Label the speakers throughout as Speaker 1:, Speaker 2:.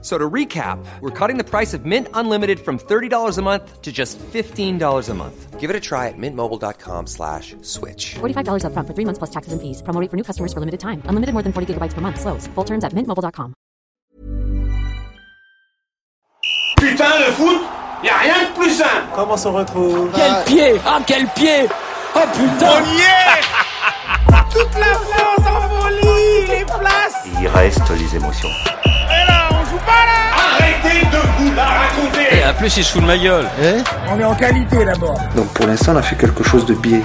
Speaker 1: So to recap, we're cutting the price of Mint Unlimited from $30 a month to just $15 a month. Give it a try at mintmobile.com slash switch.
Speaker 2: $45 upfront for three months plus taxes and fees. Promo rate for new customers for limited time. Unlimited more than 40 gigabytes per month. Slows. Full terms at mintmobile.com.
Speaker 3: Putain, le foot, y a rien de plus simple.
Speaker 4: Comment s'en retrouve
Speaker 5: Quel pied Ah quel pied Oh putain
Speaker 3: y est Toute la France en folie, les places.
Speaker 6: Il reste les émotions.
Speaker 3: Et là, on joue pas là. Arrêtez de vous la raconter.
Speaker 5: En plus il se fout de ma gueule
Speaker 7: Donc pour l'instant, on a fait quelque chose de biais.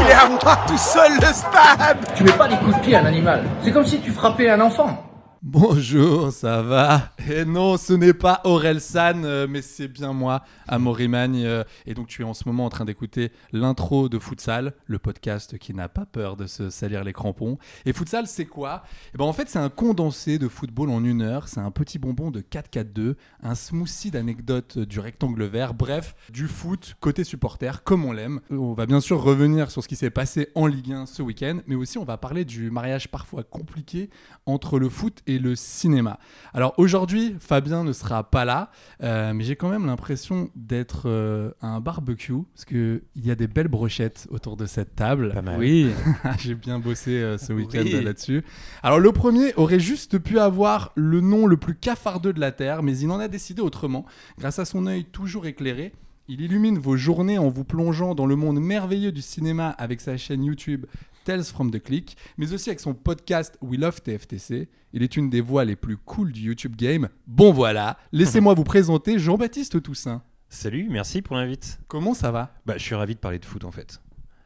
Speaker 3: Il est à moi tout seul le spam.
Speaker 8: Tu mets pas des coups de pied à un animal. C'est comme si tu frappais un enfant.
Speaker 9: Bonjour, ça va Et non, ce n'est pas Aurel San, euh, mais c'est bien moi, Amaury Magne. euh, Et donc, tu es en ce moment en train d'écouter l'intro de Futsal, le podcast qui n'a pas peur de se salir les crampons. Et Futsal, c'est quoi Eh ben, En fait, c'est un condensé de football en une heure. C'est un petit bonbon de 4-4-2, un smoothie d'anecdotes du rectangle vert. Bref, du foot côté supporter, comme on l'aime. On va bien sûr revenir sur ce qui s'est passé en Ligue 1 ce week-end, mais aussi on va parler du mariage parfois compliqué entre le foot et le cinéma. Alors aujourd'hui, Fabien ne sera pas là, euh, mais j'ai quand même l'impression d'être euh, à un barbecue, parce qu'il y a des belles brochettes autour de cette table.
Speaker 4: Pas mal.
Speaker 9: Oui, j'ai bien bossé euh, ce week-end
Speaker 5: Oui.
Speaker 9: là-dessus. Alors le premier aurait juste pu avoir le nom le plus cafardeux de la Terre, mais il en a décidé autrement. Grâce à son œil toujours éclairé, il illumine vos journées en vous plongeant dans le monde merveilleux du cinéma avec sa chaîne YouTube Tales from the Click, mais aussi avec son podcast We Love TFTC. Il est une des voix les plus cool du YouTube game. Bon voilà, laissez-moi vous présenter Jean-Baptiste Toussaint.
Speaker 10: Salut, merci pour l'invite.
Speaker 9: Comment ça va
Speaker 10: Bah, je suis ravi de parler de foot en fait.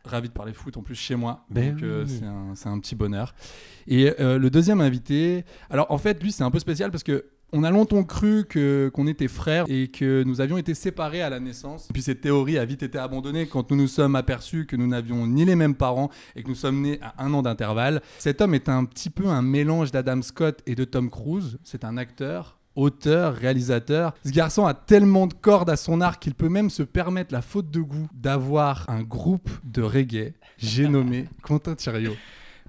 Speaker 9: Ravi de parler foot en plus chez moi.
Speaker 10: Ben
Speaker 9: donc euh,
Speaker 10: oui.
Speaker 9: c'est un, c'est un petit bonheur. Et euh, le deuxième invité, alors en fait lui c'est un peu spécial parce que on a longtemps cru que qu'on était frères et que nous avions été séparés à la naissance. Et puis cette théorie a vite été abandonnée quand nous nous sommes aperçus que nous n'avions ni les mêmes parents et que nous sommes nés à un an d'intervalle. Cet homme est un petit peu un mélange d'Adam Scott et de Tom Cruise. C'est un acteur, auteur, réalisateur. Ce garçon a tellement de cordes à son arc qu'il peut même se permettre la faute de goût d'avoir un groupe de reggae. J'ai nommé Quentin Thiriot.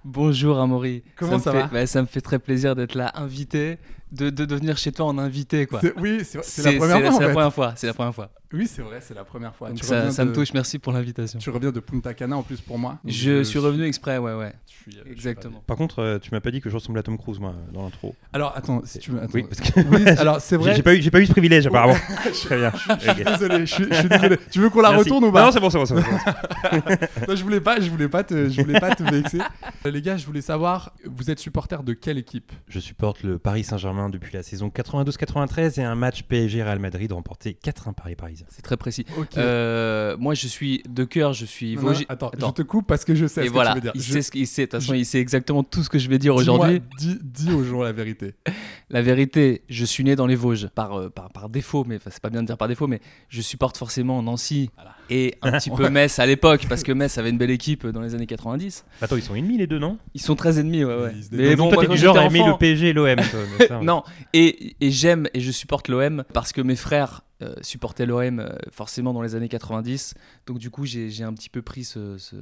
Speaker 5: Bonjour Amaury.
Speaker 9: Comment
Speaker 5: me
Speaker 9: ça
Speaker 5: fait-
Speaker 9: va
Speaker 5: bah, Ça me fait très plaisir d'être là, invité, de, de, de venir chez toi en invité quoi.
Speaker 9: C'est- Oui, c'est c'est la première
Speaker 5: c'est
Speaker 9: fois. en
Speaker 5: c'est la
Speaker 9: fait.
Speaker 5: première fois. C'est la première fois.
Speaker 9: Oui, c'est vrai, c'est la première fois.
Speaker 5: Donc
Speaker 9: Tu
Speaker 5: ça,
Speaker 9: reviens
Speaker 5: ça me
Speaker 9: de-
Speaker 5: touche, merci pour l'invitation.
Speaker 9: Tu reviens de Punta Cana en plus pour moi. Donc
Speaker 5: Je suis revenu exprès, ouais, ouais.
Speaker 9: je suis- je suis
Speaker 5: Exactement.
Speaker 10: Par contre, euh, tu m'as pas dit que je ressemblais à Tom Cruise moi dans l'intro.
Speaker 9: ravi. Alors attends, si tu veux. attends.
Speaker 10: Oui, parce que
Speaker 9: Oui, alors c'est vrai.
Speaker 10: j'ai j'ai pas eu j'ai pas eu ce privilège apparemment. Très bien. Ok.
Speaker 9: Désolé, je suis, je suis désolé. Tu veux qu'on la
Speaker 10: Merci.
Speaker 9: retourne ou pas
Speaker 10: Non, c'est bon, c'est bon, c'est bon. c'est bon.
Speaker 9: Non, je voulais pas, je voulais pas te, je voulais pas te vexer. Euh, Les gars, je voulais savoir, vous êtes supporter de quelle équipe
Speaker 10: je supporte le Paris Saint-Germain depuis la saison 92-93 et un match PSG Real Madrid remporté 4-1 par les Parisiens.
Speaker 5: C'est très précis.
Speaker 9: Ok.
Speaker 5: Euh, moi, je suis de cœur, je suis
Speaker 9: Non, non,
Speaker 5: Vosgi-
Speaker 9: attends, je te coupe parce que je sais
Speaker 5: Et
Speaker 9: ce
Speaker 5: voilà,
Speaker 9: que tu veux dire.
Speaker 5: il
Speaker 9: Je-
Speaker 5: sait ce qu'il sait. De toute façon,
Speaker 9: je-
Speaker 5: il sait exactement tout ce que je vais dire
Speaker 9: Dis-moi-
Speaker 5: aujourd'hui.
Speaker 9: dis, dis aux gens la vérité.
Speaker 5: La vérité, je suis né dans les Vosges par, euh, par, par défaut, mais enfin, c'est pas bien de dire par défaut, mais je supporte forcément Nancy et un petit peu Metz à l'époque, parce que Metz avait une belle équipe euh, dans les années 90.
Speaker 10: Attends, ils sont ennemis les deux, non
Speaker 5: Ils sont très ennemis, ouais, ouais.
Speaker 9: Ils se
Speaker 5: Mais
Speaker 9: détestent.
Speaker 5: bon, bah,
Speaker 10: Toi,
Speaker 5: moi,
Speaker 10: t'es
Speaker 5: quand
Speaker 10: du genre à
Speaker 5: j'étais
Speaker 10: aimer
Speaker 5: enfant-
Speaker 10: le PSG et l'OM. hein.
Speaker 5: non, et, et j'aime et je supporte l'OM parce que mes frères euh, supportaient l'OM euh, forcément dans les années 90. Donc du coup, j'ai j'ai un petit peu pris ce- ce-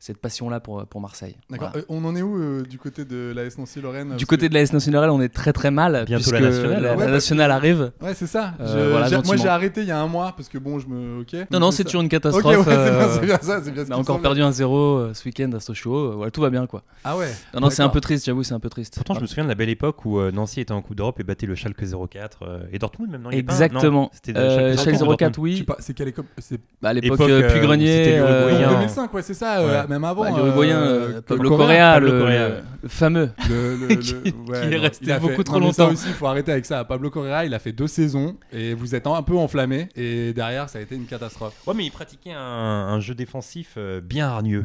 Speaker 5: cette passion-là pour, pour Marseille.
Speaker 9: D'accord.
Speaker 5: Voilà.
Speaker 9: Euh, on en est où euh, du côté de la S Nancy Lorraine
Speaker 5: Du côté de la S nationale, on est très très mal.
Speaker 10: Bientôt
Speaker 5: puisque
Speaker 10: la nationale.
Speaker 5: la- la
Speaker 9: Ouais, parce
Speaker 5: nationale arrive.
Speaker 9: de... Ouais, c'est ça.
Speaker 5: Euh,
Speaker 9: Je-
Speaker 5: voilà,
Speaker 9: j'ai- moi,
Speaker 5: gentiment.
Speaker 9: j'ai arrêté il y a un mois parce que bon, je me. Ok.
Speaker 5: Non,
Speaker 9: Donc,
Speaker 5: non, c'est
Speaker 9: ça.
Speaker 5: toujours une
Speaker 9: Ok,
Speaker 5: catastrophe.
Speaker 9: ouais, c'est bien,
Speaker 5: euh,
Speaker 9: c'est bien ça, c'est bien. ce qui
Speaker 5: On a
Speaker 9: me
Speaker 5: encore
Speaker 9: semblait.
Speaker 5: perdu 1-0 euh, ce week-end à Sochaux. Euh, Voilà, tout va bien quoi.
Speaker 9: Ah ouais.
Speaker 5: Non, non, c'est un
Speaker 9: D'accord.
Speaker 5: peu triste, j'avoue, c'est un peu triste.
Speaker 10: Pourtant, je me souviens de la belle époque où euh, Nancy était en Coupe d'Europe et battait le Schalke 04 euh, et Dortmund même. Non, il y a pas un- non,
Speaker 5: Exactement.
Speaker 10: C'était le
Speaker 5: Euh, Schalke
Speaker 10: Dortmund.
Speaker 5: 04,
Speaker 9: Tu
Speaker 5: oui.
Speaker 9: par- C'est quelle école C'est
Speaker 5: Bah, à l'époque,
Speaker 10: Époque,
Speaker 5: euh,
Speaker 10: euh,
Speaker 5: Puy
Speaker 10: où c'était
Speaker 5: Grenier, euh,
Speaker 10: l'Uruguayen.
Speaker 5: bah,
Speaker 9: 2005, ouais, c'est ça. euh,
Speaker 10: Ouais.
Speaker 9: Même avant.
Speaker 5: l'Uruguayen,
Speaker 9: euh,
Speaker 5: euh,
Speaker 9: Pablo
Speaker 5: Pablo Correa,
Speaker 10: Pablo
Speaker 5: le-
Speaker 10: Correa.
Speaker 5: le fameux.
Speaker 9: le, le- le-
Speaker 5: Qui-
Speaker 9: ouais,
Speaker 5: qui est
Speaker 9: non,
Speaker 5: resté
Speaker 9: il a fait-
Speaker 5: beaucoup trop
Speaker 9: non, mais ça
Speaker 5: longtemps.
Speaker 9: aussi, il faut arrêter avec ça. Pablo Correa, il a fait deux saisons et vous êtes un peu enflammé. Et derrière, ça a été une catastrophe.
Speaker 10: Ouais, mais il pratiquait un, un jeu défensif euh, bien hargneux.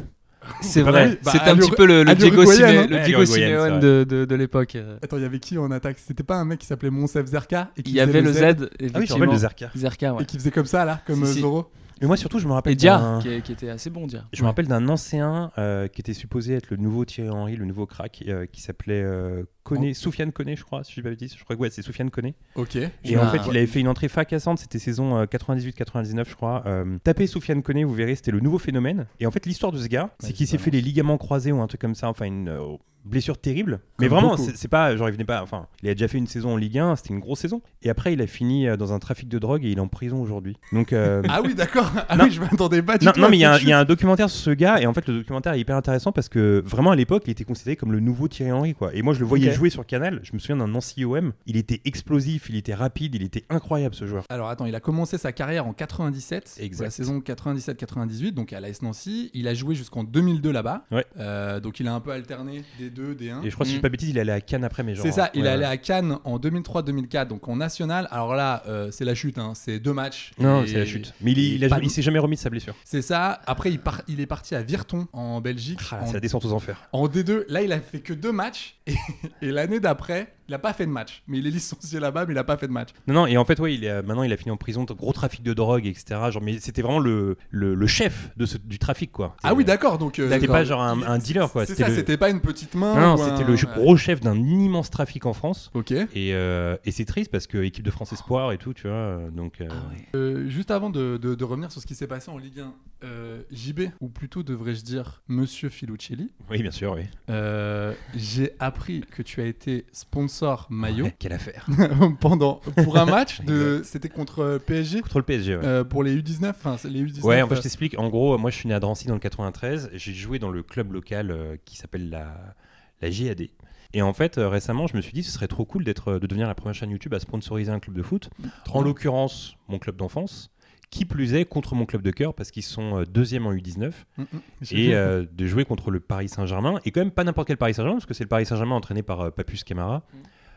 Speaker 5: C'est
Speaker 10: Bah
Speaker 5: vrai.
Speaker 10: oui,
Speaker 9: bah,
Speaker 5: C'était
Speaker 9: à
Speaker 5: un petit
Speaker 9: l'Ur-
Speaker 5: peu le, le
Speaker 9: à
Speaker 5: Diego
Speaker 9: l'Uruguayen,
Speaker 5: Simeone
Speaker 9: hein.
Speaker 5: le
Speaker 10: Ouais,
Speaker 5: Diego
Speaker 10: l'Uruguayen, c'est
Speaker 5: Simeone
Speaker 10: vrai.
Speaker 5: de, de- de l'époque. euh.
Speaker 9: Attends, il y avait qui en attaque C'était pas un mec qui s'appelait Monsef Zerka et qui
Speaker 5: Il y avait le Z,
Speaker 10: Ah oui, je me rappelle
Speaker 5: effectivement.
Speaker 10: de Zarka.
Speaker 5: Zerka, ouais.
Speaker 9: et qui faisait comme ça là, comme
Speaker 5: Si,
Speaker 9: euh,
Speaker 5: si.
Speaker 9: Zorro.
Speaker 10: Mais moi surtout, je me rappelle
Speaker 5: Et Dia,
Speaker 10: d'un-
Speaker 5: qui, est- qui était assez bon, Dia.
Speaker 10: Je me rappelle d'un ancien euh, qui était supposé être le nouveau Thierry Henry, le nouveau crack, euh, qui s'appelait euh, Koné, Soufiane Koné, je crois, si je ne pas de bêtises. Je crois que ouais, c'est Soufiane Koné.
Speaker 9: Ok.
Speaker 10: Et
Speaker 5: Ah.
Speaker 10: en fait, il avait fait une entrée fracassante, c'était saison euh, 98-99, je crois. Euh, tapez Soufiane Koné, vous verrez, c'était le nouveau phénomène. Et en fait, l'histoire de ce gars, c'est
Speaker 9: Ouais,
Speaker 10: qu'il s'est
Speaker 9: c'est
Speaker 10: fait les ligaments croisés ou un truc comme ça, enfin une euh, blessure terrible. Mais vraiment,
Speaker 9: beaucoup.
Speaker 10: c'est c'est pas, genre, il venait pas, enfin, il a déjà fait une saison en Ligue 1, c'était une grosse saison. Et après, il a fini euh, dans un trafic de drogue et il est en prison aujourd'hui. Donc. euh,
Speaker 9: Ah oui, d'accord. Ah
Speaker 10: Non.
Speaker 9: oui, je m'attendais pas du
Speaker 10: non,
Speaker 9: tout.
Speaker 10: non,
Speaker 9: à
Speaker 10: mais il y, a
Speaker 9: cette
Speaker 10: un- il y a
Speaker 9: chute.
Speaker 10: un documentaire sur ce gars, et en fait, le documentaire est hyper intéressant parce que vraiment à l'époque, il était considéré comme le nouveau Thierry Henry, quoi. Et moi, je le voyais
Speaker 9: Ok.
Speaker 10: jouer sur Canal, je me souviens d'un Nancy OM, il était explosif, il était rapide, il était incroyable ce joueur.
Speaker 9: Alors attends, il a commencé sa carrière en 97, pour
Speaker 10: Exact.
Speaker 9: la saison 97-98, donc à l'AS Nancy. Il a joué jusqu'en 2002 là-bas.
Speaker 10: Ouais.
Speaker 9: Euh, donc il a un peu alterné des 2, des 1.
Speaker 10: Et je crois, que si je
Speaker 5: Mm.
Speaker 10: dis pas de bêtises, il est allé à Cannes après, mais genre.
Speaker 9: Hein Hmm. C'est ça, il est
Speaker 10: ouais,
Speaker 9: allé
Speaker 10: ouais.
Speaker 9: à Cannes en 2003-2004, donc en national. Alors là, euh, c'est la chute, hein. c'est deux matchs.
Speaker 10: Non,
Speaker 9: Et-
Speaker 10: c'est la chute. Mais il,
Speaker 9: et
Speaker 10: il a-
Speaker 9: pas-
Speaker 10: il s'est jamais remis de sa blessure.
Speaker 9: C'est ça. Après, il, part- il est parti à Virton en Belgique
Speaker 10: Ah,
Speaker 9: en,
Speaker 10: c'est la descente aux enfers.
Speaker 9: en D2. Là, il a fait que deux matchs et, et l'année d'après, il n'a pas fait de match. Mais il est licencié là-bas, mais il n'a pas fait de match.
Speaker 10: Non, non, et en fait, ouais, il est, euh, maintenant il a fini en prison, de gros trafic de drogue, etc. Genre, mais c'était vraiment le, le, le chef de ce, du trafic, quoi.
Speaker 9: Ah oui, d'accord. Donc euh,
Speaker 10: C'était
Speaker 9: d'accord.
Speaker 10: pas genre un, un dealer, quoi.
Speaker 9: C'est ça,
Speaker 10: le-
Speaker 9: c'était pas une petite main.
Speaker 10: Non, non,
Speaker 9: ou un-
Speaker 10: c'était le gros chef d'un immense trafic en France.
Speaker 9: Ok.
Speaker 10: Et, euh, et c'est triste parce que équipe de France Espoir et tout, tu vois. euh, Donc, euh,
Speaker 9: Euh, juste avant de, de- de revenir sur ce qui s'est passé en Ligue 1, euh, JB, ou plutôt devrais-je dire Monsieur Filuccelli,
Speaker 10: oui, bien sûr, oui.
Speaker 9: euh, j'ai appris que tu as été sponsor maillot
Speaker 10: Ouais, quelle affaire.
Speaker 9: pendant pour un match de c'était contre euh, PSG
Speaker 10: Contre le PSG, ouais.
Speaker 9: euh, pour les U19 enfin c'est les U19
Speaker 10: Ouais, en fait, je
Speaker 9: euh,
Speaker 10: t'explique. En gros, moi, je suis né à Drancy dans le 93. J'ai joué dans le club local euh, qui s'appelle la, la JAD. Et en fait, euh, récemment, je me suis dit, ce serait trop cool d'être, euh, de devenir la première chaîne YouTube à sponsoriser un club de foot. En l'occurrence, mon club d'enfance. Qui plus est, contre mon club de cœur, parce qu'ils sont euh, deuxième en U19.
Speaker 9: mm, mm, j'ai vu.
Speaker 10: et euh, de jouer contre le Paris Saint-Germain et quand même pas n'importe quel Paris Saint-Germain parce que c'est le Paris Saint-Germain entraîné par euh, Papus Camara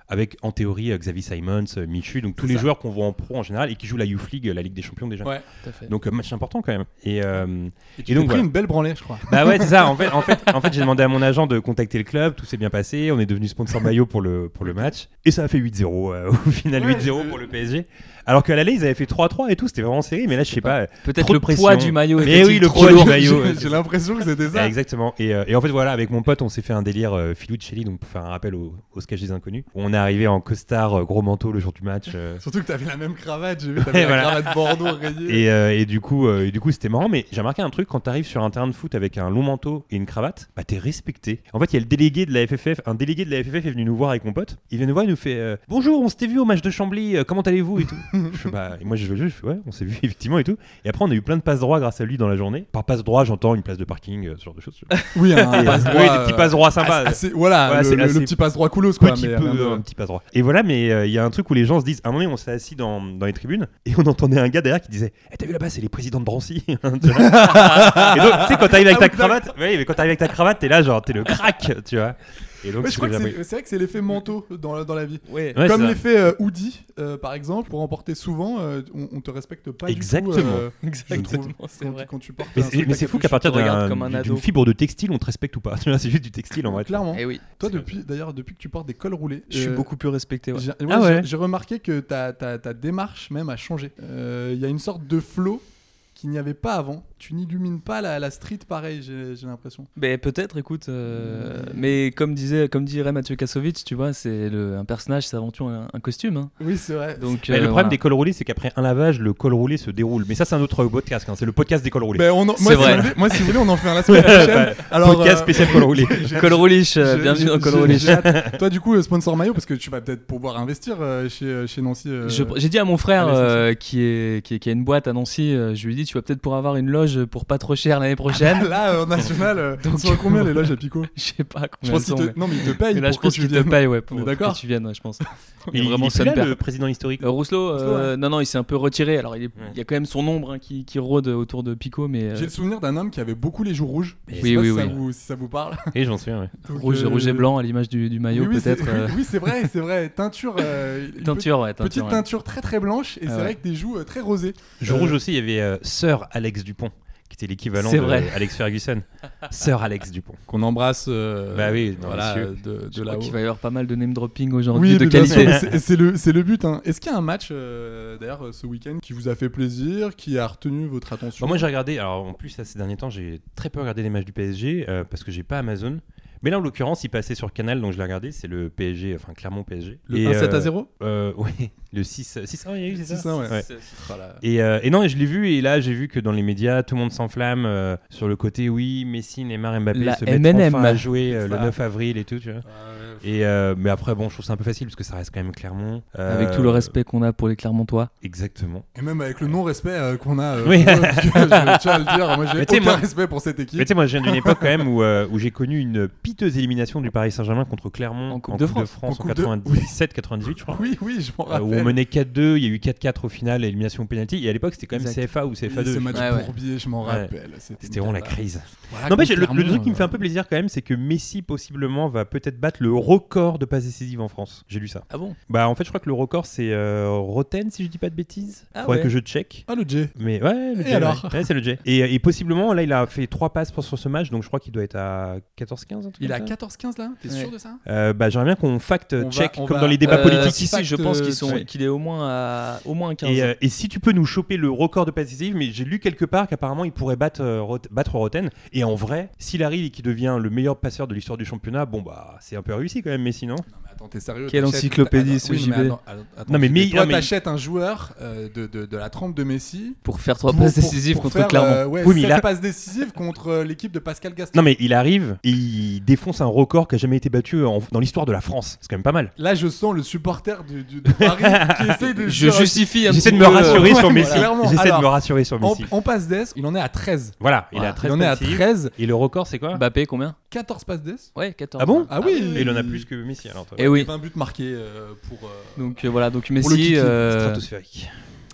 Speaker 10: avec en théorie euh, Xavi Simons, euh, Michu, donc tous les
Speaker 9: ça.
Speaker 10: joueurs qu'on voit en pro en général et qui jouent la Youth League, euh, la Ligue des Champions déjà.
Speaker 9: Ouais.
Speaker 5: Tout à fait.
Speaker 10: Donc euh, match important quand même. Et, euh,
Speaker 9: Et
Speaker 10: et
Speaker 9: tu t'es
Speaker 10: donc,
Speaker 9: pris
Speaker 10: voilà.
Speaker 9: une belle branlée je crois
Speaker 10: bah ouais, c'est ça. En fait, en fait, en fait j'ai demandé à mon agent de contacter le club. Tout s'est bien passé. On est devenu sponsor maillot pour le, pour le match. Et ça a fait 8-0. euh, au final,
Speaker 9: Ouais,
Speaker 10: 8-0
Speaker 9: je-
Speaker 10: pour le PSG. Alors qu'à l'aller, ils avaient fait 3-3 et tout. C'était vraiment serré. Mais là, je sais pas.
Speaker 5: Peut-être
Speaker 10: trop
Speaker 5: le
Speaker 10: de
Speaker 5: poids
Speaker 10: pression.
Speaker 5: du maillot.
Speaker 10: Mais
Speaker 5: était-il
Speaker 10: oui, le
Speaker 5: trop
Speaker 10: poids du
Speaker 5: lourd
Speaker 10: maillot.
Speaker 9: j'ai
Speaker 10: ouais,
Speaker 9: j'ai l'impression que c'était
Speaker 10: Ah,
Speaker 9: ça
Speaker 10: exactement. Et, euh, et en fait, voilà, avec mon pote, on s'est fait un délire euh, Filuccelli, donc pour faire un rappel au, au sketch des inconnus. On est arrivé en costard, euh, gros manteau le jour du match. euh,
Speaker 9: surtout que t'avais la même cravate j'ai vu t'avais
Speaker 10: Et
Speaker 9: la
Speaker 10: voilà.
Speaker 9: cravate Bordeaux rayée
Speaker 10: et, euh, et du coup, euh, et du coup, c'était marrant. Mais j'ai remarqué un truc quand t'arrives sur un terrain de foot avec un long manteau et une cravate, bah t'es respecté. En fait, il y a le délégué de la FFF. Un délégué de la FFF est venu nous voir avec mon pote. Il vient nous voir, il nous fait euh, bonjour, on s'était vu au match de Chambly. euh, comment allez-vous et tout. je fais, bah, et moi, je joue le jeu. Je fais ouais, on s'est vu effectivement et tout. Et après, on a eu plein de passes droits grâce à lui dans la journée. Par passe droit, j'entends une place de parking, euh, ce genre de choses.
Speaker 9: oui un
Speaker 10: Et,
Speaker 9: passe
Speaker 10: euh,
Speaker 9: droit
Speaker 10: oui, des petits
Speaker 9: euh,
Speaker 10: passe droits sympas.
Speaker 9: assez- assez- voilà,
Speaker 10: Voilà,
Speaker 9: le,
Speaker 10: Ah, c'est
Speaker 9: le-
Speaker 10: assez-
Speaker 9: le petit passe droit coulos quoi
Speaker 10: petit
Speaker 9: mais
Speaker 10: peu, euh,
Speaker 9: rien de-
Speaker 10: un petit pas droit. Et voilà, mais euh, il y a un truc où les gens se disent, à un moment, donné, on s'est assis dans, dans les tribunes et on entendait un gars derrière qui disait, Eh, t'as vu là-bas, c'est les présidents de Drancy. et donc, tu sais, quand t'arrives avec ta cravate, oui, mais quand t'arrives avec ta cravate, t'es là, genre, t'es le crack, tu vois. Et donc,
Speaker 9: Ouais,
Speaker 10: tu
Speaker 9: je crois
Speaker 10: fais
Speaker 9: que
Speaker 10: jamais-
Speaker 9: c'est c'est vrai que c'est l'effet manteau dans la, dans la vie.
Speaker 10: Ouais, ouais,
Speaker 9: Comme
Speaker 10: c'est ça.
Speaker 9: l'effet euh, Hoodie, euh, par exemple, pour emporter souvent, euh, on, on te respecte pas du tout.
Speaker 10: Exactement.
Speaker 9: euh,
Speaker 5: Exactement,
Speaker 9: quand-
Speaker 5: c'est
Speaker 9: quand-
Speaker 5: vrai.
Speaker 9: Quand tu portes
Speaker 10: Mais
Speaker 9: un
Speaker 10: c'est-
Speaker 9: truc
Speaker 10: mais c'est
Speaker 9: à
Speaker 10: fou qu'à
Speaker 9: capuche.
Speaker 10: partir
Speaker 5: te regarde
Speaker 10: d'un-
Speaker 5: comme un
Speaker 10: d'une
Speaker 5: ado.
Speaker 10: fibre de textile, on te respecte ou pas. Tu vois, c'est juste du textile en vrai.
Speaker 9: Clairement.
Speaker 5: Eh oui.
Speaker 9: Toi, depuis, d'ailleurs, depuis que tu portes des cols roulés,
Speaker 5: Je suis
Speaker 9: euh,
Speaker 5: beaucoup plus respecté. ouais.
Speaker 9: j'ai- ouais,
Speaker 10: Ah ouais.
Speaker 9: j'ai- j'ai remarqué que ta, ta- ta démarche même a changé. Euh, Il y a une sorte de flow qu'il n'y avait pas avant. Tu n'illumines pas la, la street pareil, j'ai j'ai l'impression.
Speaker 5: Mais peut-être, écoute. euh, mais comme disait, comme dirait Mathieu Kassovitz, tu vois, c'est le- un personnage, c'est avant tout un, un costume. hein.
Speaker 9: Oui, c'est vrai.
Speaker 5: Donc
Speaker 10: Mais
Speaker 5: euh,
Speaker 10: le problème
Speaker 5: voilà.
Speaker 10: des cols roulés, c'est qu'après un lavage, le col roulé se déroule. Mais ça, c'est un autre podcast. hein. C'est le podcast des cols roulés.
Speaker 9: Ben, on en- moi,
Speaker 5: C'est
Speaker 9: si
Speaker 5: vrai.
Speaker 9: vous voulez- moi, si vous voulez, on en fait un la semaine prochaine. Alors,
Speaker 10: Bah, podcast
Speaker 9: euh,
Speaker 10: spécial col roulé.
Speaker 9: j'ai-
Speaker 5: Col Roulich, euh,
Speaker 9: Je-
Speaker 5: bienvenue
Speaker 9: je-
Speaker 5: dans Col
Speaker 9: je-
Speaker 5: Roulich.
Speaker 9: j'ai hâte. Toi, du coup, euh, sponsor maillot, parce que tu vas peut-être pouvoir investir euh, chez, euh, chez Nancy. euh,
Speaker 5: Je- J'ai dit à mon frère
Speaker 9: allez, c'est
Speaker 5: euh, qui, est, qui, est- qui a une boîte à Nancy, euh, je lui ai dit tu vas peut-être pour avoir une loge pour pas trop cher l'année prochaine.
Speaker 9: Là, euh, en national, euh,
Speaker 5: Donc-
Speaker 9: c'est à combien les loges à Picot
Speaker 5: Je sais pas
Speaker 9: bah. Je
Speaker 5: combien
Speaker 9: pense
Speaker 5: elles sont,
Speaker 9: qu'ils
Speaker 5: mais-
Speaker 9: te... Non, mais ils te payent.
Speaker 5: mais là je
Speaker 9: pour que
Speaker 5: pense
Speaker 9: tu
Speaker 5: qu'il te
Speaker 9: viennes.
Speaker 5: paye ouais, pour,
Speaker 9: On est
Speaker 5: pour
Speaker 9: d'accord
Speaker 5: que tu viennes, ouais, je pense. est
Speaker 10: Il, il est
Speaker 5: vraiment
Speaker 10: plus là,
Speaker 5: super.
Speaker 10: le président historique.
Speaker 5: Euh, Rousselot,
Speaker 9: Rousselot,
Speaker 5: euh, non, non, il s'est un peu retiré. Alors, il, est-
Speaker 10: Ouais.
Speaker 5: il y a quand même son ombre hein, qui, qui rôde autour de Pico, mais euh,
Speaker 9: J'ai le souvenir d'un homme qui avait beaucoup les joues rouges. Je sais
Speaker 5: Oui,
Speaker 9: pas
Speaker 5: oui,
Speaker 9: si ça
Speaker 5: oui.
Speaker 9: vous- si ça vous parle.
Speaker 10: Et j'en souviens, ouais.
Speaker 9: Donc,
Speaker 5: rouge,
Speaker 9: euh,
Speaker 5: rouge et blanc à l'image du, du
Speaker 9: oui,
Speaker 5: maillot,
Speaker 9: oui, c'est-
Speaker 5: peut-être. euh,
Speaker 9: Oui, c'est vrai, c'est vrai. Teinture. euh, il peut-
Speaker 5: Teinture, ouais, teinture.
Speaker 9: Petite
Speaker 5: ouais.
Speaker 9: teinture très très blanche et c'est
Speaker 5: Ah ouais.
Speaker 9: vrai que des joues euh, très rosées.
Speaker 10: Je
Speaker 9: Euh,
Speaker 10: rouge aussi, il y avait euh, Sir Alex Dupont, qui était l'équivalent
Speaker 5: C'est
Speaker 10: de
Speaker 5: vrai.
Speaker 10: Alex Ferguson. Sir Alex Dupont.
Speaker 9: Qu'on embrasse. euh,
Speaker 10: Bah oui, non,
Speaker 9: voilà,
Speaker 10: messieurs.
Speaker 9: de,
Speaker 5: Je
Speaker 9: de
Speaker 5: crois
Speaker 9: là-haut.
Speaker 5: qu'il va y avoir pas mal de name dropping
Speaker 9: Oui,
Speaker 5: aujourd'hui de
Speaker 9: mais bien sûr,
Speaker 5: qualité.
Speaker 9: mais c'est- c'est le, c'est le but. hein. Est-ce qu'il y a un match, euh, d'ailleurs, euh, ce week-end qui vous a fait plaisir, qui a retenu votre attention
Speaker 10: Bon, Bah, moi j'ai regardé, alors en plus là, ces derniers temps j'ai très peu regardé les matchs du PSG euh, parce que j'ai pas Amazon. Mais là en l'occurrence il passait sur Canal donc je l'ai regardé, c'est le PSG, enfin Clermont PSG.
Speaker 9: Le
Speaker 10: Et,
Speaker 9: 1-7 à
Speaker 10: euh,
Speaker 9: 0
Speaker 10: euh, Oui, le 6 6 il y a eu, c'est ça
Speaker 9: 6-1, ouais.
Speaker 10: Ouais.
Speaker 9: Voilà.
Speaker 10: Et, euh, et non, et je l'ai vu, et là j'ai vu que dans les médias, tout le monde s'enflamme euh, sur le côté oui, Messi, Neymar, Mbappé
Speaker 5: La
Speaker 10: se mettent
Speaker 5: MNM.
Speaker 10: enfin à jouer euh,
Speaker 9: C'est
Speaker 10: le
Speaker 9: ça.
Speaker 10: 9 avril et tout, tu vois. Et euh, mais après, bon, je trouve ça un peu facile parce que ça reste quand même Clermont. Euh,
Speaker 5: Avec tout le respect qu'on a pour les Clermontois.
Speaker 10: Exactement.
Speaker 9: Et même avec le non-respect euh, qu'on a. euh,
Speaker 10: Oui.
Speaker 9: pour eux, parce que je tiens à le dire, moi j'ai
Speaker 10: Mais tu sais,
Speaker 9: aucun
Speaker 10: moi-
Speaker 9: respect pour cette équipe.
Speaker 10: Mais tu sais, moi je viens d'une époque quand même où, euh, où j'ai connu une piteuse élimination du Paris Saint-Germain contre Clermont
Speaker 5: En Coupe de France.
Speaker 9: En
Speaker 10: en,
Speaker 9: Coupe de-
Speaker 10: 97-98, je crois.
Speaker 9: Oui, oui, je m'en
Speaker 10: Euh,
Speaker 9: rappelle.
Speaker 10: où on menait 4-2, il y a eu 4-4 au final, et élimination au penalty. Et à l'époque, c'était quand même
Speaker 5: Exact.
Speaker 10: CFA ou
Speaker 9: Oui,
Speaker 10: CFA2.
Speaker 9: ce
Speaker 10: je
Speaker 9: match
Speaker 10: crois.
Speaker 5: Ouais, ouais.
Speaker 9: bourbier, je m'en
Speaker 10: Ouais.
Speaker 9: rappelle.
Speaker 10: C'était vraiment la crise.
Speaker 9: Voilà,
Speaker 10: Non mais j'ai-
Speaker 9: contre
Speaker 10: le, le
Speaker 9: Clermont,
Speaker 10: truc qui me fait
Speaker 9: euh,
Speaker 10: un peu plaisir quand même, c'est que Messi possiblement va peut-être battre le record de passes décisives en France. J'ai lu ça.
Speaker 5: Ah bon
Speaker 10: Bah en fait je crois que le record c'est euh, Roten si je dis pas de bêtises.
Speaker 5: Ah
Speaker 10: Faudrait
Speaker 5: ouais.
Speaker 10: que je check.
Speaker 9: Ah, le J.
Speaker 10: Mais ouais, le
Speaker 9: Et
Speaker 10: Jay,
Speaker 9: alors
Speaker 10: ouais. Ouais, c'est le J. Et, et possiblement là il a fait 3 passes pour- sur ce match donc je crois qu'il doit être à 14-15 un truc
Speaker 9: Il
Speaker 10: comme
Speaker 9: a
Speaker 10: ça.
Speaker 9: 14-15 là T'es
Speaker 5: Ouais.
Speaker 9: sûr de ça
Speaker 10: Euh, Bah j'aimerais bien qu'on fact
Speaker 9: On va-
Speaker 10: check
Speaker 9: on
Speaker 10: comme
Speaker 9: va-
Speaker 10: dans les débats
Speaker 9: Euh,
Speaker 10: politiques.
Speaker 5: si, si,
Speaker 9: impact,
Speaker 5: je pense
Speaker 9: euh,
Speaker 5: qu'ils sont-
Speaker 9: ouais.
Speaker 5: qu'il est au moins à au moins à 15.
Speaker 10: Et, euh, et si tu peux nous choper le record de passes décisives, mais j'ai lu quelque part qu'apparemment il pourrait battre, euh, Rot- battre Roten. Et en vrai, s'il arrive et qu'il devient le meilleur passeur de l'histoire du championnat, bon bah c'est un peu réussi quand même, Messi, non
Speaker 9: Non, mais attends, t'es sérieux
Speaker 5: Quelle
Speaker 9: t'achètes- Ah,
Speaker 5: encyclopédie,
Speaker 9: Attends,
Speaker 5: ce
Speaker 9: oui,
Speaker 5: JB.
Speaker 9: mais attends, attends, attends,
Speaker 10: Non, mais
Speaker 9: JB,
Speaker 10: mais-
Speaker 9: toi,
Speaker 10: non, mais-
Speaker 9: t'achètes un joueur euh, de, de- de la trempe de Messi.
Speaker 5: pour faire trois
Speaker 9: pour-
Speaker 5: passes
Speaker 9: pour-
Speaker 5: décisives
Speaker 9: pour
Speaker 5: contre
Speaker 9: faire,
Speaker 5: Clermont.
Speaker 9: euh, ouais,
Speaker 10: Oui, mais
Speaker 9: sept
Speaker 10: il a-
Speaker 9: passes décisives contre euh, l'équipe de Pascal Gaston.
Speaker 10: Non mais il arrive et il défonce un record qui a jamais été battu en- dans l'histoire de la France. C'est quand même pas mal.
Speaker 9: Là, je sens le supporter du, du- de Paris qui essaye de.
Speaker 5: Je
Speaker 9: dire-
Speaker 5: justifie un
Speaker 10: J'essaie de
Speaker 5: petit
Speaker 10: me
Speaker 5: peu, euh,
Speaker 10: rassurer sur
Speaker 9: ouais,
Speaker 10: Messi.
Speaker 9: clairement.
Speaker 10: J'essaie de
Speaker 9: Alors,
Speaker 10: me rassurer sur
Speaker 9: En,
Speaker 10: Messi.
Speaker 9: en passe des, il en est à 13.
Speaker 10: Voilà, il
Speaker 5: Voilà.
Speaker 10: a 13
Speaker 9: il en est à
Speaker 10: passes décisives.
Speaker 9: 13,
Speaker 10: Et le record c'est quoi
Speaker 5: Mbappé combien
Speaker 9: 14 passes des.
Speaker 5: Ouais, 14.
Speaker 10: Ah bon
Speaker 9: Ah oui
Speaker 10: Et il en a plus que Messi alors. toi.
Speaker 5: Et oui.
Speaker 9: 20 buts marqués euh, pour. euh,
Speaker 5: Donc euh, voilà, donc
Speaker 9: le
Speaker 5: Messi
Speaker 9: kiki,
Speaker 5: euh,
Speaker 10: Stratosphérique.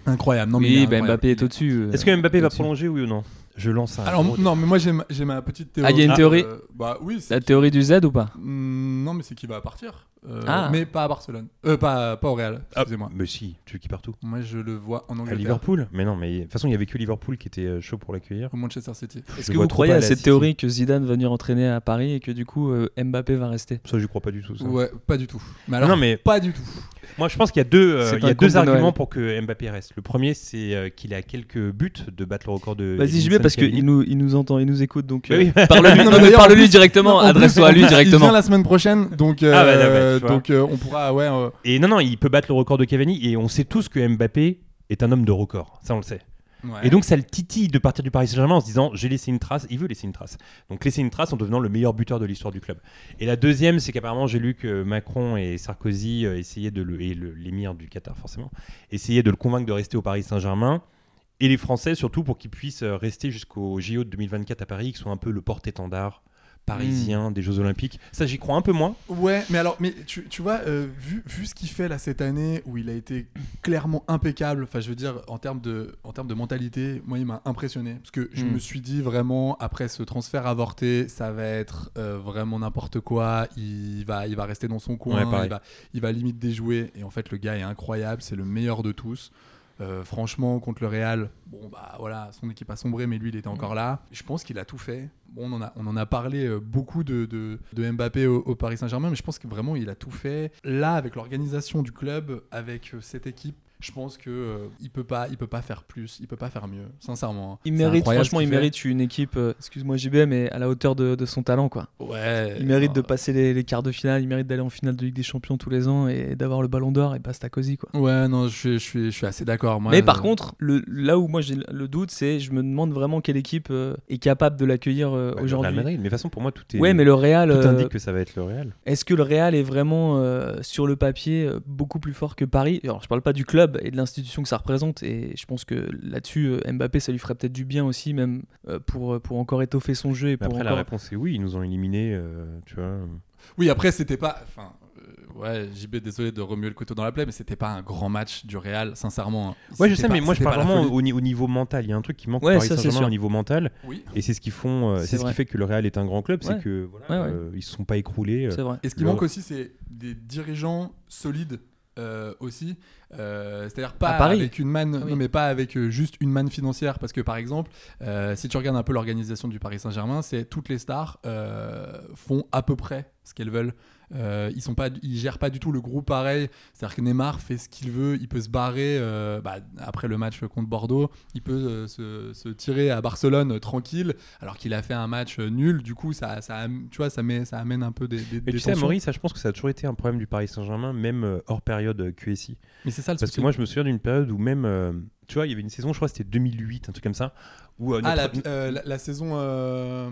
Speaker 9: Incroyable. Non, mais il est
Speaker 5: Oui, bah,
Speaker 9: incroyable.
Speaker 5: Mbappé est au-dessus. euh,
Speaker 10: Est-ce que Mbappé va
Speaker 5: au-dessus.
Speaker 10: prolonger oui ou non Je lance un.
Speaker 9: Alors,
Speaker 10: gros-
Speaker 9: non, mais moi j'ai ma, j'ai ma petite théorie.
Speaker 5: Ah, il y a une théorie
Speaker 9: Euh, Bah oui, c'est
Speaker 5: La théorie du Z ou pas
Speaker 9: Hmm, non, mais c'est qu'il va partir. Euh,
Speaker 5: Ah.
Speaker 9: Mais pas à Barcelone. Euh, pas, pas au Real,
Speaker 10: Ah,
Speaker 9: excusez-moi.
Speaker 10: Mais si, tu le qui partout.
Speaker 9: Moi, je le vois en
Speaker 10: À
Speaker 9: Angleterre.
Speaker 10: Liverpool Mais non, mais de toute façon, il n'y avait que Liverpool qui était euh, chaud pour l'accueillir.
Speaker 9: Au Manchester City.
Speaker 5: Est-ce
Speaker 10: Je
Speaker 5: que
Speaker 10: vois
Speaker 5: vous
Speaker 10: trop
Speaker 5: croyez
Speaker 10: pas
Speaker 5: à
Speaker 10: la
Speaker 5: cette
Speaker 10: City.
Speaker 5: théorie que Zidane va venir entraîner à Paris et que du coup euh, Mbappé va rester
Speaker 10: Ça, je crois pas du tout. Ça.
Speaker 9: Ouais, pas du tout. Mais alors,
Speaker 10: non, mais
Speaker 9: pas du tout.
Speaker 10: moi, je pense qu'il y a deux, euh,
Speaker 5: C'est
Speaker 10: il y
Speaker 5: un
Speaker 10: a
Speaker 5: conte
Speaker 10: deux
Speaker 5: de
Speaker 10: arguments
Speaker 5: Noël.
Speaker 10: pour que Mbappé reste. Le premier, c'est euh, qu'il a quelques buts de battre le record de.
Speaker 5: Vas-y, je vais
Speaker 10: Edinson
Speaker 5: parce
Speaker 10: Cavani.
Speaker 5: qu'il nous, il nous entend, il nous écoute donc.
Speaker 10: Euh,
Speaker 5: euh,
Speaker 10: Bah oui.
Speaker 9: Non,
Speaker 5: Parle-lui non,
Speaker 9: mais
Speaker 5: mais
Speaker 9: d'ailleurs, en
Speaker 5: parle-lui
Speaker 9: plus-
Speaker 5: directement,
Speaker 9: En plus,
Speaker 5: adresse-toi
Speaker 9: en
Speaker 5: à lui
Speaker 9: plus, Il
Speaker 5: directement.
Speaker 9: vient la semaine prochaine, donc. euh,
Speaker 10: Ah, bah, bah, bah, tu vois.
Speaker 9: donc, euh, on pourra. Ouais. euh,
Speaker 10: Et non, non, il peut battre le record de Cavani et on sait tous que Mbappé est un homme de record. Ça, on le sait.
Speaker 9: ouais.
Speaker 10: Et donc, ça le titille de partir du Paris Saint-Germain en se disant j'ai laissé une trace. Il veut laisser une trace. Donc, laisser une trace en devenant le meilleur buteur de l'histoire du club. Et la deuxième, c'est qu'apparemment, j'ai lu que Macron et Sarkozy euh, essayaient de le. et le- l'émir du Qatar, forcément, essayaient de le convaincre de rester au Paris Saint-Germain. Et les Français, surtout, pour qu'ils puissent euh, rester jusqu'au JO de 2024 à Paris, qui sont un peu le porte-étendard
Speaker 5: Hmm.
Speaker 10: parisien des Jeux Olympiques. Ça, j'y crois un peu moins.
Speaker 9: Ouais, mais alors, mais tu, tu vois, euh, vu, vu ce qu'il fait là cette année, où il a été clairement impeccable, enfin je veux dire, en termes de, en termes de mentalité, moi il m'a impressionné. Parce que je
Speaker 10: Hmm.
Speaker 5: Mm.
Speaker 9: me suis dit vraiment, après ce transfert avorté, ça va être euh, vraiment n'importe quoi, il va, il va rester dans son coin,
Speaker 10: Ouais, pareil.
Speaker 9: il, va, il va limite déjouer. Et en fait, le gars est incroyable, c'est le meilleur de tous. Euh, franchement, contre le Real, bon bah voilà, son équipe a sombré, mais lui il était encore là. Je pense qu'il a tout fait. Bon, on en a, on en a parlé euh, beaucoup de, de, de Mbappé au, au Paris Saint-Germain, mais je pense que vraiment il a tout fait. Là, avec l'organisation du club, avec euh, cette équipe, je pense que euh, il peut pas, il peut pas faire plus, il peut pas faire mieux, sincèrement. hein.
Speaker 5: Il
Speaker 9: C'est
Speaker 5: mérite,
Speaker 9: incroyable
Speaker 5: franchement,
Speaker 9: ce
Speaker 5: il
Speaker 9: qu'il fait.
Speaker 5: mérite une équipe, euh, excuse-moi JB, mais à la hauteur de, de son talent quoi.
Speaker 9: Ouais.
Speaker 5: Il mérite de
Speaker 9: euh,
Speaker 5: passer les, les quarts de finale, il mérite d'aller en finale de Ligue des Champions tous les ans et d'avoir le Ballon d'Or et basta cosy quoi.
Speaker 9: Ouais, non, je suis, je suis, je suis assez d'accord. moi,
Speaker 5: mais
Speaker 9: euh,
Speaker 5: par contre, le, là où moi j'ai le doute, c'est je me demande vraiment quelle équipe euh, est capable de l'accueillir euh,
Speaker 10: Bah, le Real
Speaker 5: aujourd'hui.
Speaker 10: Madrid. Mais de toute façon, pour moi, tout est.
Speaker 5: Ouais, mais le Real,
Speaker 10: Tout
Speaker 5: euh,
Speaker 10: indique que ça va être le Real.
Speaker 5: est-ce que le Real est vraiment euh, sur le papier euh, beaucoup plus fort que Paris Alors, je parle pas du club et de l'institution que ça représente, et je pense que là-dessus, euh, Mbappé, ça lui ferait peut-être du bien aussi, même euh, pour, pour encore étoffer son jeu et
Speaker 10: Mais
Speaker 5: pour
Speaker 10: après, la
Speaker 5: encore.
Speaker 10: réponse est oui, ils nous ont éliminés, euh, tu vois.
Speaker 9: Oui, après, c'était pas. Enfin, euh, ouais, JB, désolé de remuer le couteau dans la plaie, mais c'était pas un grand match du Real, sincèrement. hein.
Speaker 10: Ouais, je
Speaker 9: C'était
Speaker 10: sais,
Speaker 9: pas-
Speaker 10: mais moi, je
Speaker 9: c'était
Speaker 10: parle
Speaker 9: pas la
Speaker 10: vraiment
Speaker 9: folie.
Speaker 10: au, ni- au niveau mental. Il y a un truc qui manque au
Speaker 5: Ouais,
Speaker 10: Paris
Speaker 5: ça, c'est
Speaker 10: Saint-Germain
Speaker 5: sûr.
Speaker 10: au niveau mental.
Speaker 9: Oui.
Speaker 10: Et c'est ce qu'ils font, euh,
Speaker 5: C'est
Speaker 10: c'est ce qui
Speaker 5: vrai.
Speaker 10: fait que le Real est un grand club,
Speaker 5: Ouais.
Speaker 10: c'est que voilà,
Speaker 5: Ouais, ouais.
Speaker 10: euh, ils se sont pas écroulés. euh.
Speaker 5: C'est vrai.
Speaker 9: Et ce qui
Speaker 10: Le-
Speaker 9: manque aussi, c'est des dirigeants solides euh, aussi. Euh, C'est-à-dire pas
Speaker 5: À Paris.
Speaker 9: avec une manne,
Speaker 5: Ah oui.
Speaker 9: non mais pas avec euh, juste une manne financière, parce que par exemple, euh, si tu regardes un peu l'organisation du Paris Saint-Germain, c'est toutes les stars euh, font à peu près ce qu'elles veulent. Euh, ils sont pas, ils gèrent pas du tout le groupe pareil. C'est-à-dire que Neymar fait ce qu'il veut, il peut se barrer euh, bah, après le match contre Bordeaux, il peut euh, se, se tirer à Barcelone euh, tranquille, alors qu'il a fait un match euh, nul. Du coup, ça, ça, am- tu vois, ça, met, ça amène un peu des, des,
Speaker 10: Mais
Speaker 9: des
Speaker 10: tu sais,
Speaker 9: tensions.
Speaker 10: Amaury, ça, je pense que ça a toujours été un problème du Paris Saint-Germain, même euh, hors période euh, QSI.
Speaker 9: Mais c'est ça le
Speaker 10: Parce que
Speaker 9: souci.
Speaker 10: moi, je me souviens d'une période où même, euh, tu vois, il y avait une saison, je crois, que c'était 2008, un truc comme ça, où euh,
Speaker 9: Ah, la,
Speaker 10: notre-
Speaker 9: euh, la, la saison, euh,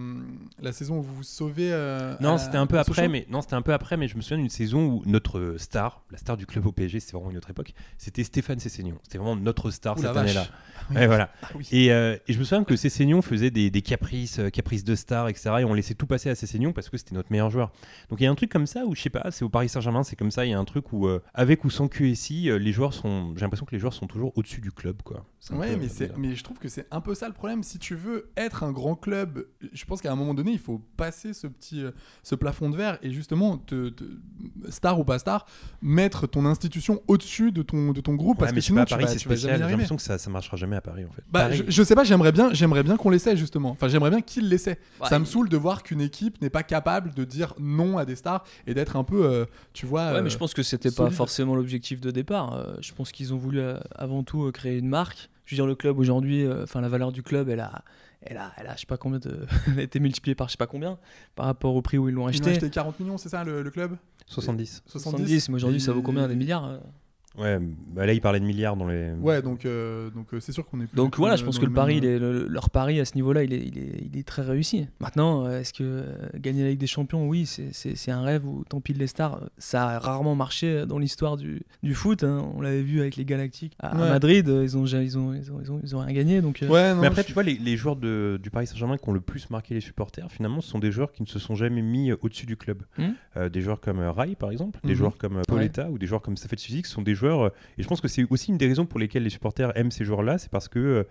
Speaker 9: la saison où vous vous sauvez. euh, à
Speaker 10: Non,
Speaker 9: la-
Speaker 10: c'était un peu
Speaker 9: à
Speaker 10: après,
Speaker 9: Sochaux
Speaker 10: mais non, c'était un peu après, mais je me souviens d'une saison où notre euh, star, la star du club au PSG, c'était vraiment une autre époque, c'était Stéphane Cessignon. C'était vraiment notre star
Speaker 9: Ouh la
Speaker 10: cette
Speaker 9: vache.
Speaker 10: année-là.
Speaker 9: oui.
Speaker 10: Ouais, voilà.
Speaker 9: Ah oui.
Speaker 10: et, euh, et je me souviens que Cessignon faisait des, des caprices, euh, caprices de star, etc. Et on laissait tout passer à Cessignon parce que c'était notre meilleur joueur. Donc il y a un truc comme ça où je sais pas, c'est au Paris Saint-Germain, c'est comme ça. Il y a un truc où euh, avec ou sans QSI, euh, les joueurs sont, j'ai l'impression que les joueurs sont toujours au-dessus du club, quoi. C'est un
Speaker 9: Ouais,
Speaker 10: peu,
Speaker 9: mais,
Speaker 10: euh,
Speaker 9: c'est,
Speaker 10: bizarre.
Speaker 9: mais je trouve que c'est un peu ça le problème. Si tu veux être un grand club, je pense qu'à un moment donné, il faut passer ce petit euh, ce plafond de verre et justement, te, te- star ou pas star, mettre ton institution au-dessus de ton, de ton groupe.
Speaker 10: Ouais,
Speaker 9: parce
Speaker 10: mais
Speaker 9: que
Speaker 10: je sais
Speaker 9: sinon,
Speaker 10: pas, à
Speaker 9: tu,
Speaker 10: Paris,
Speaker 9: vas,
Speaker 10: c'est
Speaker 9: tu vas jamais
Speaker 10: spécial.
Speaker 9: y
Speaker 10: J'ai
Speaker 9: arriver.
Speaker 10: l'impression que ça, ça marchera jamais à Paris, en fait.
Speaker 9: Bah,
Speaker 10: Paris-
Speaker 9: je, je sais pas, j'aimerais bien, j'aimerais bien qu'on l'essaie justement. Enfin, j'aimerais bien qu'il l'essaie.
Speaker 5: Ouais,
Speaker 9: ça me
Speaker 5: il-
Speaker 9: saoule de voir qu'une équipe n'est pas capable de dire non à des stars et d'être un peu, euh, tu vois.
Speaker 5: Ah Ouais,
Speaker 9: euh,
Speaker 5: mais je pense que c'était pas
Speaker 9: solide.
Speaker 5: forcément l'objectif de départ. Euh, je pense qu'ils ont voulu euh, avant tout euh, créer une marque. Je veux dire, le club aujourd'hui, euh, enfin la valeur du club, elle a, elle a, elle a, je sais pas combien de, elle a été multipliée par je sais pas combien par rapport au prix où ils l'ont
Speaker 9: ils ont
Speaker 5: acheté.
Speaker 9: acheté 40 millions, c'est ça le, le club
Speaker 10: 70.
Speaker 5: 70, mais aujourd'hui ça vaut combien Des milliards euh.
Speaker 10: Ouais, bah là, il parlait de milliards dans les.
Speaker 9: Ouais, donc, euh, donc euh, c'est sûr qu'on est plus. du
Speaker 5: Donc
Speaker 9: tout,
Speaker 5: voilà,
Speaker 9: euh,
Speaker 5: je pense
Speaker 9: dans
Speaker 5: que le
Speaker 9: même, euh,
Speaker 5: pari, il est- le- leur pari à ce niveau-là, il est, il, est, il est très réussi. Maintenant, euh, est-ce que euh, gagner la Ligue des Champions, oui, c'est- c'est c'est un rêve ou tant pis les stars, euh, ça a rarement marché euh, dans l'histoire du, du foot. hein. On l'avait vu avec les Galactiques à, à
Speaker 9: Ouais.
Speaker 5: Madrid, euh, ils ont, ja- ils, ont, ils, ont, ils, ont, ils ont rien gagné. Donc, euh,
Speaker 9: Ouais, non,
Speaker 10: Mais après,
Speaker 9: je-
Speaker 10: tu vois, les, les joueurs de- du Paris Saint-Germain qui ont le plus marqué les supporters, finalement, ce sont des joueurs qui ne se sont jamais mis euh, au-dessus du club.
Speaker 9: Hmm.
Speaker 5: Mhm.
Speaker 10: Euh, des joueurs comme euh, Rai, par exemple, des
Speaker 9: Mhm.
Speaker 10: joueurs comme euh, Pauletta ou des joueurs comme Safet Suzik sont des joueurs. euh, et je pense que c'est aussi une des raisons pour lesquelles les supporters aiment ces joueurs-là, c'est parce que. euh,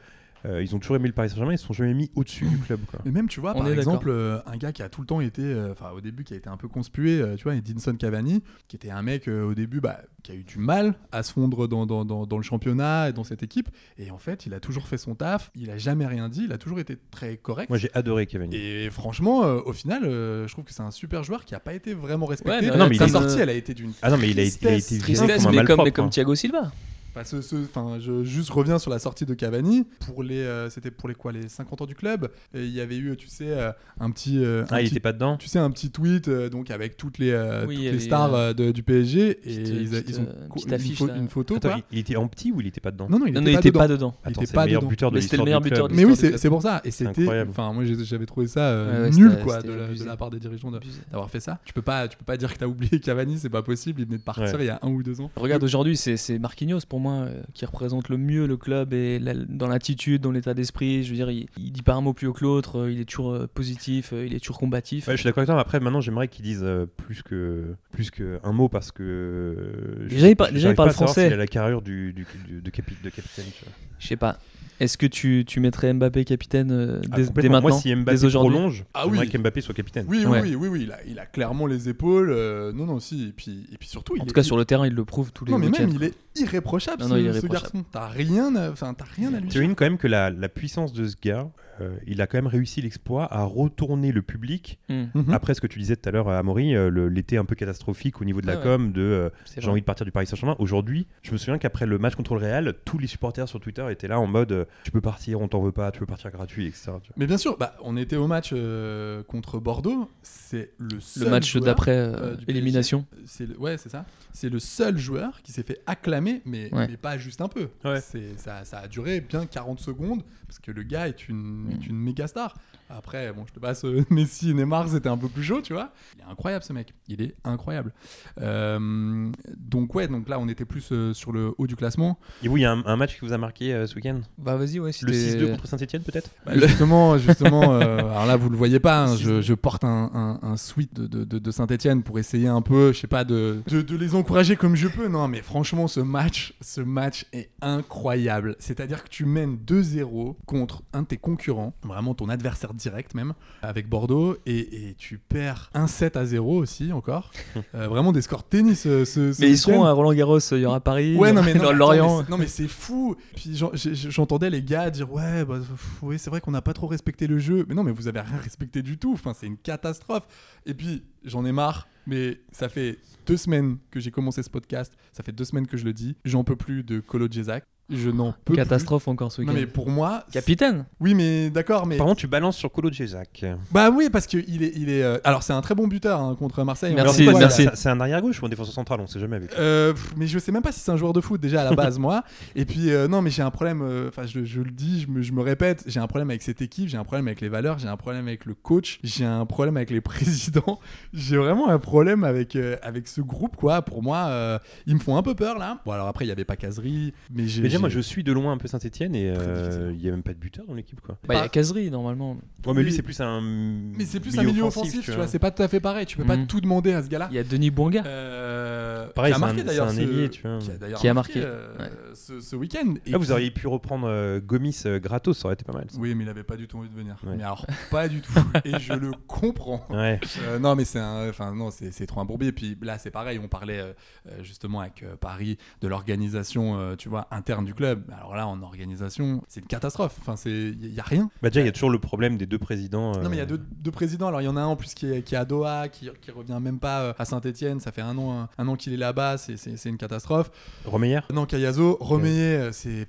Speaker 10: euh, ils ont toujours aimé le Paris Saint-Germain, ils se sont jamais mis au-dessus du club. Quoi.
Speaker 9: Mais même, tu vois,
Speaker 5: On
Speaker 9: par
Speaker 5: est
Speaker 9: exemple, euh, un gars qui a tout le temps été, euh, enfin au début, qui a été un peu conspué, euh, tu vois, Edinson Cavani, qui était un mec euh, au début bah, qui a eu du mal à se fondre dans, dans, dans, dans le championnat et dans cette équipe. Et en fait, il a toujours fait son taf, il a jamais rien dit, il a toujours été très correct.
Speaker 10: Moi, j'ai adoré Cavani.
Speaker 9: et franchement, euh, au final, euh, je trouve que c'est un super joueur qui a pas été vraiment respecté.
Speaker 5: Ouais,
Speaker 10: mais non, mais
Speaker 9: Sa
Speaker 10: il est-
Speaker 9: sortie, elle a été d'une
Speaker 10: Ah non, mais il a, il a été
Speaker 9: Tristesse,
Speaker 10: viré
Speaker 5: Tristesse,
Speaker 10: comme un
Speaker 5: mais comme,
Speaker 10: malpropre,
Speaker 5: mais comme
Speaker 10: hein.
Speaker 5: Thiago Silva.
Speaker 9: Bah, ce- ce- enfin, je juste reviens sur la sortie de Cavani pour les, euh, c'était pour les quoi, les 50 ans du club. Et il y avait eu, tu sais, euh, un petit, euh, un
Speaker 10: Ah, il
Speaker 9: petit-
Speaker 10: était pas dedans.
Speaker 9: tu sais, un petit tweet euh, donc avec toutes les, euh, toutes
Speaker 5: Oui, il y
Speaker 9: les
Speaker 5: avait,
Speaker 9: stars
Speaker 5: euh,
Speaker 9: euh, de- du PSG et
Speaker 5: petite,
Speaker 9: ils,
Speaker 5: petite,
Speaker 9: ils ont
Speaker 5: euh,
Speaker 9: co-
Speaker 5: petite
Speaker 9: une,
Speaker 5: affiche,
Speaker 9: pho-
Speaker 5: là.
Speaker 9: une photo.
Speaker 10: Attends,
Speaker 9: quoi.
Speaker 10: il, il était en petit ou il était pas dedans
Speaker 9: Non, non, il
Speaker 5: Non,
Speaker 9: était
Speaker 5: il
Speaker 9: pas
Speaker 5: n'était
Speaker 9: dedans.
Speaker 5: pas dedans.
Speaker 9: Il
Speaker 10: Attends,
Speaker 9: était
Speaker 10: c'est
Speaker 9: pas
Speaker 10: le meilleur
Speaker 9: dedans.
Speaker 10: buteur de
Speaker 5: Mais c'était le
Speaker 10: l'histoire
Speaker 5: meilleur
Speaker 10: du
Speaker 5: buteur
Speaker 10: club.
Speaker 5: de
Speaker 9: Mais oui,
Speaker 5: l'histoire
Speaker 9: c'est
Speaker 5: club.
Speaker 9: c'est pour ça. Et c'était,
Speaker 10: incroyable.
Speaker 9: enfin, moi j'ai- j'avais trouvé ça euh,
Speaker 5: Ouais, ouais,
Speaker 9: nul
Speaker 5: c'était-
Speaker 9: quoi
Speaker 5: c'était
Speaker 9: de la, de
Speaker 5: abusé.
Speaker 9: la part des dirigeants de-
Speaker 5: Abusé.
Speaker 9: d'avoir fait ça. Tu peux pas, tu peux pas dire que t'as oublié Cavani, c'est pas possible. Il venait de partir
Speaker 10: Ouais.
Speaker 9: il y a un ou deux ans.
Speaker 5: Regarde, aujourd'hui, c'est c'est Marquinhos pour moi euh, qui représente le mieux le club et la- dans l'attitude, dans l'état d'esprit. Je veux dire, il, il dit pas un mot plus haut que l'autre, euh, il est toujours euh, positif, euh, il est toujours combatif.
Speaker 10: Ouais, je suis d'accord avec toi. mais Après, maintenant, j'aimerais qu'ils disent euh, plus que plus que un mot parce que euh,
Speaker 5: Déjà,
Speaker 10: je-
Speaker 5: il par-
Speaker 10: je-
Speaker 5: déjà, il
Speaker 10: j'arrive
Speaker 5: parle
Speaker 10: pas à savoir
Speaker 5: français.
Speaker 10: s'il a la carrure du, du, du- de, capi- de capitaine. tu vois.
Speaker 5: Je sais pas. Est-ce que tu, tu mettrais Mbappé capitaine euh,
Speaker 10: Ah,
Speaker 5: dès,
Speaker 10: complètement.
Speaker 5: dès maintenant
Speaker 10: Moi, si Mbappé
Speaker 5: dès aujourd'hui
Speaker 10: prolonge,
Speaker 9: Ah
Speaker 10: j'aimerais
Speaker 9: oui.
Speaker 10: qu'Mbappé soit capitaine.
Speaker 9: Oui, oui,
Speaker 5: Ouais.
Speaker 9: oui, oui, oui, il a, il a clairement les épaules. euh, non, non, si. Et puis, et puis surtout, il
Speaker 5: En
Speaker 9: est-
Speaker 5: tout cas,
Speaker 9: il-
Speaker 5: sur le terrain, il le prouve tous les
Speaker 9: Non, mais
Speaker 5: week-ends.
Speaker 9: même, il est irréprochable,
Speaker 5: Non, non,
Speaker 9: ce,
Speaker 5: il est
Speaker 9: ce
Speaker 5: irréprochable.
Speaker 9: garçon. T'as rien, à- enfin, t'as rien à lui.
Speaker 10: Tu imagines quand même que la, la puissance de ce gars, euh, il a quand même réussi l'exploit à retourner le public.
Speaker 5: Hum,
Speaker 9: Mhm.
Speaker 10: Après ce que tu disais tout à l'heure à Amaury, euh, le- l'été un peu catastrophique au niveau de la
Speaker 5: Ah ouais.
Speaker 10: com, de euh,
Speaker 5: c'est
Speaker 10: j'ai
Speaker 5: vrai.
Speaker 10: envie de partir du Paris Saint-Germain. Aujourd'hui, je me souviens qu'après le match contre le Real, tous les supporters sur Twitter étaient là en mode euh, tu peux partir, on t'en veut pas, tu peux partir gratuit, etc. tu vois.
Speaker 9: Mais bien sûr, bah, on était au match euh, contre Bordeaux. C'est le seul
Speaker 5: Le match
Speaker 9: joueur-
Speaker 5: d'après euh,
Speaker 9: euh, du PSG.
Speaker 5: élimination.
Speaker 9: C'est le- ouais, c'est ça. C'est le seul joueur qui s'est fait acclamer, mais,
Speaker 5: Ouais.
Speaker 9: mais pas juste un peu.
Speaker 10: Ouais.
Speaker 9: C'est- Ça, ça a duré bien 40 secondes parce que le gars est une, est une méga star. Après, bon, je te passe euh, Messi et Neymar, c'était un peu plus chaud, tu vois. Il est incroyable ce mec. Il est incroyable. Euh, donc ouais, donc là, on était plus euh, sur le haut du classement.
Speaker 10: Et vous, il y a un, un match qui vous a marqué euh, ce week-end
Speaker 5: Bah vas-y, ouais, si
Speaker 10: Le
Speaker 5: t'es-
Speaker 10: 6-2 contre Saint-Etienne, peut-être
Speaker 9: Bah, justement, justement euh, alors là, vous le voyez pas, hein, je, je porte un, un, un sweat de, de, de- de Saint-Etienne pour essayer un peu, je sais pas, de, de, de les encourager comme je peux. Non, mais franchement, ce match, ce match est incroyable. C'est-à-dire que tu mènes 2-0 contre un de tes concurrents, vraiment ton adversaire direct même, avec Bordeaux. Et, et tu perds 1-7 à 0 aussi, encore. Euh, vraiment des scores de tennis. euh, Ce, ce
Speaker 5: Mais ils
Speaker 9: week-end.
Speaker 5: seront à Roland Garros, il y aura Paris,
Speaker 9: Ouais,
Speaker 5: il y
Speaker 9: non,
Speaker 5: aura-
Speaker 9: mais
Speaker 5: il y aura
Speaker 9: non, mais attends,
Speaker 5: Lorient.
Speaker 9: mais c'est- non, mais c'est fou. Puis j'en- j'ai- j'ai- j'entendais les gars dire Ouais, bah, pff, ouais, c'est vrai qu'on n'a pas trop respecté le jeu. Mais non, mais vous avez rien respecté du tout. Enfin, c'est une catastrophe. Et puis, j'en ai marre. Mais ça fait deux semaines que j'ai commencé ce podcast. Ça fait deux semaines que je le dis. J'en peux plus de Colo Jezak. Je n'en peux
Speaker 5: Ah, Catastrophe encore ce
Speaker 9: plus. Non,
Speaker 5: week-end.
Speaker 9: mais pour moi. c'est-
Speaker 5: Capitaine
Speaker 9: Oui, mais d'accord, mais.
Speaker 10: Par contre, tu balances sur Colo Jezak.
Speaker 9: Bah oui, parce que il est. Il est euh, Alors, c'est un très bon buteur hein, contre Marseille.
Speaker 5: Merci,
Speaker 9: Encore une fois,
Speaker 5: merci.
Speaker 10: C'est c'est un arrière-gauche ou un défenseur central, on s'est jamais vu.
Speaker 9: Euh, pff, mais je sais même pas si c'est un joueur de foot déjà à la base moi et puis euh, non mais j'ai un problème euh, enfin je, je le dis je me, je me répète j'ai un problème avec cette équipe j'ai un problème avec les valeurs j'ai un problème avec le coach j'ai un problème avec les présidents j'ai vraiment un problème avec euh, avec ce groupe quoi pour moi euh, ils me font un peu peur là bon alors après il y avait pas caserie mais j'ai
Speaker 10: Mais déjà, moi,
Speaker 9: j'ai-
Speaker 10: je suis de loin un peu Saint-Etienne et euh,
Speaker 9: difficile.
Speaker 10: il y a même pas de buteur dans l'équipe, quoi.
Speaker 5: Bah, il y a Casery normalement.
Speaker 10: Ouais, mais lui,
Speaker 9: Oui.
Speaker 10: c'est plus un.
Speaker 9: mais c'est plus un milieu offensif, tu vois, c'est pas tout à fait pareil tu peux pas
Speaker 5: Mhm.
Speaker 9: tout demander à ce gars là
Speaker 5: Il y a Denis Bonga.
Speaker 9: Euh,
Speaker 10: Mm. Pareil,
Speaker 9: qui a
Speaker 10: c'est un-
Speaker 9: marqué
Speaker 10: c'est
Speaker 9: d'ailleurs
Speaker 10: un
Speaker 9: ce-
Speaker 10: ailier, tu vois.
Speaker 9: qui a d'ailleurs
Speaker 5: Qui a
Speaker 9: marqué,
Speaker 5: marqué,
Speaker 9: euh,
Speaker 5: ouais.
Speaker 9: ce, ce week-end. Et
Speaker 10: Là, vous
Speaker 9: qui-
Speaker 10: auriez pu reprendre euh, Gomis euh, gratos, ça aurait été pas mal. ça.
Speaker 9: Oui, mais il avait pas du tout envie de venir.
Speaker 10: Ouais.
Speaker 9: Mais alors, pas du tout. Et je le comprends.
Speaker 10: Ouais.
Speaker 9: Euh, non, mais c'est un, enfin non, c'est c'est trop un bourbier. Puis là, c'est pareil. On parlait euh, euh, justement avec euh, Paris de l'organisation, euh, tu vois, interne du club. Alors là, en organisation, c'est une catastrophe. Enfin, c'est, il y a rien.
Speaker 10: Bah, déjà, il y a toujours le problème des deux présidents. euh,
Speaker 9: Non, mais il y a deux, deux présidents. Alors, il y en a un en plus qui est, qui est à Doha, qui, qui revient même pas euh, à Saint-Etienne. Ça fait un an, un, un an qu'il est là-bas. C'est- C'est c'est une catastrophe.
Speaker 10: Romeyer
Speaker 9: Non, Cayazo, Romeyer, euh, c'est.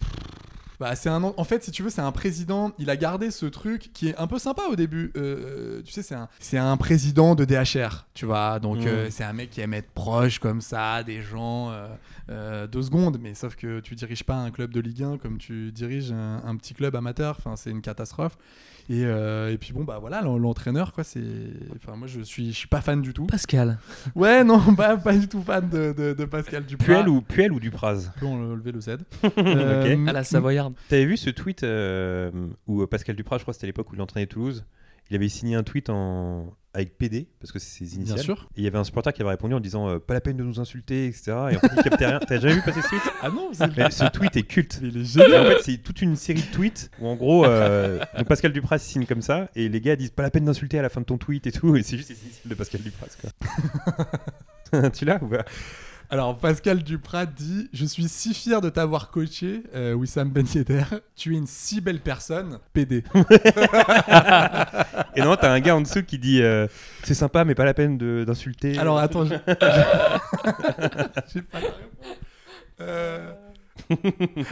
Speaker 9: Bah, c'est un. En fait, si tu veux, c'est un président. Il a gardé ce truc qui est un peu sympa au début. Euh, tu sais, c'est un, c'est un président de DHR, tu vois. Donc,
Speaker 10: Mhm.
Speaker 9: euh, c'est un mec qui aime être proche comme ça des gens euh, euh, deux secondes. Mais sauf que tu diriges pas un club de Ligue 1 comme tu diriges un, un petit club amateur. Enfin, c'est une catastrophe. Et, euh, et puis bon, bah voilà, l'en- l'entraîneur, quoi. C'est. Enfin, moi, je suis, je suis pas fan du tout.
Speaker 5: Pascal.
Speaker 9: Ouais, non, pas, pas du tout fan de, de, de Pascal Duprat.
Speaker 10: Puel ou, Puel ou Dupraz
Speaker 9: Peut on lever le Z. Euh,
Speaker 5: À la
Speaker 9: Savoie.
Speaker 5: Savoyarde.
Speaker 10: T'avais vu ce tweet euh, où Pascal Duprat, je crois que c'était à l'époque où il entraînait Toulouse, il avait signé un tweet en... avec PD, parce que c'est ses initiales.
Speaker 9: Bien sûr.
Speaker 10: Et il y avait un supporter qui avait répondu en disant euh, Pas la peine de nous insulter, etc. Et en fait, il captait rien. T'as jamais vu passer ce tweet
Speaker 9: Ah non, c'est
Speaker 10: Mais ce tweet est culte.
Speaker 9: il est
Speaker 10: Et
Speaker 9: génial.
Speaker 10: en fait, c'est toute une série de tweets où en gros, euh, donc Pascal Duprat signe comme ça et les gars disent pas la peine d'insulter à la fin de ton tweet et tout. Et c'est juste les initiales de Pascal Duprat. Quoi. tu l'as ou pas
Speaker 9: Alors Pascal Duprat dit Je suis si fier de t'avoir coaché, euh, Wissam Ben Yedder. Tu es une si belle personne, PD.
Speaker 10: Et non, t'as un gars en dessous qui dit euh, C'est sympa, mais pas la peine de- d'insulter.
Speaker 9: Alors attends, j'ai j'ai pas la réponse. Euh,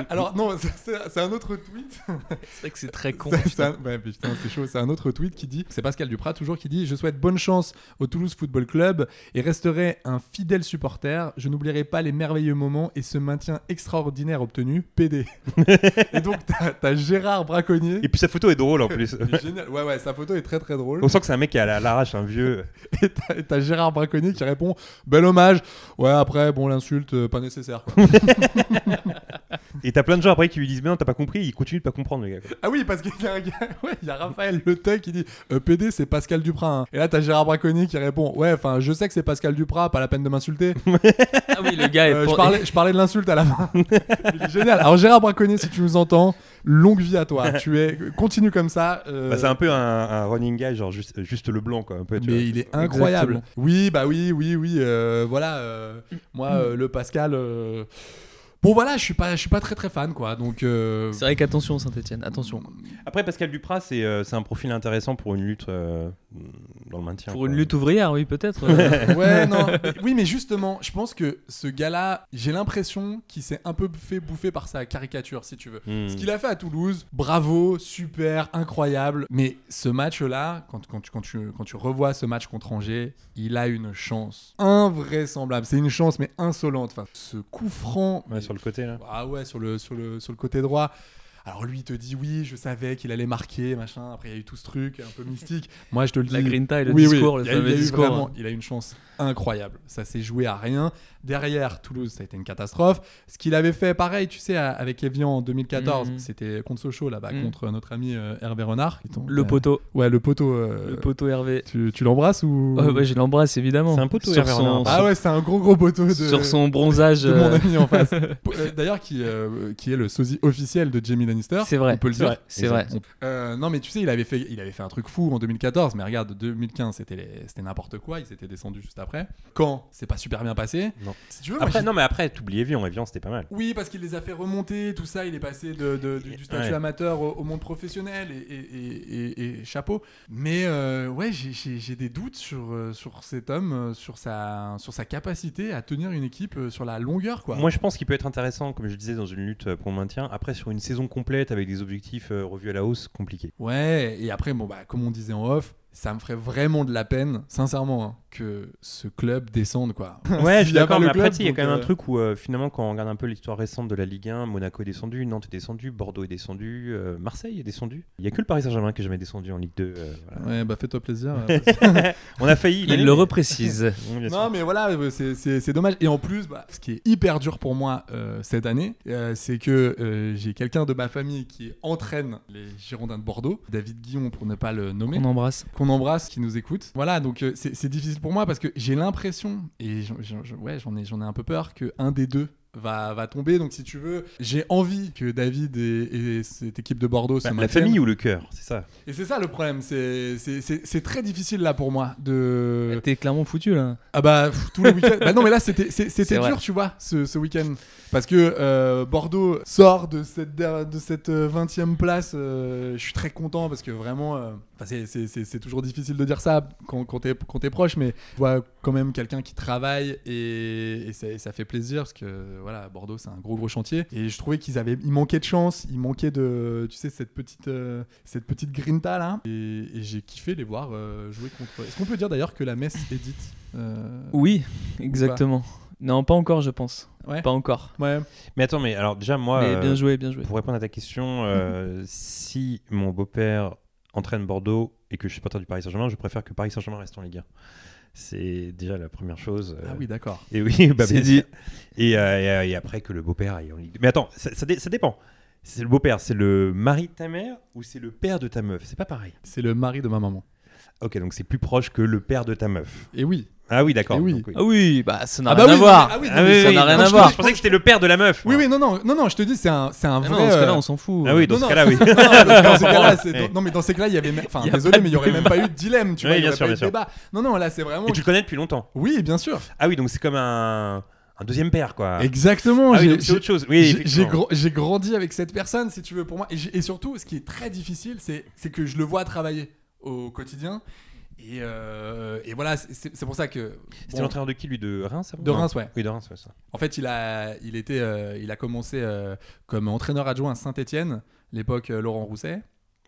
Speaker 9: Alors non, c'est- c'est c'est un autre tweet.
Speaker 5: C'est vrai que c'est très con.
Speaker 9: C'est- c'est un- ouais, putain, c'est chaud. C'est un autre tweet qui dit, c'est Pascal Duprat toujours qui dit, je souhaite bonne chance au Toulouse Football Club et resterai un fidèle supporter. Je n'oublierai pas les merveilleux moments et ce maintien extraordinaire obtenu. PD. et donc t'as t'as Gérard Braconnier.
Speaker 10: Et puis sa photo est drôle en plus.
Speaker 9: Il est Génial. Ouais, ouais, sa photo est très très drôle.
Speaker 10: On sent que c'est un mec qui est à la- à l'arrache, un vieux.
Speaker 9: Et t'as- et t'as Gérard Braconnier qui répond Bel hommage. Ouais, après, bon, l'insulte, euh, pas nécessaire. quoi.
Speaker 10: Et t'as plein de gens après qui lui disent Mais non, t'as pas compris. Ils continuent de pas comprendre, les gars. quoi.
Speaker 9: ah oui, parce qu'il y a un gars, ouais, il y a Raphaël Le Teuil qui dit Euh, PD, c'est Pascal Duprat. hein. Et là, t'as Gérard Braconnier qui répond Ouais, enfin, je sais que c'est Pascal Duprat, pas la peine de m'insulter.
Speaker 5: Ah oui, le gars est
Speaker 9: Euh, je,
Speaker 5: pour-
Speaker 9: parlais, je parlais de l'insulte à la fin. Il est génial. Alors, Gérard Braconnier, si tu nous entends, longue vie à toi. Tu es, continue comme ça. euh,
Speaker 10: Bah, c'est un peu un, un running guy, genre juste, juste le blanc, quoi. Un peu, tu vois.
Speaker 9: Mais il est incroyable.
Speaker 5: Exactement.
Speaker 9: Oui, bah oui, oui, oui. euh, voilà, euh, moi, euh, le Pascal. euh, Bon, voilà, je suis pas, je suis pas très très fan, quoi. Donc, euh,
Speaker 5: C'est vrai qu'attention Saint-Etienne, attention.
Speaker 10: Après, Pascal Duprat, c'est euh, c'est un profil intéressant pour une lutte euh, dans le maintien.
Speaker 5: Pour
Speaker 10: quoi.
Speaker 5: une lutte ouvrière, oui, peut-être. euh,
Speaker 9: ouais, non. Mais- oui, mais justement, je pense que ce gars-là, j'ai l'impression qu'il s'est un peu fait bouffer par sa caricature, si tu veux.
Speaker 10: Hmm.
Speaker 9: Ce qu'il a fait à Toulouse, bravo, super, incroyable. Mais ce match-là, quand, quand, tu- quand, tu, quand tu revois ce match contre Angers, il a une chance invraisemblable. C'est une chance, mais insolente. Enfin, ce coup franc,
Speaker 10: Ouais, sur le côté, là.
Speaker 9: Ah ouais, sur le, sur le, sur le côté droit. Alors lui, il te dit oui, je savais qu'il allait marquer, machin. Après, il y a eu tout ce truc un peu mystique. Moi, je te le dis.
Speaker 5: La grinta et le
Speaker 9: Oui, oui,
Speaker 5: discours,
Speaker 9: il y
Speaker 5: le
Speaker 9: a eu- il y
Speaker 5: fameux
Speaker 9: a eu
Speaker 5: discours. hein.
Speaker 9: vraiment- il a eu une chance incroyable. Ça s'est joué à rien. Derrière, Toulouse, ça a été une catastrophe. Ce qu'il avait fait, pareil, tu sais, à- avec Evian en 2014,
Speaker 5: Mhm.
Speaker 9: c'était contre Sochaux, là-bas,
Speaker 5: Mhm.
Speaker 9: contre notre ami euh, Hervé Renard.
Speaker 5: Le poteau,
Speaker 9: Ouais, le poteau. euh,
Speaker 5: le poteau Hervé.
Speaker 9: Tu, tu l'embrasses ou.
Speaker 5: Oh, ouais, je l'embrasse évidemment.
Speaker 10: C'est un poteau,
Speaker 5: sur
Speaker 10: Hervé
Speaker 5: son,
Speaker 10: Renard.
Speaker 9: ah ouais, c'est un gros gros poteau de.
Speaker 5: sur son bronzage.
Speaker 9: de mon
Speaker 5: euh,
Speaker 9: ami en face. Euh, D'ailleurs, qui, euh, qui est le sosie officiel de Jamie Lannister.
Speaker 5: C'est vrai.
Speaker 9: On peut le
Speaker 10: C'est
Speaker 9: dire.
Speaker 10: vrai.
Speaker 5: C'est vrai.
Speaker 9: Euh, non, mais tu sais, il avait, fait, il avait fait un truc fou en 2014, mais regarde, 2015, c'était les- c'était n'importe quoi, il s'était descendu juste après. Quand c'est pas super bien passé.
Speaker 10: Non.
Speaker 9: Si tu veux, moi,
Speaker 10: Après,
Speaker 9: j'ai-
Speaker 10: non, mais après, t'oublies Evian. Evian, c'était pas mal.
Speaker 9: Oui, parce qu'il les a fait remonter, tout ça, il est passé de, de- du, du statut
Speaker 10: Ouais.
Speaker 9: amateur au, au monde professionnel et, et- et- et- et chapeau. Mais euh, ouais, j'ai- j'ai j'ai des doutes sur, euh, sur cet homme, euh, sur sa, sur sa capacité à tenir une équipe euh, sur la longueur, quoi.
Speaker 10: Moi, je pense qu'il peut être intéressant, comme je le disais, dans une lutte euh, pour le maintien. Après, sur une saison complète avec des objectifs euh, revus à la hausse, compliqué.
Speaker 9: Ouais, et après, bon, bah, comme on disait en off, ça me ferait vraiment de la peine, sincèrement, hein, que ce club descende, quoi.
Speaker 10: Ouais, je
Speaker 9: S'il
Speaker 10: suis
Speaker 9: y a
Speaker 10: d'accord,
Speaker 9: pas
Speaker 10: mais
Speaker 9: le
Speaker 10: après,
Speaker 9: club,
Speaker 10: tu sais, il y a
Speaker 9: donc,
Speaker 10: quand même
Speaker 9: euh,
Speaker 10: un truc où euh, finalement, quand on regarde un peu l'histoire récente de la Ligue 1, Monaco est descendu, Nantes est descendu, Bordeaux est descendu, euh, Marseille est descendu. Il y a que le Paris Saint-Germain qui est jamais descendu en Ligue 2. euh, voilà.
Speaker 9: Ouais, bah, fais-toi plaisir. euh,
Speaker 10: on a failli.
Speaker 5: Il le reprécise.
Speaker 10: Mmh, bien sûr.
Speaker 9: Non, mais voilà, euh, c'est- c'est c'est dommage. Et en plus, bah, ce qui est hyper dur pour moi euh, cette année, euh, c'est que euh, j'ai quelqu'un de ma famille qui entraîne les Girondins de Bordeaux, David Guillon pour ne pas le nommer,
Speaker 5: On embrasse.
Speaker 9: qu'on embrasse, qui nous écoute. Voilà, donc euh, c'est c'est difficile pour moi parce que j'ai l'impression, et j'en- j'en- j'en- ouais, j'en ai, j'en ai un peu peur, que un des deux. Va, va tomber donc si tu veux j'ai envie que David et, et cette équipe de Bordeaux se
Speaker 10: Bah, la
Speaker 9: maintiennent.
Speaker 10: famille ou le cœur, c'est ça.
Speaker 9: et c'est ça le problème c'est c'est- c'est c'est très difficile là pour moi de
Speaker 5: T'es clairement foutu là.
Speaker 9: ah bah pff, tous les week-ends. bah non mais là c'était c'est- c'était
Speaker 5: C'est vrai.
Speaker 9: dur tu vois ce, ce week-end parce que euh, Bordeaux sort de cette der- de cette euh, 20e place. euh, je suis très content parce que vraiment euh, enfin, c'est- c'est c'est- c'est toujours difficile de dire ça quand quand t'es quand t'es proche mais je vois quand même quelqu'un qui travaille et, et ça, et ça fait plaisir parce que voilà Bordeaux c'est un gros gros chantier et je trouvais qu'ils avaient il manquait de chance il manquait de tu sais cette petite euh, cette petite grinta là et, et j'ai kiffé les voir euh, jouer contre eux. est-ce qu'on peut dire d'ailleurs que la messe est dite euh,
Speaker 5: Oui, exactement. Non, pas encore, je pense.
Speaker 9: Ouais.
Speaker 5: Pas encore.
Speaker 9: ouais
Speaker 10: Mais attends, mais alors déjà, moi,
Speaker 5: Mais
Speaker 10: euh,
Speaker 5: bien joué, bien joué.
Speaker 10: pour répondre à ta question, euh, si mon beau-père entraîne Bordeaux et que je suis supporter du Paris Saint-Germain, je préfère que Paris Saint-Germain reste en Ligue 1. C'est déjà la première chose. euh,
Speaker 9: ah oui d'accord
Speaker 10: Et oui, bah,
Speaker 5: C'est
Speaker 10: bien
Speaker 5: dit.
Speaker 10: sûr. Et, euh, et, euh, et après que le beau-père aille en Ligue 2. Mais attends, ça, ça dé- ça dépend. C'est le beau-père, c'est le mari de ta mère ou c'est le père de ta meuf C'est pas pareil. Ah,
Speaker 9: c'est le mari de ma maman
Speaker 10: Ok, donc c'est plus proche que le père de ta meuf.
Speaker 9: et oui
Speaker 10: Ah oui, d'accord.
Speaker 9: Eh oui.
Speaker 10: donc
Speaker 5: Ah oui, bah ça n'a
Speaker 9: Ah bah
Speaker 5: rien à
Speaker 9: oui, non,
Speaker 5: voir.
Speaker 9: mais- ah oui, non,
Speaker 5: Ah
Speaker 9: mais
Speaker 5: oui,
Speaker 9: ça
Speaker 5: ça
Speaker 9: n'a
Speaker 5: n'a rien
Speaker 9: quand
Speaker 5: à
Speaker 9: je
Speaker 5: voir.
Speaker 10: Je pensais que c'était le père de la meuf.
Speaker 9: oui oui non non non non je te dis c'est un c'est un
Speaker 5: Ah
Speaker 9: vrai
Speaker 5: non, dans ce
Speaker 9: euh,
Speaker 5: cas-là, on s'en fout.
Speaker 10: Ah oui, dans
Speaker 9: non,
Speaker 10: ce
Speaker 9: non,
Speaker 10: cas-là, oui.
Speaker 9: Non, non, mais dans ces cas-là, c'est- dans- non, mais dans ces cas-là, il y avait même. Enfin,
Speaker 5: Il y a
Speaker 9: désolé,
Speaker 5: pas
Speaker 9: mais il n'y aurait
Speaker 5: de
Speaker 9: même pas eu de dilemme, tu vois.
Speaker 10: Oui,
Speaker 9: il y
Speaker 10: bien
Speaker 9: aurait pas
Speaker 10: sûr,
Speaker 9: eu
Speaker 10: bien
Speaker 9: de
Speaker 10: sûr.
Speaker 9: débat. Non, non, là, c'est vraiment.
Speaker 10: Et tu le connais depuis longtemps.
Speaker 9: Oui, bien sûr.
Speaker 10: Ah oui, donc c'est comme un, un deuxième père, quoi.
Speaker 9: Exactement.
Speaker 10: Ah oui,
Speaker 9: j'ai-
Speaker 10: donc c'est
Speaker 9: j'ai-
Speaker 10: autre chose. Oui,
Speaker 9: j'ai- J'ai
Speaker 10: effectivement.
Speaker 9: gro- j'ai grandi avec cette personne, si tu veux, pour moi. Et, j'ai- et surtout, ce qui est très difficile, c'est c'est que je le vois travailler au quotidien. Et, euh, et voilà, c'est- c'est c'est pour ça que.
Speaker 10: C'était
Speaker 9: bon,
Speaker 10: l'entraîneur de qui, lui De Reims avant
Speaker 9: De Reims, ouais.
Speaker 10: Oui, de Reims, ouais, ça.
Speaker 9: En fait, il a, il était, euh, il a commencé euh, comme entraîneur adjoint à Saint-Etienne, l'époque euh, Laurent Rousset.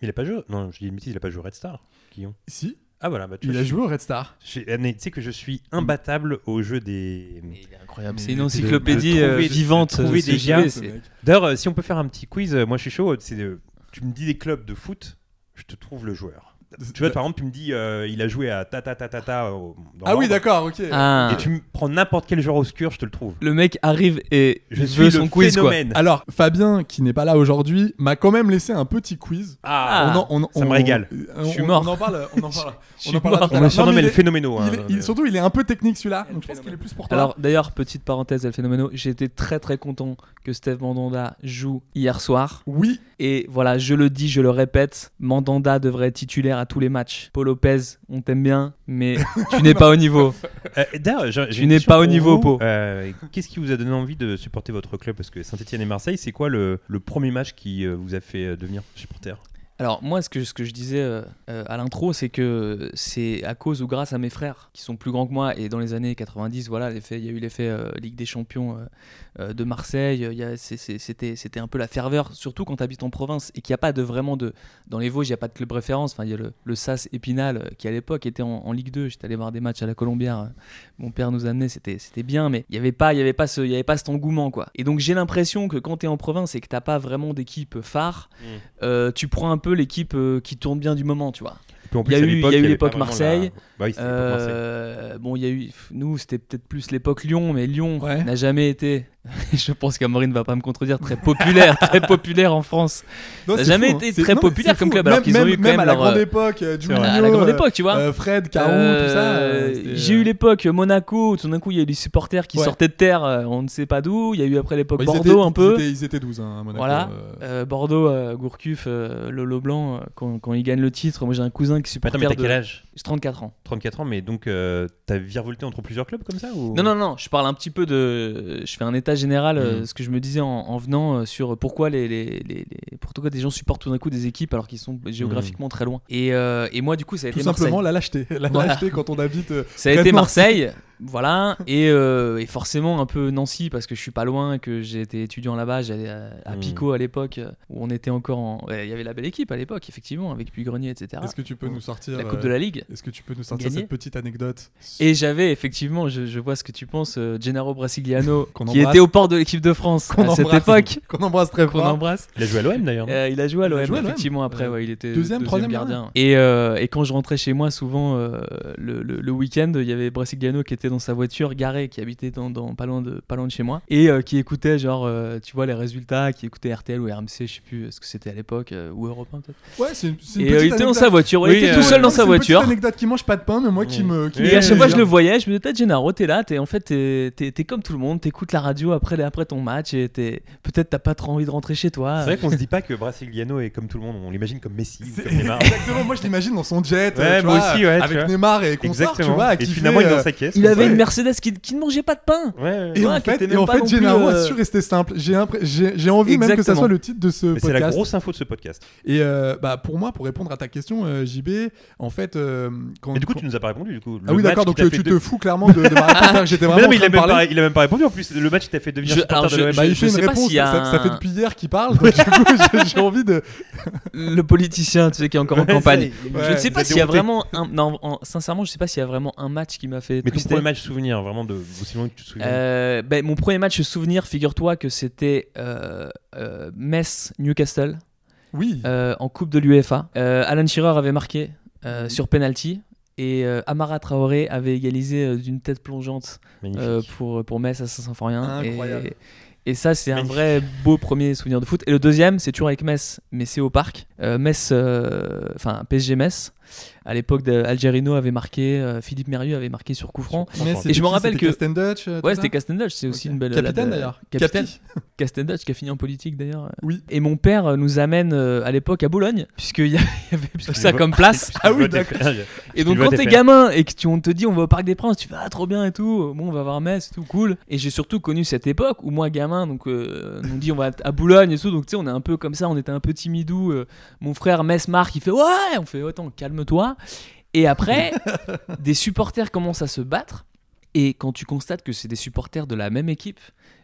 Speaker 10: Il a pas joué. Non, je dis une bêtise, il a pas joué au Red Star, Guillaume.
Speaker 9: Si,
Speaker 10: Ah voilà, bah tu
Speaker 9: il
Speaker 10: vois,
Speaker 9: a
Speaker 10: je-
Speaker 9: joué au Red Star.
Speaker 10: je- euh, Tu sais que je suis
Speaker 5: Mm.
Speaker 10: imbattable au jeu des.
Speaker 5: Incroyable. C'est une
Speaker 9: Mais-
Speaker 5: encyclopédie
Speaker 10: de
Speaker 5: euh,
Speaker 10: trouver- de
Speaker 5: vivante.
Speaker 10: trouver
Speaker 5: euh, ce
Speaker 10: des
Speaker 5: JV,
Speaker 10: gars.
Speaker 5: c'est-
Speaker 9: mec.
Speaker 10: D'ailleurs, euh, si on peut faire un petit quiz, euh, moi je suis chaud. C'est euh, tu me dis des clubs de foot, je te trouve le joueur. Tu vois, par exemple, tu me dis euh, il a joué à ta ta ta ta ta. au- dans
Speaker 9: Ah oui,
Speaker 10: l'ordre.
Speaker 9: d'accord, ok.
Speaker 5: Ah.
Speaker 10: Et tu me prends n'importe quel joueur obscur, je te le trouve.
Speaker 5: Le mec arrive et
Speaker 10: Je
Speaker 5: veut
Speaker 10: suis
Speaker 5: son
Speaker 10: le
Speaker 5: quiz Ah.
Speaker 10: phénomène.
Speaker 9: Alors, Fabien, qui n'est pas là aujourd'hui, m'a quand même laissé un petit quiz.
Speaker 10: Ah,
Speaker 9: On en- on-
Speaker 10: ça me
Speaker 9: on-
Speaker 10: régale.
Speaker 9: on-
Speaker 5: Je suis
Speaker 9: on-
Speaker 5: mort.
Speaker 9: On en parle. On en parle.
Speaker 5: Je
Speaker 9: on
Speaker 5: suis
Speaker 9: en parlera
Speaker 5: mort.
Speaker 9: tout à
Speaker 10: on
Speaker 9: l'heure.
Speaker 10: me surnomme
Speaker 9: Non, mais
Speaker 10: les
Speaker 9: il est-
Speaker 10: phénoménaux. hein.
Speaker 9: il est- il- surtout, il est un peu technique celui-là. Donc je pense qu'il est plus pour toi.
Speaker 5: Alors d'ailleurs, petite parenthèse, El Phénoméno, j'étais très très content que Steve Mandanda joue hier soir.
Speaker 9: oui,
Speaker 5: Et voilà, je le dis, je le répète, Mandanda devrait être titulaire à tous les matchs. Paul Lopez, on t'aime bien, mais tu n'es pas au niveau.
Speaker 10: Euh, d'ailleurs, j'ai- j'ai
Speaker 5: Tu
Speaker 10: une
Speaker 5: n'es
Speaker 10: question
Speaker 5: pas au
Speaker 10: pour
Speaker 5: niveau,
Speaker 10: vous.
Speaker 5: Pau.
Speaker 10: Euh, Qu'est-ce qui vous a donné envie de supporter votre club Parce que Saint-Etienne et Marseille, c'est quoi le, le premier match qui euh, vous a fait euh, devenir supporter
Speaker 5: Alors moi, ce que, ce que je disais euh, euh, à l'intro, c'est que c'est à cause ou grâce à mes frères qui sont plus grands que moi. Et dans les années 90, voilà, l'effet- il y a eu l'effet euh, Ligue des Champions euh, euh, de Marseille. Il y a- c'est- c'est- C'était c'était un peu la ferveur, surtout quand tu habites en province et qu'il n'y a pas de vraiment de... Dans les Vosges, il n'y a pas de club référence. Enfin, il y a le, le SAS Épinal euh, qui à l'époque était en, en Ligue 2. J'étais allé voir des matchs à la Colombière. euh, Mon père nous amenait, c'était c'était bien, mais il n'y avait, pas- il y avait, pas ce- il y avait pas cet engouement. quoi. Et donc j'ai l'impression que quand tu es en province et que tu pas vraiment d'équipe phare, euh, tu prends un peu l'équipe euh, qui tourne bien du moment, tu vois.
Speaker 10: Et puis en
Speaker 5: Il y a
Speaker 10: à
Speaker 5: eu-
Speaker 10: l'époque,
Speaker 5: il y a eu
Speaker 10: avait
Speaker 5: l'époque
Speaker 10: pas vraiment
Speaker 5: Marseille.
Speaker 10: la- Bah oui, c'était l'époque Marseille.
Speaker 5: Euh, bon, il y a eu, pff, nous, c'était peut-être plus l'époque Lyon, mais Lyon
Speaker 9: Ouais.
Speaker 5: n'a jamais été je pense qu'Amorine va pas me contredire, très populaire, très populaire en France.
Speaker 9: Non,
Speaker 5: Ça a
Speaker 9: c'est
Speaker 5: jamais
Speaker 9: fou,
Speaker 5: été
Speaker 9: hein. C'est-
Speaker 5: très
Speaker 9: non, mais
Speaker 5: populaire
Speaker 9: c'est
Speaker 5: comme
Speaker 9: fou.
Speaker 5: club, alors
Speaker 9: Même-
Speaker 5: qu'ils ont
Speaker 9: même-
Speaker 5: eu quand
Speaker 9: même
Speaker 5: même
Speaker 9: à la
Speaker 5: leur,
Speaker 9: grande
Speaker 5: euh,
Speaker 9: époque, euh, Juninho,
Speaker 5: à la grande
Speaker 9: euh,
Speaker 5: époque, tu vois.
Speaker 9: euh, Fred, Caron, tout ça.
Speaker 5: Euh,
Speaker 9: euh, c'était,
Speaker 5: J'ai eu l'époque Monaco, où tout d'un coup il y a eu des supporters qui
Speaker 9: Ouais.
Speaker 5: sortaient de terre, euh, on ne sait pas d'où. Il y a eu après l'époque
Speaker 9: Bah, ils
Speaker 5: Bordeaux
Speaker 9: étaient-
Speaker 5: un peu.
Speaker 9: Ils étaient, ils étaient 12 hein, à Monaco.
Speaker 5: Voilà.
Speaker 9: euh.
Speaker 5: Euh, Bordeaux, euh, Gourcuff, euh, Lolo Blanc, euh, quand, quand ils gagnent le titre, moi j'ai un cousin qui supporte.
Speaker 10: Attends, mais t'as quel âge
Speaker 5: 34 ans.
Speaker 10: 34 ans, mais donc euh, t'as virevolté entre plusieurs clubs comme ça ou...
Speaker 5: Non, non, non, je parle un petit peu de. Je fais un état général, euh,
Speaker 10: Mhm.
Speaker 5: ce que je me disais en, en venant euh, sur pourquoi les, les, les- les- pourquoi des gens supportent tout d'un coup des équipes alors qu'ils sont géographiquement très loin. Et, euh, et moi, du coup, ça a
Speaker 9: Mhm. Tout
Speaker 5: été
Speaker 9: simplement,
Speaker 5: Marseille.
Speaker 9: la lâcheté. La
Speaker 5: Voilà.
Speaker 9: lâcheté quand on habite. euh,
Speaker 5: Ça a été
Speaker 9: Traitement.
Speaker 5: Marseille, voilà, et, euh, et forcément un peu Nancy parce que je suis pas loin, et que j'ai été étudiant là-bas, j'allais à, à
Speaker 9: Mhm.
Speaker 10: Mm.
Speaker 5: Pico à l'époque euh, où on était encore en, ouais, il y avait la belle équipe à l'époque effectivement avec Puy-Grenier etc.
Speaker 9: Est-ce que tu peux nous sortir.
Speaker 5: La Coupe
Speaker 9: euh,
Speaker 5: de la Ligue.
Speaker 9: Est-ce que tu peux nous sortir
Speaker 5: Gagner.
Speaker 9: cette petite anecdote
Speaker 5: Et j'avais effectivement, je, je vois ce que tu penses, euh, Gennaro Brasigliano
Speaker 9: Qu'on
Speaker 5: qui
Speaker 9: embrasse.
Speaker 5: était au port de l'équipe de France
Speaker 9: Qu'on
Speaker 5: à cette
Speaker 9: embrasse.
Speaker 5: époque,
Speaker 9: qu'on embrasse très
Speaker 5: qu'on
Speaker 9: fort
Speaker 5: embrasse.
Speaker 10: Il a joué à l'OM d'ailleurs. non
Speaker 5: Euh, il a joué à
Speaker 9: Il a
Speaker 5: l'OM,
Speaker 9: joué à l'OM.
Speaker 5: effectivement, après.
Speaker 9: Euh,
Speaker 5: ouais, il était
Speaker 9: deuxième, troisième
Speaker 5: gardien. Et, euh, et quand je rentrais chez moi, souvent, euh, le, le- le week-end, il y avait Brasigliano qui était dans sa voiture garée, qui habitait dans, dans- pas, loin de, pas loin de chez moi, et euh, qui écoutait, genre, euh, tu vois, les résultats, qui écoutait RTL ou RMC, je sais plus ce que c'était à l'époque, euh, ou Europe 1 peut-être.
Speaker 9: Ouais, c'est une, c'est une
Speaker 5: Et euh,
Speaker 9: petite
Speaker 5: il était dans
Speaker 9: anecdote.
Speaker 5: sa voiture, ouais,
Speaker 10: Oui,
Speaker 5: il était
Speaker 10: euh,
Speaker 5: tout seul dans
Speaker 9: C'est
Speaker 5: sa
Speaker 9: une petite
Speaker 5: voiture.
Speaker 9: anecdote qui mange pas de pain, mais moi qui me. qui me
Speaker 5: Et
Speaker 9: fait
Speaker 5: à chaque fois, je
Speaker 9: plaisir.
Speaker 5: le voyais, je me disais, peut-être Gennaro, t'es là, t'es en fait, t'es t'es- t'es comme tout le monde, t'écoutes la radio après, après ton match, et t'es- peut-être t'as pas trop envie de rentrer chez toi.
Speaker 10: C'est vrai qu'on se dit pas que Brasiliano est comme tout le monde, on l'imagine comme Messi ou
Speaker 9: C'est-
Speaker 10: comme Neymar.
Speaker 9: Exactement, moi je l'imagine dans son jet. euh,
Speaker 10: Ouais,
Speaker 9: tu
Speaker 10: moi
Speaker 9: vois,
Speaker 10: aussi, ouais, tu
Speaker 9: Avec
Speaker 10: vois.
Speaker 9: Neymar et consort, tu
Speaker 10: Exactement.
Speaker 9: vois.
Speaker 10: et
Speaker 9: qui
Speaker 10: finalement,
Speaker 9: fait,
Speaker 10: il est
Speaker 9: euh,
Speaker 10: dans sa caisse.
Speaker 5: Il
Speaker 10: comme
Speaker 5: avait
Speaker 10: ça.
Speaker 5: une Mercedes qui, qui ne mangeait pas de pain.
Speaker 10: Ouais, ouais.
Speaker 9: Et
Speaker 5: Ouais,
Speaker 9: en
Speaker 5: qui
Speaker 9: fait,
Speaker 5: était
Speaker 9: et
Speaker 5: même
Speaker 9: en
Speaker 5: pas
Speaker 9: fait,
Speaker 5: non plus,
Speaker 9: Gennaro a
Speaker 5: euh,
Speaker 9: su rester simple. J'ai impré- j'ai j'ai envie même que ça
Speaker 5: Exactement.
Speaker 9: soit le titre de ce
Speaker 10: Mais C'est la
Speaker 9: podcast.
Speaker 10: grosse info de ce podcast.
Speaker 9: Et euh, bah, pour moi, pour répondre à ta question, euh, JB, en fait, euh, quand.
Speaker 10: Mais du coup, tu nous as pas répondu. Du coup,
Speaker 9: Ah
Speaker 10: Le
Speaker 9: oui,
Speaker 10: match
Speaker 9: d'accord,
Speaker 10: qui
Speaker 9: donc
Speaker 10: t'a
Speaker 9: euh,
Speaker 10: fait
Speaker 9: tu
Speaker 10: de-
Speaker 9: te fous clairement de, de ma réponse. c'est-à-dire que J'étais
Speaker 10: Mais
Speaker 9: vraiment.
Speaker 10: non, mais
Speaker 9: en train
Speaker 10: il a,
Speaker 9: de
Speaker 10: même pas,
Speaker 9: parler.
Speaker 10: il a même pas répondu. En plus, le match qui t'a fait devenir
Speaker 5: Je-
Speaker 10: supporter
Speaker 5: alors,
Speaker 10: de l'OM.
Speaker 9: Bah, il
Speaker 5: je-
Speaker 9: fait
Speaker 5: je
Speaker 9: une
Speaker 5: sais pas
Speaker 9: réponse,
Speaker 5: s'il y a
Speaker 9: ça, ça fait
Speaker 5: un-
Speaker 9: depuis hier qu'il parle, donc du coup j'ai- j'ai envie de.
Speaker 5: le politicien, tu sais, qui est encore en campagne. je ne sais pas
Speaker 10: vous
Speaker 5: s'il y a
Speaker 10: êtes dérouté.
Speaker 5: vraiment un. Non, en- sincèrement, je sais pas s'il y a vraiment un match qui m'a fait.
Speaker 10: Mais ton
Speaker 5: twister.
Speaker 10: premier match souvenir, vraiment, de aussi loin que tu te souviens.
Speaker 5: Euh, ben, mon premier match souvenir, figure-toi que c'était euh, euh, Metz-Newcastle
Speaker 9: Oui,
Speaker 5: euh, en Coupe de l'UEFA. Euh, Alan Shearer avait marqué euh, sur penalty et euh, Amara Traoré avait égalisé euh, d'une tête plongeante
Speaker 10: Magnifique.
Speaker 5: euh, pour, pour Metz à Saint-Symphorien.
Speaker 9: Incroyable.
Speaker 5: Et, et ça, c'est un
Speaker 10: Magnifique.
Speaker 5: vrai beau premier souvenir de foot. Et le deuxième, c'est toujours avec Metz, mais c'est au parc. Euh, Metz, euh, enfin PSG Metz. À l'époque, de- Algerino avait marqué, euh, Philippe Mérieux avait marqué sur coup franc.
Speaker 9: Mais
Speaker 10: Et
Speaker 9: c'était
Speaker 5: je me
Speaker 9: qui,
Speaker 5: rappelle
Speaker 9: c'était
Speaker 5: que-
Speaker 9: Casten Dutch, euh, tout
Speaker 5: Ouais,
Speaker 9: ça
Speaker 5: c'était Castendutch, c'est aussi
Speaker 9: Ok.
Speaker 5: une belle. la
Speaker 9: Capitaine
Speaker 5: belle-
Speaker 9: d'ailleurs.
Speaker 5: Capitaine.
Speaker 9: Capi.
Speaker 5: Castendutch qui a fini en politique d'ailleurs.
Speaker 9: Oui.
Speaker 5: Et mon père euh, nous amène euh, à l'époque à Bologne, puisqu'il y avait plus que ça
Speaker 10: vo-
Speaker 5: comme place. Ah
Speaker 10: Parce que le vote est fait.
Speaker 5: Et donc
Speaker 10: le
Speaker 5: quand
Speaker 10: vote est
Speaker 5: t'es
Speaker 10: fait.
Speaker 5: gamin et que tu, on te dit on va au Parc des Princes, tu vas ah, trop bien et tout, bon on va voir Metz, tout cool. Et j'ai surtout connu cette époque où moi gamin, donc euh, on dit on va à Boulogne et tout, donc tu sais on est un peu comme ça, on était un peu timidou. euh, mon frère Metz Marc il fait ouais, on fait attends calme-toi. Et après des supporters commencent à se battre et quand tu constates que c'est des supporters de la même équipe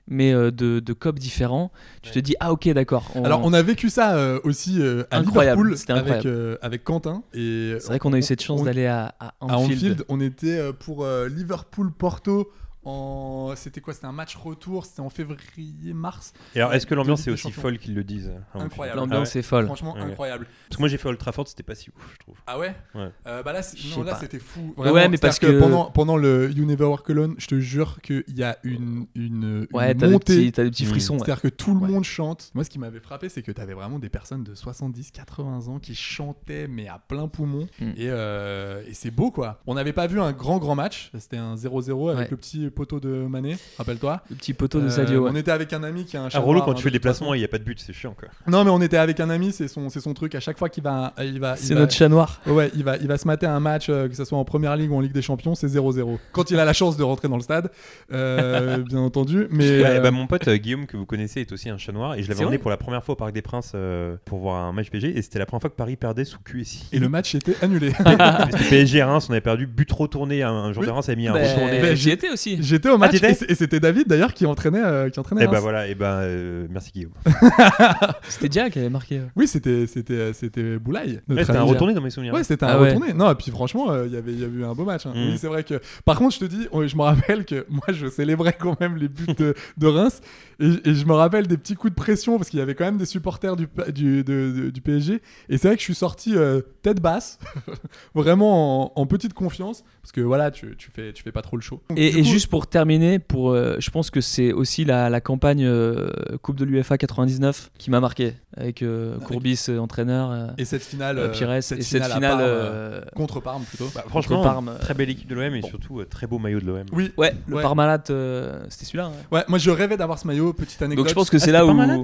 Speaker 5: mais euh, de, de copes différents, tu te dis ah ok d'accord. on-
Speaker 9: Alors on a vécu ça euh, aussi euh, à
Speaker 5: Incroyable,
Speaker 9: Liverpool
Speaker 5: c'était
Speaker 9: avec,
Speaker 5: incroyable.
Speaker 9: euh, avec Quentin. Et
Speaker 5: c'est vrai qu'on a eu cette chance
Speaker 9: on-
Speaker 5: d'aller à, à
Speaker 9: à
Speaker 5: Anfield.
Speaker 9: Anfield. On était euh, pour euh, Liverpool-Porto. En... C'était quoi C'était un match retour, c'était en février-mars.
Speaker 10: Et alors, est-ce que l'ambiance
Speaker 9: Ligue des
Speaker 10: est aussi
Speaker 9: Champions.
Speaker 10: folle qu'ils le disent hein,
Speaker 9: Incroyable.
Speaker 5: L'ambiance
Speaker 10: Ah ouais.
Speaker 5: est folle.
Speaker 9: Franchement
Speaker 10: Ouais.
Speaker 9: incroyable.
Speaker 10: Parce que moi, j'ai fait Old Trafford, c'était pas si ouf, je trouve.
Speaker 9: Ah ouais,
Speaker 10: Ouais.
Speaker 9: Euh, Bah là, c'est-
Speaker 5: Je
Speaker 9: non,
Speaker 5: sais
Speaker 9: là
Speaker 5: pas.
Speaker 9: c'était fou.
Speaker 5: Ouais,
Speaker 9: vraiment.
Speaker 5: mais parce
Speaker 9: C'est-à-dire
Speaker 5: que-
Speaker 9: pendant, pendant le You Never Walk Alone, je te jure qu'il y a une, une, une
Speaker 5: Ouais, t'as des
Speaker 9: montée.
Speaker 5: petits, t'as des petits
Speaker 10: Mmh.
Speaker 5: frissons. ouais.
Speaker 9: C'est-à-dire que tout le
Speaker 5: Ouais.
Speaker 9: monde chante. Moi, ce qui m'avait frappé, c'est que tu avais vraiment des personnes de 70, 80 ans qui chantaient, mais à plein poumon.
Speaker 5: Mm.
Speaker 9: Et, euh, et c'est beau, quoi. On n'avait pas vu un grand, grand match. C'était un 0-0 avec
Speaker 5: Ouais.
Speaker 9: le petit poteau de Manet, rappelle-toi.
Speaker 5: Le petit poteau de
Speaker 9: Euh,
Speaker 5: Sadio. ouais.
Speaker 9: On était avec un ami qui a un
Speaker 10: Ah,
Speaker 9: chat.
Speaker 10: relou
Speaker 9: noir,
Speaker 10: quand
Speaker 9: hein,
Speaker 10: tu
Speaker 9: de
Speaker 10: fais des
Speaker 9: toute façon.
Speaker 10: placements, il n'y a pas de but, c'est chiant, quoi.
Speaker 9: Non, mais on était avec un ami, c'est son, c'est son truc. À chaque fois qu'il va. Il va il
Speaker 5: C'est
Speaker 9: va-
Speaker 5: notre chat noir.
Speaker 9: Ouais, il va, il va se mater un match, euh, que ce soit en première ligue ou en Ligue des Champions, c'est 0-0. Quand il a la chance de rentrer dans le stade, euh, bien entendu. Mais
Speaker 10: Ouais,
Speaker 9: euh,
Speaker 10: bah, mon pote euh, Guillaume que vous connaissez est aussi un chat noir et je l'avais
Speaker 5: C'est
Speaker 10: emmené
Speaker 5: vrai
Speaker 10: pour la première fois au Parc des Princes euh, pour voir un match PSG et c'était la première fois que Paris perdait sous QSI.
Speaker 9: et le match était annulé.
Speaker 5: Ah,
Speaker 10: C'était PSG à Reims, on avait perdu but retourné, un, un joueur
Speaker 9: Oui.
Speaker 10: de Reims avait mis un
Speaker 5: Bah,
Speaker 10: retourné.
Speaker 9: Ben,
Speaker 5: J'y Ah, étais aussi.
Speaker 9: J'étais au match
Speaker 10: t'étais
Speaker 9: et c- et c'était David d'ailleurs qui entraînait, euh, qui entraînait
Speaker 10: Et bah
Speaker 9: Reims.
Speaker 10: voilà, et bah euh, merci Guillaume.
Speaker 5: C'était Jack qui avait marqué. ouais.
Speaker 9: Oui, c'était c'était euh, c'était Boulay. notre
Speaker 10: Ouais, c'était un
Speaker 9: ami.
Speaker 10: retourné hein. dans mes souvenirs.
Speaker 9: Ouais, c'était un
Speaker 5: Ah ouais.
Speaker 9: retourné. Non, et puis franchement, euh, il y avait il y avait eu un beau match. hein.
Speaker 10: Mm.
Speaker 9: Oui, c'est vrai que. Par contre, je te dis, oh, je me rappelle que moi, je célébrais quand même les buts de, de Reims et, et je me rappelle des petits coups de pression parce qu'il y avait quand même des supporters du pa- du, de- de- du PSG. Et c'est vrai que je suis sorti euh, tête basse, vraiment en, en petite confiance parce que voilà, tu, tu fais tu fais pas trop le show. Donc,
Speaker 5: Et,
Speaker 9: du
Speaker 5: et
Speaker 9: coup,
Speaker 5: juste pour terminer, pour, euh, je pense que c'est aussi la, la campagne euh, Coupe de l'UFA 99 qui m'a marqué, avec euh, Courbis, euh, entraîneur, euh,
Speaker 9: Et cette finale,
Speaker 5: euh,
Speaker 9: euh,
Speaker 5: Pires,
Speaker 9: cette
Speaker 5: et cette
Speaker 9: finale, à
Speaker 5: finale.
Speaker 9: Parme, euh,
Speaker 5: euh,
Speaker 9: contre Parme plutôt.
Speaker 10: Bah, franchement,
Speaker 5: Parme, euh,
Speaker 10: très belle équipe de l'OM et
Speaker 5: bon.
Speaker 10: surtout euh, très beau maillot de l'OM.
Speaker 9: oui.
Speaker 5: ouais, le
Speaker 9: Ouais.
Speaker 5: Parmalat, euh, c'était celui-là. hein.
Speaker 9: Ouais, moi je rêvais d'avoir ce maillot, petite anecdote.
Speaker 5: Donc je pense que c'est
Speaker 10: c'était
Speaker 5: là
Speaker 10: pas
Speaker 5: où.
Speaker 10: Parmalat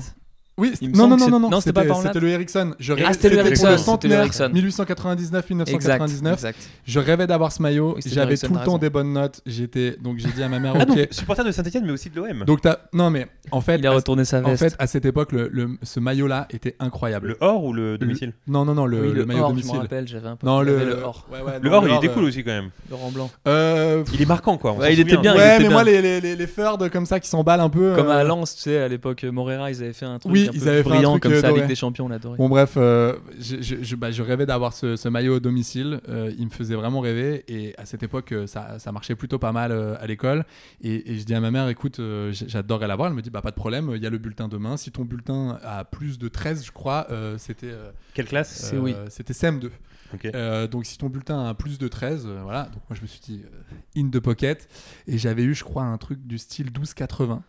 Speaker 9: Oui,
Speaker 5: Il me
Speaker 9: non,
Speaker 5: semble
Speaker 9: non,
Speaker 5: que
Speaker 9: non, non,
Speaker 5: c'est-
Speaker 9: non,
Speaker 5: non, c'était pas Parmalat.
Speaker 9: C'était le Ericsson. Je rêvais-
Speaker 5: Ah, c'était le
Speaker 9: pour
Speaker 5: Ericsson,
Speaker 9: le
Speaker 5: c'était le
Speaker 9: centenaire
Speaker 5: Ericsson.
Speaker 9: 1899-1999.
Speaker 5: exact.
Speaker 9: Je rêvais d'avoir ce maillot.
Speaker 5: Oui, c'était
Speaker 9: J'avais
Speaker 5: Ericsson,
Speaker 9: tout le
Speaker 5: t'as
Speaker 9: temps
Speaker 5: raison.
Speaker 9: des bonnes notes. J'étais donc j'ai dit à ma mère,
Speaker 10: Ah, donc,
Speaker 9: ok.
Speaker 10: supporter de Saint-Etienne, mais aussi de l'OM.
Speaker 9: Donc t'as non mais en fait
Speaker 5: Il a
Speaker 9: à-
Speaker 5: retourné sa
Speaker 9: en
Speaker 5: veste.
Speaker 9: fait à cette époque le, le- ce maillot là était incroyable.
Speaker 10: Le or ou le domicile
Speaker 9: Non non non le,
Speaker 5: Oui,
Speaker 9: le maillot
Speaker 5: or, Je me
Speaker 9: domicile.
Speaker 5: rappelle, j'avais un peu.
Speaker 9: Non le,
Speaker 5: le or,
Speaker 9: Ouais, ouais,
Speaker 10: Le
Speaker 9: non,
Speaker 10: or, il était
Speaker 9: euh,
Speaker 10: cool aussi quand même.
Speaker 5: le rang blanc.
Speaker 9: euh, pff,
Speaker 10: Il est marquant quoi. on
Speaker 5: Ouais,
Speaker 10: s'en
Speaker 5: il était bien,
Speaker 10: souvient.
Speaker 5: il
Speaker 9: ouais
Speaker 5: était
Speaker 9: mais moi les les les, les Ferd comme ça qui s'emballent un peu.
Speaker 5: Comme
Speaker 9: euh,
Speaker 5: à Lens, tu sais, à l'époque, Morera, ils avaient fait un truc
Speaker 9: Oui,
Speaker 5: un
Speaker 9: ils
Speaker 5: peu
Speaker 9: avaient fait un
Speaker 5: brillant
Speaker 9: truc,
Speaker 5: comme
Speaker 9: euh,
Speaker 5: ça, Ligue
Speaker 9: doré.
Speaker 5: des Champions, on adorait.
Speaker 9: Bon bref, euh, je, je- je- bah, je rêvais d'avoir ce, ce maillot au domicile. Euh, il me faisait vraiment rêver et à cette époque, euh, ça, ça marchait plutôt pas mal euh, à l'école. Et, et je dis à ma mère, écoute, euh, j- j'adorerais l'avoir. Elle me dit, bah pas de problème, il y a le bulletin demain. Si ton bulletin a plus de 13, je crois, euh, c'était euh,
Speaker 10: Quelle classe
Speaker 5: C'est
Speaker 9: euh,
Speaker 5: oui.
Speaker 9: c'était CM2.
Speaker 10: Ok.
Speaker 9: Euh, donc si ton bulletin a plus de 13, euh, voilà. Donc moi je me suis dit euh, in the pocket et j'avais eu, je crois, un truc du style 12,80.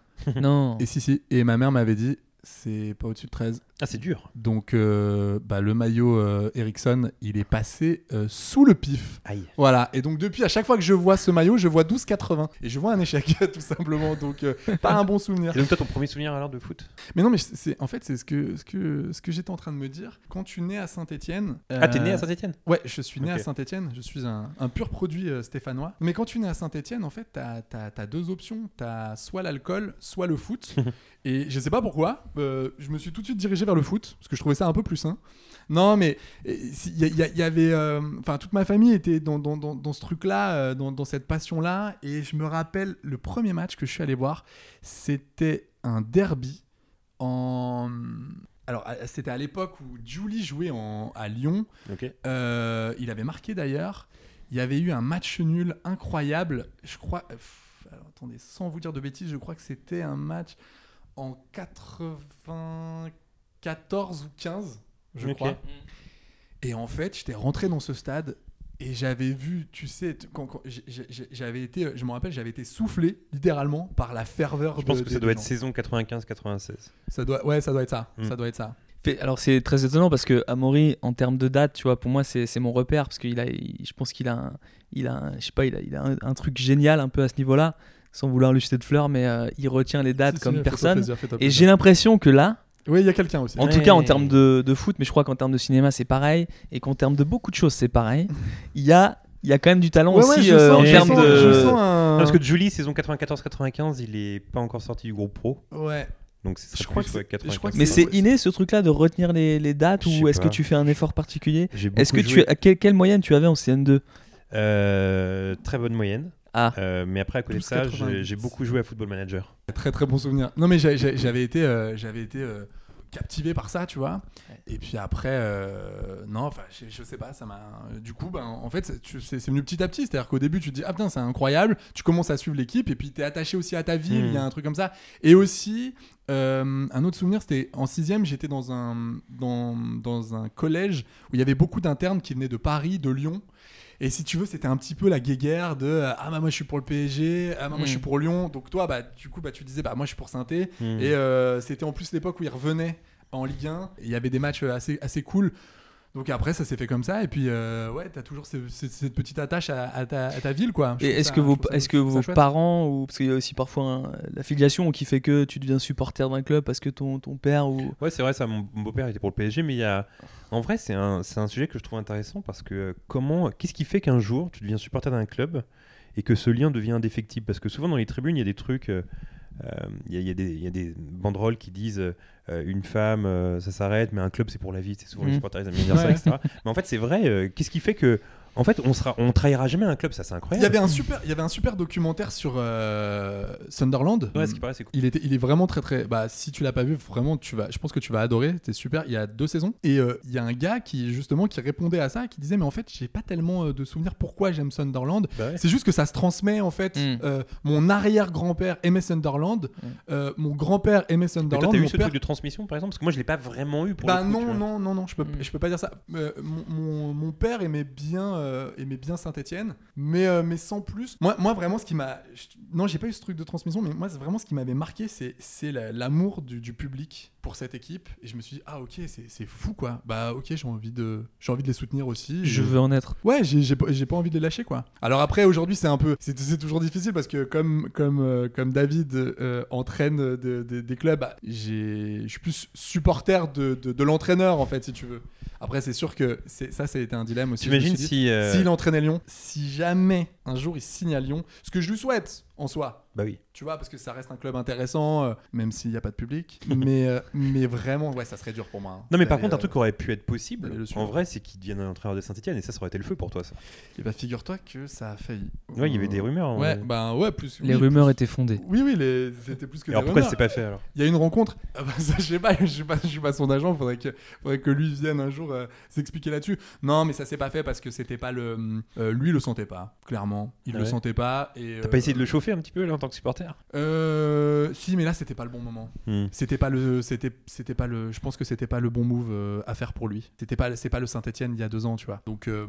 Speaker 5: Non.
Speaker 9: Et si si. Et ma mère m'avait dit, c'est pas au-dessus de 13.
Speaker 10: Ah, c'est dur.
Speaker 9: Donc euh, bah, le maillot euh, Ericsson, il est passé euh, sous le pif.
Speaker 10: Aïe.
Speaker 9: Voilà. Et donc depuis, à chaque fois que je vois ce maillot, je vois 12,80. Et je vois un échec, tout simplement. Donc euh, pas un bon souvenir.
Speaker 10: Et donc, toi, ton premier souvenir alors de foot
Speaker 9: Mais non, mais c'est- c'est en fait, c'est ce que, ce que, ce que j'étais en train de me dire. Quand tu nais à Saint-Etienne...
Speaker 10: Ah, t'es né à Saint-Etienne
Speaker 9: Ouais, je suis né
Speaker 10: Ok.
Speaker 9: à Saint-Etienne, je suis un, un pur produit euh, stéphanois. Mais quand tu es né à Saint-Etienne, en fait, t'as as, deux options. T'as soit l'alcool, soit le foot. et je sais pas pourquoi, euh, je me suis tout de suite dirigé vers le foot, parce que je trouvais ça un peu plus sain. Non, mais euh, si- il y, a- il y a- il y avait. euh, Enfin, toute ma famille était dans, dans, dans, dans ce truc-là, euh, dans, dans cette passion-là. Et je me rappelle, le premier match que je suis allé voir, c'était un derby en. Alors, à- c'était à l'époque où Julie jouait en, à Lyon.
Speaker 10: Ok.
Speaker 9: Euh, il avait marqué d'ailleurs. Il y avait eu un match nul incroyable. Je crois. pff, alors, attendez, sans vous dire de bêtises, je crois que c'était un match en 94 ou 15, je
Speaker 10: Ok.
Speaker 9: crois.
Speaker 5: Mm.
Speaker 9: Et en fait, j'étais rentré dans ce stade et j'avais vu, tu sais, t- quand, quand- j'ai- j'ai- j'avais été, je me rappelle, j'avais été soufflé littéralement par la ferveur.
Speaker 10: Je pense
Speaker 9: de-
Speaker 10: que Hein.
Speaker 9: des-
Speaker 10: ça
Speaker 9: des
Speaker 10: doit être
Speaker 9: gens.
Speaker 10: saison 95-96.
Speaker 9: Ça doit, ouais, ça doit être ça.
Speaker 10: Mm.
Speaker 9: Ça doit être ça.
Speaker 5: Fait- Alors c'est très étonnant parce que Amaury, en termes de date, tu vois, pour moi c'est c'est mon repère parce qu'il a, il- je pense qu'il a, un- il a, un- je sais pas, il a, il a un, un truc génial un peu à ce niveau-là, sans vouloir lui jeter de fleurs, mais euh, il retient les dates
Speaker 9: Si, si,
Speaker 5: comme
Speaker 9: fais-toi
Speaker 5: personne.
Speaker 9: plaisir, fais-toi
Speaker 5: Et
Speaker 9: plaisir.
Speaker 5: j'ai l'impression que là,
Speaker 9: Oui, il y a quelqu'un aussi.
Speaker 5: en tout cas en termes de, de foot, mais je crois qu'en termes de cinéma c'est pareil, et qu'en termes de beaucoup de choses c'est pareil, il y a, il y a quand même du talent
Speaker 9: Ouais, ouais,
Speaker 5: aussi
Speaker 9: je
Speaker 5: euh,
Speaker 9: sens-
Speaker 5: en
Speaker 9: je
Speaker 5: termes
Speaker 9: sens-
Speaker 5: de.
Speaker 9: je sens un-
Speaker 10: Non, parce que Julie, saison 94-95, il est pas encore sorti du groupe pro.
Speaker 9: Ouais.
Speaker 10: Donc, ce serait
Speaker 9: Je crois
Speaker 10: plus,
Speaker 9: que
Speaker 10: ouais,
Speaker 9: c'est- je crois que
Speaker 10: 95.
Speaker 5: Mais c'est
Speaker 9: Ouais, c'est-
Speaker 5: inné ce truc-là de retenir les, les dates
Speaker 10: Je
Speaker 5: ou
Speaker 10: sais
Speaker 5: est-ce que
Speaker 10: pas.
Speaker 5: tu fais un effort particulier
Speaker 10: J'ai beaucoup
Speaker 5: Est-ce que tu
Speaker 10: joué.
Speaker 5: as, quelle, quelle moyenne tu avais en CN2
Speaker 10: Euh, Très bonne moyenne.
Speaker 5: Ah.
Speaker 10: Euh, mais après, à côté de ça,
Speaker 9: 12,90.
Speaker 10: j'ai j'ai beaucoup joué à Football Manager.
Speaker 9: Très très bon souvenir. Non mais j'ai- j'ai- j'avais été, euh, j'avais été euh, captivé par ça, tu vois. Et puis après, euh, non, enfin, je, je sais pas, ça m'a. Du coup, ben, en fait, c'est- tu- c'est c'est venu petit à petit. C'est-à-dire qu'au début, tu te dis ah putain, c'est incroyable. Tu commences à suivre l'équipe et puis t'es attaché aussi à ta ville.
Speaker 10: Mhm.
Speaker 5: Hmm.
Speaker 9: Il y a un truc comme ça. Et aussi, euh, un autre souvenir, c'était en sixième, j'étais dans un dans, dans un collège où il y avait beaucoup d'internes qui venaient de Paris, de Lyon. Et si tu veux, c'était un petit peu la guéguerre de euh, ah bah moi je suis pour le PSG, ah bah, moi je suis
Speaker 5: Mm.
Speaker 9: pour Lyon. Donc toi bah du coup bah tu disais bah moi je suis pour saint Et
Speaker 10: Mm.
Speaker 9: euh, c'était en plus l'époque où ils revenaient en Ligue 1. Et Il y avait des matchs euh, assez assez cool. Donc après ça s'est fait comme ça. Et puis euh, ouais t'as toujours ce- ce- cette petite attache à, à ta, à ta ville quoi. Je
Speaker 5: Et
Speaker 9: trouve
Speaker 5: est-ce
Speaker 9: ça-
Speaker 5: que
Speaker 9: je
Speaker 5: vos,
Speaker 9: trouve ça-
Speaker 5: est-ce que
Speaker 9: je trouve ça
Speaker 5: vos
Speaker 9: chouette.
Speaker 5: parents, ou parce qu'il y a aussi parfois un- la filiation qui fait que tu deviens supporter d'un club parce que ton, ton père ou.
Speaker 10: Ouais, c'est vrai, ça, mon, mon beau-père était pour le PSG, mais il y a... en vrai, c'est un, c'est un sujet que je trouve intéressant parce que euh, comment, qu'est-ce qui fait qu'un jour tu deviens supporter d'un club et que ce lien devient indéfectible Parce que souvent dans les tribunes, il y a des trucs, euh, euh, il y, a, il y a des- il y a des banderoles qui disent euh, euh, une femme, euh, ça s'arrête, mais un club, c'est pour la vie, c'est souvent les
Speaker 5: Mhm.
Speaker 10: supporters, ils aiment bien dire ça,
Speaker 9: Mmh. Ouais.
Speaker 10: etc. Mais en fait, c'est vrai, euh, qu'est-ce qui fait que. En fait, on sera, on trahira jamais un club, ça c'est
Speaker 9: Il y
Speaker 10: incroyable.
Speaker 9: avait un super, il y avait un super documentaire sur euh, Sunderland.
Speaker 10: Ouais, ce qui paraît, c'est cool.
Speaker 9: Il, était, il est vraiment très très. Bah, si tu l'as pas vu, vraiment, tu vas. Je pense que tu vas adorer. C'est super. Il y a deux saisons et euh, il y a un gars qui justement qui répondait à ça, qui disait mais en fait j'ai pas tellement euh, de souvenirs pourquoi j'aime Sunderland.
Speaker 10: Bah ouais.
Speaker 9: C'est juste que ça se transmet en fait.
Speaker 5: Mm.
Speaker 9: Euh, mon arrière-grand-père aimait Sunderland. Euh, mon grand-père aimait
Speaker 10: Mm. Mais toi,
Speaker 9: Sunderland.
Speaker 10: t'as eu
Speaker 9: mon
Speaker 10: ce
Speaker 9: père-
Speaker 10: truc de transmission par exemple Parce que moi, je l'ai pas vraiment eu pour
Speaker 9: bah
Speaker 10: le coup,
Speaker 9: non,
Speaker 10: tu vois. Hmm.
Speaker 9: non, non, non, je peux,
Speaker 5: Mm.
Speaker 9: je peux pas dire ça. Euh, mon, mon- mon père aimait bien euh, aimait bien Saint-Etienne, mais, euh, mais sans plus. Moi, moi vraiment, ce qui m'a. je- Non, j'ai pas eu ce truc de transmission, mais moi, c'est vraiment ce qui m'avait marqué, c'est c'est la- l'amour du, du public pour cette équipe. Et je me suis dit, ah, ok, c'est c'est fou, quoi. Bah, ok, j'ai envie, de... j'ai envie de les soutenir aussi.
Speaker 5: Je
Speaker 9: Et-
Speaker 5: veux en être.
Speaker 9: Ouais, j'ai, j'ai, pas- j'ai pas envie de les lâcher quoi. Alors après aujourd'hui c'est un peu, c'est, c'est toujours difficile parce que comme comme euh, comme David euh, entraîne de- de- des clubs, bah, j'ai, je suis plus supporter de, de, de l'entraîneur en fait si tu veux. Après c'est sûr que c'est, ça c'était un dilemme aussi.
Speaker 10: T'imagines
Speaker 9: Je me suis dit,
Speaker 10: si, euh,
Speaker 9: s'il entraînait Lyon, si jamais un jour il signe à Lyon, ce que je lui souhaite en soi,
Speaker 10: Bah oui.
Speaker 9: tu vois, parce que ça reste un club intéressant, euh, même s'il n'y a pas de public. mais euh, mais vraiment ouais ça serait dur pour moi. hein.
Speaker 10: Non, mais par
Speaker 9: D'aller,
Speaker 10: contre, un
Speaker 9: euh,
Speaker 10: truc qui aurait pu être possible,
Speaker 9: d'aller le suivre.
Speaker 10: en vrai, c'est qu'il devienne un entraîneur de Saint-Etienne, et ça, ça aurait été le feu pour toi, ça.
Speaker 9: Eh ben, figure-toi que ça a failli.
Speaker 10: Ouais, il y avait
Speaker 9: Mmh.
Speaker 10: des rumeurs.
Speaker 9: Ouais,
Speaker 10: hein.
Speaker 9: ben ouais, plus.
Speaker 5: Les
Speaker 9: oui,
Speaker 5: rumeurs
Speaker 9: plus-
Speaker 5: étaient fondées.
Speaker 9: Oui, oui, les- c'était plus que
Speaker 10: Alors
Speaker 9: des
Speaker 10: pourquoi
Speaker 9: rumeurs.
Speaker 10: c'est pas fait alors
Speaker 9: Il y a une rencontre. Ah bah, ça, je sais pas, je suis pas, je suis pas son agent. Faudrait que, faudrait que lui vienne un jour euh, s'expliquer là-dessus. Non, mais ça s'est pas fait parce que c'était pas le. euh, lui le sentait pas, clairement. Il
Speaker 10: Ah
Speaker 9: le
Speaker 10: ouais.
Speaker 9: sentait pas. Et,
Speaker 10: T'as pas essayé de le chauffer un petit peu là en tant que supporter
Speaker 9: Euh, si, mais là c'était pas le bon moment. C'était pas le, c'était, c'était pas le. Je pense que c'était pas le bon move euh, à faire pour lui. C'était pas, c'est pas le Saint-Etienne il y a deux ans, tu vois. Donc. euh,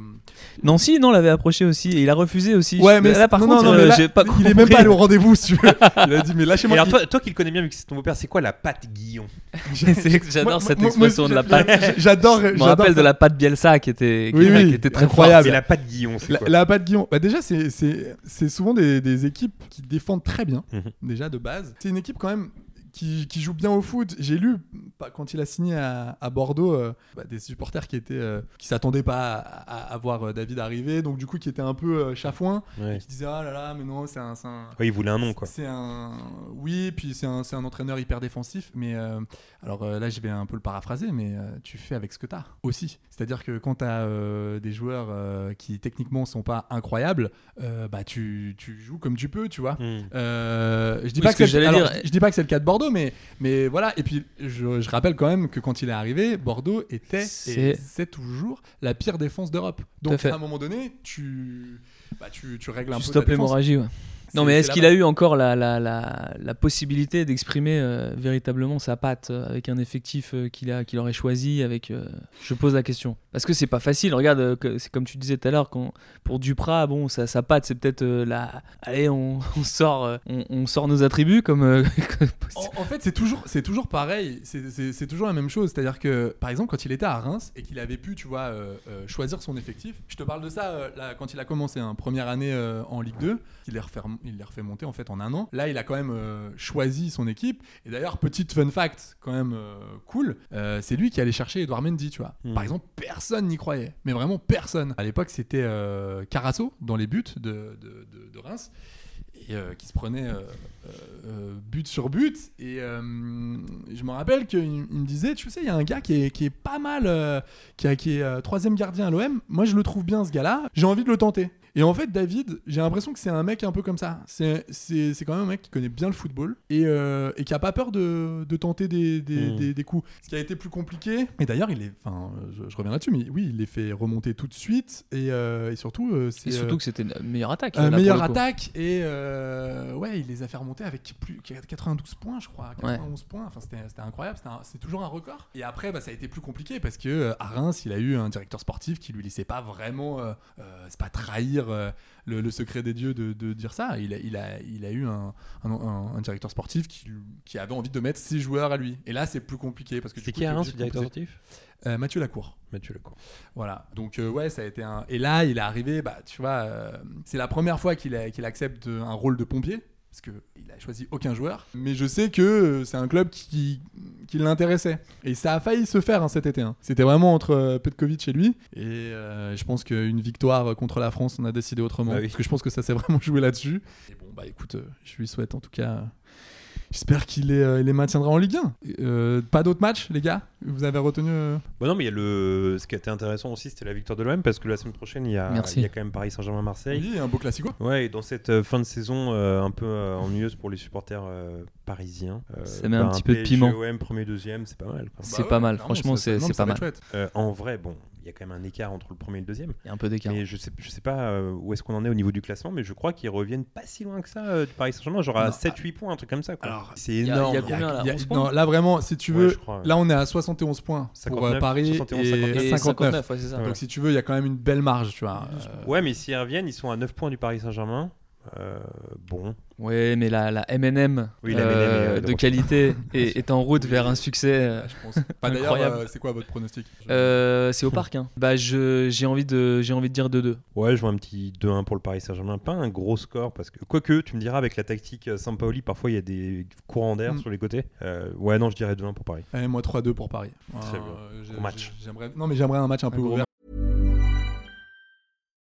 Speaker 5: Non, si, non, l'avait approché aussi et il a refusé aussi.
Speaker 9: Ouais, mais
Speaker 5: là, par
Speaker 9: non,
Speaker 5: contre,
Speaker 9: non, non, mais
Speaker 5: euh,
Speaker 9: là,
Speaker 5: j'ai pas
Speaker 9: il est même
Speaker 5: compris.
Speaker 9: pas allé au rendez-vous, si tu veux. Il a dit, mais
Speaker 10: Et
Speaker 9: lâchez-moi.
Speaker 10: alors
Speaker 9: il-
Speaker 10: toi, toi qui le connais bien vu que c'est ton beau-père, c'est quoi la pâte Guillon
Speaker 5: C'est- J'adore
Speaker 9: Moi-
Speaker 5: cette
Speaker 9: moi- moi,
Speaker 5: expression de la
Speaker 9: j'a-
Speaker 5: pâte.
Speaker 9: j'a- J'adore.
Speaker 5: Je me
Speaker 9: j'adore
Speaker 5: rappelle de
Speaker 9: ça.
Speaker 5: la pâte Bielsa qui était, qui,
Speaker 9: Oui, oui,
Speaker 5: qui était très
Speaker 9: incroyable.
Speaker 10: C'est la pâte Guillon,
Speaker 9: Ah, bah,
Speaker 10: c'est
Speaker 9: La,
Speaker 10: quoi
Speaker 9: la patte Guillon. Bah déjà, c'est- c'est c'est souvent des, des équipes qui défendent très bien,
Speaker 10: Mhm.
Speaker 9: déjà de base. C'est une équipe quand même qui, qui joue bien au foot. J'ai lu, pas- quand il a signé à, à Bordeaux, euh, bah, des supporters qui étaient euh, qui s'attendaient pas à, à- à voir euh, David arriver, donc du coup qui étaient un peu euh, chafouins,
Speaker 10: Ouais.
Speaker 9: qui disaient Ah là là, mais non, c'est un- c'est un,
Speaker 10: Ouais, il voulait un nom quoi.
Speaker 9: c'est un. Oui, puis c'est un, c'est un entraîneur hyper défensif, mais euh, alors euh, là je vais un peu le paraphraser, mais euh, tu fais avec ce que t'as aussi. C'est-à-dire que quand t'as euh, des joueurs euh, qui techniquement sont pas incroyables, euh, bah tu, tu joues comme tu peux, tu vois.
Speaker 10: Hmm.
Speaker 9: Euh, je dis
Speaker 5: Mm. Oui,
Speaker 9: pas
Speaker 5: ce
Speaker 9: que,
Speaker 5: que
Speaker 9: c'est le-
Speaker 5: j'allais
Speaker 9: alors,
Speaker 5: dire-
Speaker 9: je- je dis pas que c'est le cas de Bordeaux, mais mais voilà. Et puis je, je rappelle quand même que quand il est arrivé, Bordeaux était et
Speaker 5: C'est-
Speaker 9: c'est toujours la pire défense d'Europe.
Speaker 5: à
Speaker 9: Donc
Speaker 5: fait.
Speaker 9: à un moment donné, tu bah, tu, tu règles un
Speaker 5: Tu
Speaker 9: peu
Speaker 5: stoppes
Speaker 9: ta défense.
Speaker 5: l'hémorragie, ouais. Non,
Speaker 9: C'est-
Speaker 5: mais
Speaker 9: c'est
Speaker 5: est-ce
Speaker 9: la
Speaker 5: qu'il a eu encore la, la, la, la possibilité d'exprimer euh, véritablement sa patte euh, avec un effectif euh, qu'il a qu'il aurait choisi avec euh, Je pose la question. Parce que c'est pas facile. Regarde, euh, que- c'est comme tu disais tout à l'heure, quand- pour Duprat, bon, sa, sa patte, c'est peut-être euh, la. Allez, on, on sort, euh, on, on sort nos attributs comme. euh, comme-
Speaker 9: En, en fait, c'est toujours, c'est toujours pareil. C'est- C'est c'est toujours la même chose. C'est-à-dire que, par exemple, quand il était à Reims et qu'il avait pu, tu vois, euh, euh, choisir son effectif. Je te parle de ça euh, là, quand il a commencé, hein, première année euh, en Ligue 2. Il les refait, il les refait monter en fait en un an. Là, il a quand même euh, choisi son équipe. Et d'ailleurs, petite fun fact, quand même euh, cool, euh, c'est lui qui allait chercher Edouard Mendy, tu vois.
Speaker 10: Mhm.
Speaker 9: Par exemple, personne n'y croyait, mais vraiment personne. À l'époque, c'était euh, Carasso dans les buts de- de- de- de Reims et euh, qui se prenait euh, euh, euh, but sur but. Et euh, je me rappelle qu'il il me disait, tu sais, il y a un gars qui est, qui est pas mal, euh, qui, a- qui est euh, troisième gardien à l'OM. Moi, je le trouve bien, ce gars-là. J'ai envie de le tenter. Et en fait, David, j'ai l'impression que c'est un mec un peu comme ça. C'est c'est- c'est quand même un mec qui connaît bien le football et, euh, et qui a pas peur de, de tenter des, des-
Speaker 5: Mmh.
Speaker 10: Mm.
Speaker 9: des- des coups. Ce qui a été plus compliqué. Et d'ailleurs, il est. Enfin, euh, je, je reviens là-dessus, mais oui, il les fait remonter tout de suite. Et, euh, et surtout, euh, c'est.
Speaker 5: Et
Speaker 9: euh,
Speaker 5: surtout que c'était une meilleure attaque.
Speaker 9: euh,
Speaker 5: là, pour
Speaker 9: meilleure
Speaker 5: le coup.
Speaker 9: attaque et euh, ouais il les a fait remonter avec plus 92 points je crois 91 points enfin c'était c'était incroyable c'était un- c'est toujours un record et après bah, ça a été plus compliqué parce que euh, à Reims il a eu un directeur sportif qui lui laissait pas vraiment euh, euh, c'est pas trahir euh, le, le secret des dieux de, de dire ça il a, il a, il a eu un, un- un- un directeur sportif qui, qui avait envie de mettre ses joueurs à lui et là c'est plus compliqué parce que
Speaker 10: C'est
Speaker 9: du coup,
Speaker 10: qui
Speaker 9: t'es
Speaker 10: Alain,
Speaker 9: obligé
Speaker 10: ce
Speaker 9: de
Speaker 10: directeur
Speaker 9: composer.
Speaker 10: sportif Bah,
Speaker 9: Euh, Mathieu Lacour
Speaker 10: Mathieu Lecour.
Speaker 9: voilà. Donc euh, ouais, ça a été un. Et là, il est arrivé. Bah, tu vois, euh, c'est la première fois qu'il a- qu'il accepte euh, un rôle de pompier. Parce qu'il a choisi aucun joueur. Mais je sais que euh, c'est un club qui, qui l'intéressait. Et ça a failli se faire hein, cet été. hein. C'était vraiment entre euh, Petkovic et lui. Et euh, je pense qu'une victoire euh, contre la France, on a décidé autrement.
Speaker 10: Ah oui.
Speaker 9: Parce que je pense que ça s'est vraiment joué là-dessus. Et bon, bah écoute, euh, je lui souhaite en tout cas. euh, J'espère qu'il les, euh, il les maintiendra en Ligue 1. Euh, pas d'autres matchs, les gars Vous avez retenu. euh,
Speaker 10: Bon, Bah, non, mais il y a le... ce qui était intéressant aussi, c'était la victoire de l'OM parce que la semaine prochaine, il y a,
Speaker 5: Merci.
Speaker 10: il y a quand même Paris Saint-Germain-Marseille.
Speaker 9: Oui, un beau classico.
Speaker 10: Ouais, et dans cette euh, fin de saison euh, un peu euh, ennuyeuse pour les supporters euh, parisiens. euh,
Speaker 5: Ça met un petit peu de
Speaker 10: PSG,
Speaker 5: piment.
Speaker 10: OM, premier, deuxième, c'est pas mal. quoi.
Speaker 5: C'est pas mal, franchement, c'est-
Speaker 9: non,
Speaker 5: c'est
Speaker 9: ça va
Speaker 5: pas
Speaker 9: être chouette.
Speaker 10: Euh, en vrai, bon, il y a quand même un écart entre le premier et le deuxième.
Speaker 5: Il y a un peu d'écart.
Speaker 10: Mais je sais, je sais pas euh, où est-ce qu'on en est au niveau du classement, mais je crois qu'ils reviennent pas si loin que ça euh, du Paris Saint-Germain, genre à
Speaker 9: Non,
Speaker 10: 7-8 points, un truc comme ça. quoi.
Speaker 9: alors,
Speaker 10: c'est
Speaker 5: ah. il y a-
Speaker 10: énorme.
Speaker 5: il y a combien, là
Speaker 9: Il y a-
Speaker 5: 11 points
Speaker 9: non, là vraiment, si tu
Speaker 10: Ouais,
Speaker 9: veux,
Speaker 10: je crois, ouais.
Speaker 9: là on est à 71 points pour euh,
Speaker 10: 59,
Speaker 9: Paris
Speaker 10: 71,
Speaker 9: et 59.
Speaker 5: Et 59, ouais, c'est ça.
Speaker 10: Ouais.
Speaker 9: Donc si tu veux, il y a quand même une belle marge, tu vois. Euh,
Speaker 10: Ouais, mais s'ils reviennent, ils sont à 9 points du Paris Saint-Germain. Euh, bon,
Speaker 5: Ouais, mais la, la M&M
Speaker 10: Oui, la
Speaker 5: euh,
Speaker 10: M&M, euh,
Speaker 5: de
Speaker 10: donc-
Speaker 5: qualité est, est en route vers un succès. euh,
Speaker 9: je pense. Pas d'ailleurs,
Speaker 5: Incroyable.
Speaker 9: euh, c'est quoi votre pronostic
Speaker 5: euh, c'est au parc. Hein. Bah, je- j'ai envie de, j'ai envie de dire 2-2.
Speaker 10: ouais, je vois un petit 2-1 pour le Paris Saint-Germain, pas un gros score parce que quoique tu me diras avec la tactique euh, Sampaoli, parfois il y a des courants d'air
Speaker 9: Mm.
Speaker 10: sur les côtés. Euh, ouais, non, je dirais 2-1 pour Paris.
Speaker 9: Eh, Moi 3-2 pour Paris.
Speaker 10: Très bien.
Speaker 9: Euh, j'ai-
Speaker 10: Gros match.
Speaker 9: j'ai- J'aimerais... Non mais j'aimerais un match un peu
Speaker 5: gros
Speaker 9: ouvert.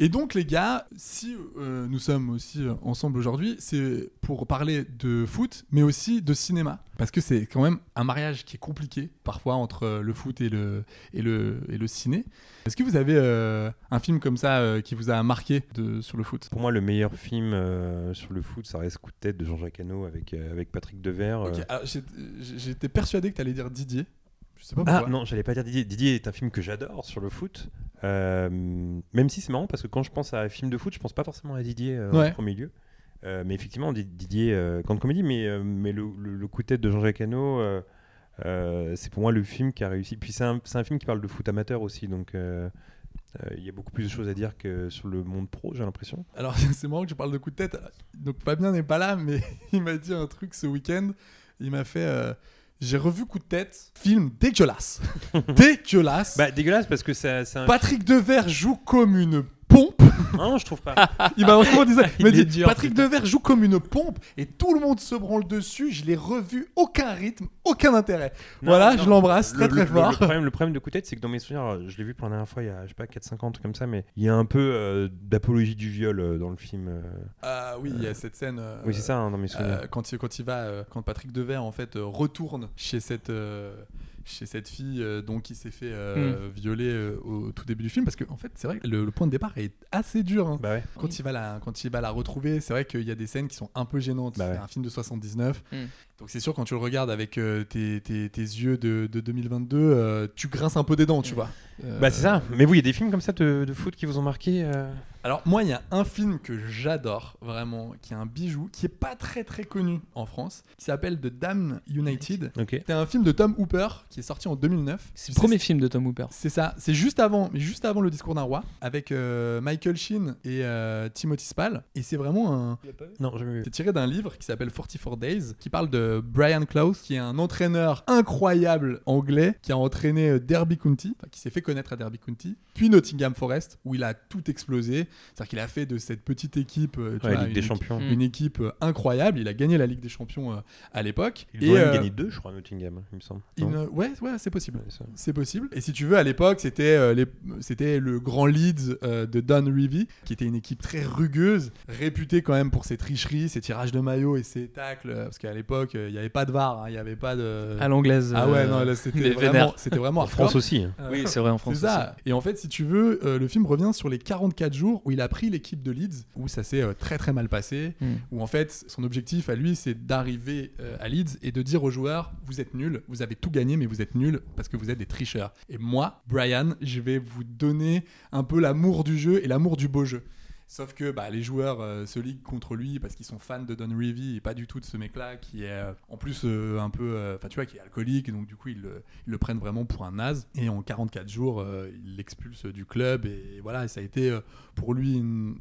Speaker 9: Et donc les gars, si euh, nous sommes aussi euh, ensemble aujourd'hui, c'est pour parler de foot, mais aussi de cinéma. Parce que c'est quand même un mariage qui est compliqué parfois entre euh, le foot et le, et le, et le ciné. Est-ce que vous avez euh, un film comme ça euh, qui vous a marqué de, sur le foot
Speaker 10: Pour moi, le meilleur film euh, sur le foot, ça reste Coup de tête de Jean-Jacques Hano avec, euh, avec Patrick Devers. euh,
Speaker 9: Ok, alors, j'ai- J'étais persuadé que t'allais dire Didier. Je sais pas pourquoi.
Speaker 10: Ah non, j'allais pas dire Didier. Didier est un film que j'adore sur le foot. Euh, même si c'est marrant parce que quand je pense à un film de foot, je pense pas forcément à Didier euh,
Speaker 9: Ouais.
Speaker 10: en premier lieu. Euh, mais effectivement, Di- Didier, euh, grande comédie, mais, euh, mais le, le- le coup de tête de Jean-Jacques Hano, euh, euh, c'est pour moi le film qui a réussi. Puis c'est un, c'est un film qui parle de foot amateur aussi, donc euh, euh, il y a beaucoup plus de choses à dire que sur le monde pro, j'ai l'impression.
Speaker 9: Alors, c'est marrant que je parle de coup de tête. Donc, Fabien n'est pas là, mais il m'a dit un truc ce week-end. Il m'a fait euh, J'ai revu coup de tête, film dégueulasse. dégueulasse.
Speaker 10: Bah euh, dégueulasse parce que ça, c'est un.
Speaker 9: Patrick Devers joue comme une pompe.
Speaker 10: Non, je trouve pas.
Speaker 9: Il m'a vraiment dit ça. Il m'a
Speaker 5: Il est
Speaker 9: dit
Speaker 5: dur,
Speaker 9: Patrick Devers joue comme une pompe et tout le monde se branle dessus. Je l'ai revu, aucun rythme, aucun intérêt.
Speaker 10: Non,
Speaker 9: voilà,
Speaker 10: non,
Speaker 9: je l'embrasse
Speaker 10: le-
Speaker 9: très
Speaker 10: le-
Speaker 9: très
Speaker 10: le-
Speaker 9: fort.
Speaker 10: Le problème, le problème de coup de tête, c'est que dans mes souvenirs, alors, je l'ai vu pour la dernière fois il y a, je sais pas, 4-5 ans, un truc comme ça, mais il y a un peu euh, d'apologie du viol euh, dans le film. euh.
Speaker 9: Ah oui, il y a cette scène. euh,
Speaker 10: oui, c'est ça, hein, dans mes souvenirs.
Speaker 9: Euh, quand, il, quand il va, euh, quand Patrick Devers en fait euh, retourne chez cette euh, chez cette fille euh, donc qui s'est fait
Speaker 10: Hmm.
Speaker 9: euh, violer euh, au tout début du film parce que en fait c'est vrai que le, le point de départ est assez dur. hein.
Speaker 10: Bah ouais.
Speaker 9: Quand il va la quand il va la retrouver, c'est vrai qu'il y a des scènes qui sont un peu gênantes.
Speaker 10: Bah ouais. Hmm.
Speaker 9: C'est un film de 79,
Speaker 5: Mm.
Speaker 9: donc c'est sûr quand tu le regardes avec euh, tes, tes- tes yeux de, de 2022, euh, tu grinces un peu des dents, tu vois. Euh,
Speaker 10: Bah c'est ça. Mais oui, il y a des films comme ça de, de foot qui vous ont marqué. euh.
Speaker 9: alors moi, il y a un film que j'adore vraiment, qui est un bijou, qui est pas très très connu en France, qui s'appelle The Damned United.
Speaker 10: Ok.
Speaker 9: C'était un film de Tom Hooper qui est sorti en 2009.
Speaker 5: C'est le premier film de Tom Hooper.
Speaker 9: C'est ça, c'est juste avant, mais juste avant le discours d'un roi, avec euh, Michael Sheen et euh, Timothy Spall. Et c'est vraiment un.
Speaker 10: Non, j'ai vu.
Speaker 9: C'est tiré d'un livre qui s'appelle 44 Days, qui parle de Brian Clouse, qui est un entraîneur incroyable anglais, qui a entraîné euh, Derby County, enfin, qui s'est fait connaître à Derby County, puis Nottingham Forest, où il a tout explosé. C'est-à-dire qu'il a fait de cette petite équipe, euh, tu
Speaker 10: Ouais,
Speaker 9: vois,
Speaker 10: Ligue
Speaker 9: une,
Speaker 10: des
Speaker 9: équipe-
Speaker 10: Champions.
Speaker 9: une équipe euh, incroyable. Il a gagné la Ligue des Champions euh, à l'époque.
Speaker 10: Ils ont même
Speaker 9: euh,
Speaker 10: gagné deux, je crois, à Nottingham, hein, il me semble.
Speaker 9: il
Speaker 10: Non
Speaker 9: ne- Ouais, ouais, c'est possible.
Speaker 10: Ouais, ça.
Speaker 9: C'est possible. Et si tu veux, à l'époque, c'était euh, les- c'était le grand Leeds euh, de Don Revie, qui était une équipe très rugueuse, réputée quand même pour ses tricheries, ses tirages de maillots et ses tacles. euh, Parce qu'à l'époque, euh, il n'y avait pas de VAR, hein, il n'y avait pas de.
Speaker 5: À l'anglaise.
Speaker 9: ah ouais,
Speaker 5: euh,
Speaker 9: non, là,
Speaker 5: les
Speaker 9: c'était
Speaker 5: vénères.
Speaker 9: vraiment, c'était vraiment
Speaker 10: En France
Speaker 9: hardcore.
Speaker 10: aussi. hein.
Speaker 9: Euh,
Speaker 5: Oui, c'est vrai en France.
Speaker 9: c'est ça. Et en fait, si tu veux, euh, le film revient sur les 44 jours où il a pris l'équipe de Leeds, où ça s'est euh, très très mal passé,
Speaker 5: Mm.
Speaker 9: où en fait, son objectif à lui, c'est d'arriver euh, à Leeds et de dire aux joueurs, vous êtes nuls, vous avez tout gagné, mais vous êtes nuls parce que vous êtes des tricheurs. Et moi, Brian, je vais vous donner un peu l'amour du jeu et l'amour du beau jeu. Sauf que bah, les joueurs euh, se liguent contre lui parce qu'ils sont fans de Don Revie et pas du tout de ce mec-là qui est euh, en plus euh, un peu, euh, enfin tu vois, qui est alcoolique. Donc du coup, ils le, ils le prennent vraiment pour un naze. Et en 44 jours, euh, ils l'expulsent du club. Et voilà, ça a été euh, pour lui une-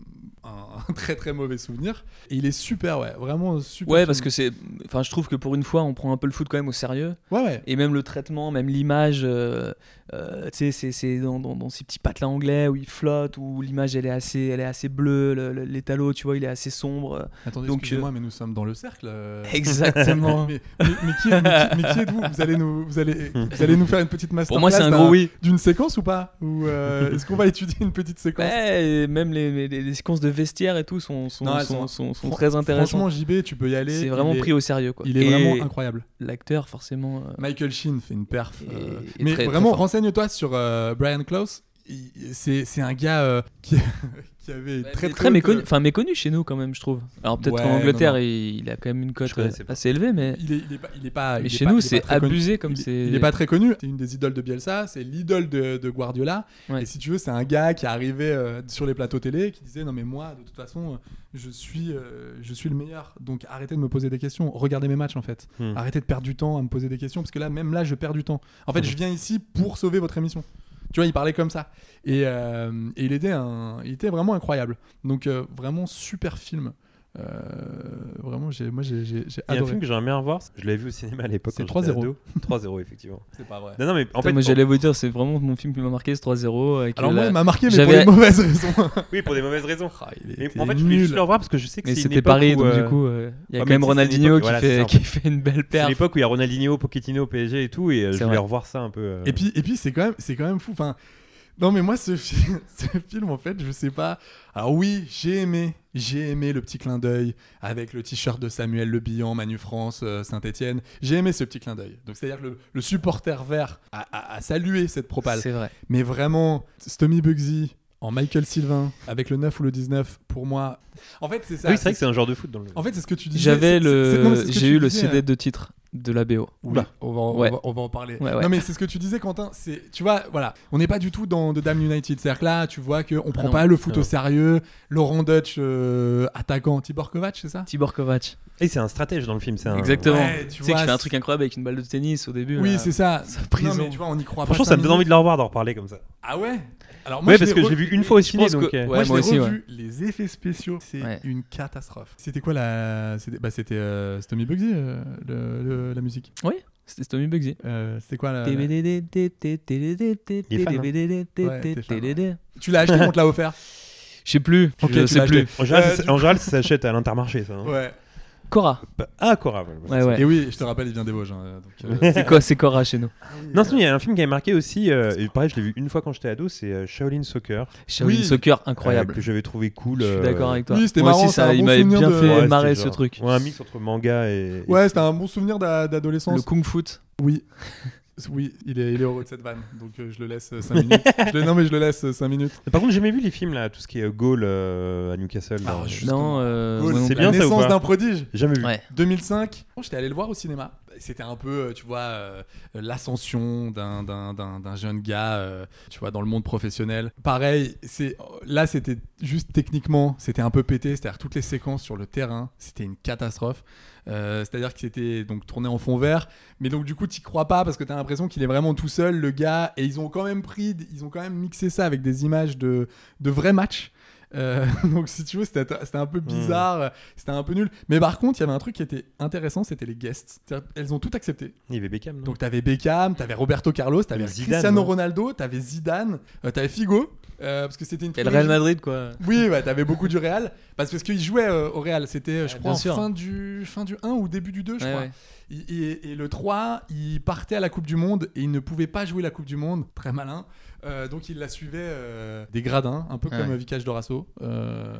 Speaker 9: un, un très très mauvais souvenir. Et il est super, ouais, vraiment super.
Speaker 5: Ouais,
Speaker 9: film.
Speaker 5: parce que c'est. Enfin, je trouve que pour une fois, on prend un peu le foot quand même au sérieux.
Speaker 9: Ouais, ouais.
Speaker 5: Et même le traitement, même l'image, euh, euh, tu sais, c'est- c'est dans, dans- dans ces petits patelins anglais où il flotte, où l'image elle est assez, elle est assez bleue, le- le- l'étalot, tu vois, il est assez sombre.
Speaker 9: Attendez,
Speaker 5: Donc,
Speaker 9: excusez-moi,
Speaker 5: euh,
Speaker 9: mais nous sommes dans le cercle. euh.
Speaker 5: Exactement.
Speaker 9: mais, mais- mais qui, mais qui- mais qui êtes-vous vous allez, nous, vous, allez, vous allez nous faire une petite masterclass
Speaker 5: Pour moi, c'est un
Speaker 9: d'un-
Speaker 5: gros oui.
Speaker 9: d'une séquence ou pas Ou euh, est-ce qu'on va étudier une petite séquence
Speaker 5: Ouais, et même les, les- les séquences de vestiaire et tout sont, sont,
Speaker 9: Non, elles
Speaker 5: sont,
Speaker 9: sont-
Speaker 5: sont- sont
Speaker 9: Fran-
Speaker 5: très intéressantes.
Speaker 9: Franchement, JB, tu peux y aller.
Speaker 5: C'est vraiment
Speaker 9: il est,
Speaker 5: pris au sérieux. Quoi.
Speaker 9: Il est
Speaker 5: Et
Speaker 9: vraiment incroyable.
Speaker 5: L'acteur, forcément. euh,
Speaker 9: Michael Sheen fait une perf.
Speaker 5: Et-
Speaker 9: euh,
Speaker 5: et
Speaker 9: mais
Speaker 5: très, très
Speaker 9: vraiment,
Speaker 5: fort.
Speaker 9: renseigne-toi sur euh, Brian Klaus. Il- C'est c'est un gars euh, qui, qui avait une très
Speaker 5: mais
Speaker 9: très,
Speaker 5: très
Speaker 9: haute,
Speaker 5: méconnu,
Speaker 9: euh,
Speaker 5: enfin méconnu chez nous quand même je trouve. Alors peut-être
Speaker 9: Ouais,
Speaker 5: qu'en Angleterre
Speaker 9: non,
Speaker 5: il, il a quand même une cote euh,
Speaker 10: connaissais pas.
Speaker 5: assez élevée mais,
Speaker 9: Il est, il est pas, il est pas.
Speaker 5: mais
Speaker 9: il est
Speaker 5: chez
Speaker 9: pas- il
Speaker 5: nous
Speaker 9: est
Speaker 5: c'est
Speaker 9: pas très connu.
Speaker 5: abusé comme
Speaker 9: Il est-
Speaker 5: c'est.
Speaker 9: Il est pas très connu. C'est une des idoles de Bielsa. C'est l'idole de, de Guardiola.
Speaker 5: Ouais.
Speaker 9: Et si tu veux, c'est un gars qui est arrivé euh, sur les plateaux télé qui disait non mais moi de toute façon euh, je suis euh, je suis le meilleur. Donc arrêtez de me poser des questions. Regardez mes matchs en fait.
Speaker 10: Hmm.
Speaker 9: Arrêtez de perdre du temps à me poser des questions parce que là même là je perds du temps. En fait
Speaker 10: Hmm.
Speaker 9: je viens ici pour sauver votre émission. Tu vois, il parlait comme ça. Et, euh, et il, était un, il était vraiment incroyable. Donc, euh, vraiment super film. Euh, vraiment, j'ai- moi, j'ai j'ai- j'ai
Speaker 10: Il y a un
Speaker 9: adoré.
Speaker 10: film que j'aimerais bien revoir. Je l'avais vu au cinéma à l'époque.
Speaker 9: C'est
Speaker 10: quand j'étais
Speaker 9: 3-0.
Speaker 10: ado. 3-0, effectivement.
Speaker 9: C'est pas vrai.
Speaker 10: Non, non, mais en
Speaker 5: Putain,
Speaker 10: fait.
Speaker 5: moi
Speaker 10: en-
Speaker 5: j'allais vous dire c'est vraiment mon film qui m'a marqué ce 3-0 avec
Speaker 9: Alors,
Speaker 5: la-
Speaker 9: moi, il m'a marqué, mais pour
Speaker 5: j'avais-
Speaker 9: les mauvaises raisons.
Speaker 10: Oui, pour des mauvaises raisons.
Speaker 9: il
Speaker 10: Mais
Speaker 9: était
Speaker 10: en fait, je voulais juste
Speaker 9: Ah, nul.
Speaker 10: le revoir parce que je sais que
Speaker 5: mais
Speaker 10: c'est une
Speaker 5: c'était
Speaker 10: époque
Speaker 5: Paris
Speaker 10: où,
Speaker 5: donc
Speaker 10: euh,
Speaker 5: du coup euh, il y a
Speaker 10: ouais,
Speaker 5: quand même
Speaker 10: mais tu sais, c'est une
Speaker 5: Ronaldinho
Speaker 10: époque-
Speaker 5: qui
Speaker 10: voilà, c'est
Speaker 5: fait
Speaker 10: ça.
Speaker 5: qui fait une belle
Speaker 10: C'est
Speaker 5: paire.
Speaker 10: l'époque où il y a Ronaldinho, Pochettino, PSG et tout, et
Speaker 5: C'est
Speaker 10: euh, je
Speaker 5: vrai. ah,
Speaker 10: voulais revoir ça un peu. euh.
Speaker 9: Et puis, et puis c'est quand même, c'est quand même fou. Enfin, non, mais moi, ce film, ce film, en fait, je sais pas. Alors oui, j'ai aimé, j'ai aimé le petit clin d'œil avec le t-shirt de Samuel Le Bihan, Manu France, euh, Saint-Étienne. J'ai aimé ce petit clin d'œil. Donc c'est-à-dire que le, le supporter vert a, a- a salué cette propale.
Speaker 5: C'est vrai.
Speaker 9: Mais vraiment, Stomy Bugsy en Michael Sylvain avec le 9 ou le 19, pour moi, en fait, c'est ça.
Speaker 10: Ah oui, c'est vrai que c'est un genre de foot dans le.
Speaker 9: En fait, c'est ce que tu disais.
Speaker 5: J'avais
Speaker 9: C'est- c'est- c'est- non, mais c'est ce
Speaker 5: le
Speaker 9: que
Speaker 5: j'ai
Speaker 9: tu
Speaker 5: eu le
Speaker 9: disais. hein.
Speaker 5: CD de titre de la BO.
Speaker 9: Oui,
Speaker 10: Oula.
Speaker 9: on, va en,
Speaker 5: Ouais.
Speaker 9: on va- on va en parler.
Speaker 5: Ouais, ouais.
Speaker 9: Bah. Non, mais c'est ce que tu disais, Quentin. C'est, tu vois, voilà, on n'est pas du tout dans The Damn United. C'est-à-dire que là, tu vois qu'on prend
Speaker 5: non.
Speaker 9: pas le foot
Speaker 10: Non.
Speaker 9: au sérieux. Laurent Dutch, euh, attaquant, Tibor Kovac, c'est ça
Speaker 5: Tibor Kovac.
Speaker 10: Et c'est un stratège dans le film. c'est un-
Speaker 5: Exactement.
Speaker 9: Ouais, tu
Speaker 5: tu sais
Speaker 9: vois,
Speaker 5: qu'il fait
Speaker 9: c'est-
Speaker 5: un truc incroyable avec une balle de tennis au début.
Speaker 9: Oui,
Speaker 5: là.
Speaker 9: c'est ça.
Speaker 5: euh, sa prison.
Speaker 9: Non, mais tu vois, on y croit
Speaker 10: Franchement,
Speaker 9: pas.
Speaker 10: ça me donne envie de le revoir, d'en reparler comme ça.
Speaker 9: Ah ouais Alors,
Speaker 10: Ouais,
Speaker 9: je
Speaker 10: parce
Speaker 9: l'ai
Speaker 10: que
Speaker 9: re-
Speaker 10: j'ai vu une fois au ciné,
Speaker 5: pense que-
Speaker 10: donc. euh,
Speaker 5: Ouais,
Speaker 9: je
Speaker 5: moi
Speaker 9: l'ai
Speaker 5: aussi,
Speaker 9: revu, les effets spéciaux, c'est
Speaker 5: Ouais.
Speaker 9: une catastrophe. C'était quoi la. C'était, bah, c'était euh, Stomy Bugsy, euh, le- le- la musique.
Speaker 5: C'était Tommy Bugsy.
Speaker 9: Euh, c'était quoi la. la-
Speaker 10: Il est fan, hein.
Speaker 5: Je
Speaker 9: Tu l'as acheté, on te l'a offert
Speaker 5: sais plus.
Speaker 9: Ok,
Speaker 5: je
Speaker 9: tu
Speaker 5: sais
Speaker 9: l'as
Speaker 5: plus.
Speaker 9: acheté.
Speaker 10: En général,
Speaker 9: Euh,
Speaker 10: ça-
Speaker 9: du-
Speaker 10: en général, ça s'achète à l'intermarché, ça. non
Speaker 9: Ouais.
Speaker 5: Cora.
Speaker 10: Ah, Cora. ouais,
Speaker 5: Ouais, ouais.
Speaker 9: Et oui, je te rappelle, il vient des Vosges. hein, donc, euh,
Speaker 5: C'est quoi, c'est Cora chez nous.
Speaker 10: Non, sinon, il y a un film qui a marqué aussi, euh, et pareil, je l'ai vu une fois quand j'étais ado, c'est euh, Shaolin Soccer.
Speaker 5: Shaolin
Speaker 9: Oui.
Speaker 5: Soccer,
Speaker 10: euh,
Speaker 5: incroyable.
Speaker 10: que j'avais trouvé cool.
Speaker 5: Je suis
Speaker 10: euh,
Speaker 5: d'accord avec toi.
Speaker 9: oui, c'était
Speaker 5: Moi
Speaker 9: marrant,
Speaker 5: aussi,
Speaker 9: c'est
Speaker 5: ça,
Speaker 9: un
Speaker 5: il
Speaker 9: bon
Speaker 5: m'avait
Speaker 9: souvenir
Speaker 5: bien
Speaker 9: de-
Speaker 5: fait
Speaker 10: c'était
Speaker 5: marrer
Speaker 10: genre-
Speaker 5: ce truc.
Speaker 10: Ouais, un mix entre manga et.
Speaker 9: Ouais, c'était un bon souvenir d'a- d'adolescence.
Speaker 5: Le kung fu.
Speaker 9: Oui. Oui, il est, il est heureux de cette vanne, donc euh, je le laisse 5 minutes. Je le- Non, mais je le laisse 5 minutes.
Speaker 10: Par contre, j'ai jamais vu les films là, tout ce qui est euh, Goal euh, à Newcastle.
Speaker 5: Ah,
Speaker 9: Alors,
Speaker 10: là.
Speaker 9: je- Oh, Justement.
Speaker 5: Non, euh,
Speaker 9: Cool.
Speaker 5: ouais, non
Speaker 10: c'est
Speaker 5: plus.
Speaker 10: bien,
Speaker 9: La
Speaker 10: ça, ou
Speaker 9: naissance
Speaker 10: pas
Speaker 9: d'un prodige.
Speaker 10: Jamais vu.
Speaker 5: Ouais.
Speaker 9: 2005, Bon, oh, j'étais allé le voir au cinéma. C'était un peu, euh, tu vois, euh, l'ascension d'un- d'un d'un- d'un jeune gars, euh, tu vois, dans le monde professionnel. Pareil, c'est là, c'était juste techniquement, c'était un peu pété. C'est-à-dire toutes les séquences sur le terrain, c'était une catastrophe. Euh, C'est-à-dire que c'était donc tourné en fond vert, mais donc du coup t'y crois pas parce que t'as l'impression qu'il est vraiment tout seul le gars et ils ont quand même pris, ils ont quand même mixé ça avec des images de de vrais matchs. Euh, donc si tu veux c'était c'était un peu
Speaker 5: Hmm.
Speaker 9: bizarre, c'était un peu nul. Mais par contre il y avait un truc qui était intéressant, c'était les guests. C'est-à-dire, Elles ont tout accepté.
Speaker 5: Hmm.
Speaker 10: Il y avait Beckham. non
Speaker 9: Donc t'avais Beckham, t'avais Roberto Carlos, t'avais
Speaker 10: Même Zidane,
Speaker 9: Cristiano
Speaker 10: ouais.
Speaker 9: Ronaldo, t'avais Zidane, euh, t'avais Figo euh, parce que c'était une.
Speaker 5: Et le Real
Speaker 9: trilogie.
Speaker 5: Madrid, quoi.
Speaker 9: Oui, ouais, t'avais beaucoup du Real. Parce, parce qu'il jouait euh, au Real. C'était, euh, je
Speaker 5: Ah,
Speaker 9: crois,
Speaker 5: bien sûr.
Speaker 9: en fin du, fin du 1 ou début du 2, je
Speaker 5: Ouais,
Speaker 9: crois.
Speaker 5: ouais.
Speaker 9: Il- Et, et le 3, il partait à la Coupe du Monde et il ne pouvait pas jouer la Coupe du Monde. Très malin. Euh, donc il la suivait euh, des gradins, un peu
Speaker 5: Ah
Speaker 9: comme
Speaker 5: ouais.
Speaker 9: euh, Vicage Dorasso, euh,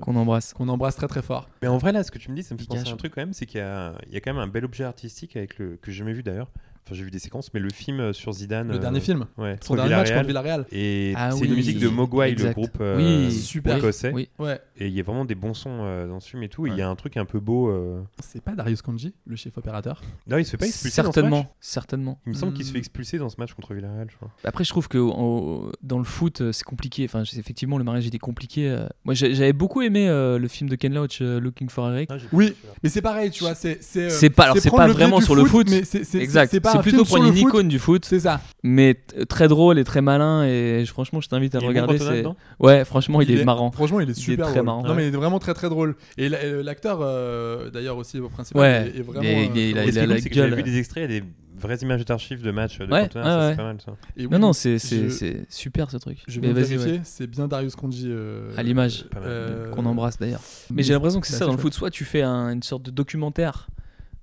Speaker 5: Qu'on embrasse.
Speaker 9: qu'on embrasse très très fort.
Speaker 10: Mais en vrai, là, ce que tu me dis, ça me fait
Speaker 5: Pikachu.
Speaker 10: penser à un truc quand même, c'est qu'il y a, il y a quand même un bel objet artistique avec le que j'ai jamais vu d'ailleurs. Enfin, j'ai vu des séquences, mais le film euh, sur Zidane.
Speaker 9: Le
Speaker 10: euh,
Speaker 9: dernier film,
Speaker 10: Ouais.
Speaker 9: son
Speaker 10: contre
Speaker 9: dernier match
Speaker 10: Villarreal.
Speaker 9: contre Villarreal.
Speaker 10: Et
Speaker 5: Ah
Speaker 10: c'est
Speaker 5: oui,
Speaker 10: une musique de Mogwai, le
Speaker 5: exact.
Speaker 10: groupe
Speaker 5: Oui,
Speaker 10: euh,
Speaker 9: super.
Speaker 10: écossais.
Speaker 5: Oui.
Speaker 9: Ouais,
Speaker 10: Et il y a vraiment des bons sons euh, dans ce film et tout. et Il y a un truc un peu beau. euh.
Speaker 9: c'est pas Darius Kanji, le chef opérateur.
Speaker 10: Non, il se fait pas expulser. dans ce match
Speaker 5: Certainement, certainement.
Speaker 10: il me semble qu'il se
Speaker 5: Hmm.
Speaker 10: fait expulser dans ce match contre Villarreal, je crois.
Speaker 5: Après, je trouve que en- dans le foot, euh, c'est compliqué. Enfin, je- effectivement, le mariage était compliqué. euh. Moi, j'ai- j'avais beaucoup aimé euh, le film de Ken Loach, euh, Looking for Eric.
Speaker 9: Oui, mais c'est pareil, tu vois. C'est c'est, euh,
Speaker 5: C'est pas- alors, c'est
Speaker 9: prendre
Speaker 5: pas
Speaker 9: le biais
Speaker 5: vraiment
Speaker 9: du
Speaker 5: sur le foot,
Speaker 9: mais c'est- c'est
Speaker 5: exact.
Speaker 9: c'est pas un
Speaker 5: C'est plutôt
Speaker 9: film sur
Speaker 5: prendre
Speaker 9: le
Speaker 5: une
Speaker 9: foot,
Speaker 5: icône du foot,
Speaker 9: C'est ça.
Speaker 5: mais t- très drôle et très malin. Et je- franchement, je t'invite à le regarder. c'est- Ouais, franchement, il, est, marrant.
Speaker 9: Franchement, il est
Speaker 5: Il est
Speaker 9: super
Speaker 5: très
Speaker 9: drôle.
Speaker 5: marrant.
Speaker 9: Non, mais il est vraiment très très drôle. Et la- euh, l'acteur, euh, d'ailleurs aussi au principal,
Speaker 5: Ouais,
Speaker 9: est, est vraiment.
Speaker 5: il est-
Speaker 9: euh,
Speaker 5: il est- il a-
Speaker 10: Et
Speaker 9: drôle.
Speaker 10: ce qui
Speaker 5: la
Speaker 10: est cool, c'est que j'avais
Speaker 5: gueule.
Speaker 10: vu des extraits, elle est vraies images d'archives de matchs de
Speaker 5: Ouais,
Speaker 10: Cantona,
Speaker 5: ouais,
Speaker 10: ça,
Speaker 5: ouais.
Speaker 10: c'est pas mal ça.
Speaker 9: Et oui,
Speaker 5: Non, non, c'est
Speaker 9: je-
Speaker 5: c'est- c'est super ce truc.
Speaker 9: Je
Speaker 5: Mais
Speaker 9: vais
Speaker 5: vas-y, ouais.
Speaker 9: vérifier, c'est bien Darius Conji. euh,
Speaker 5: À l'image,
Speaker 10: Pas mal.
Speaker 9: euh,
Speaker 5: qu'on embrasse d'ailleurs. Mais j'ai l'impression que c'est
Speaker 9: bah,
Speaker 5: ça dans le
Speaker 9: chouette.
Speaker 5: foot. Soit tu fais un- une sorte de documentaire,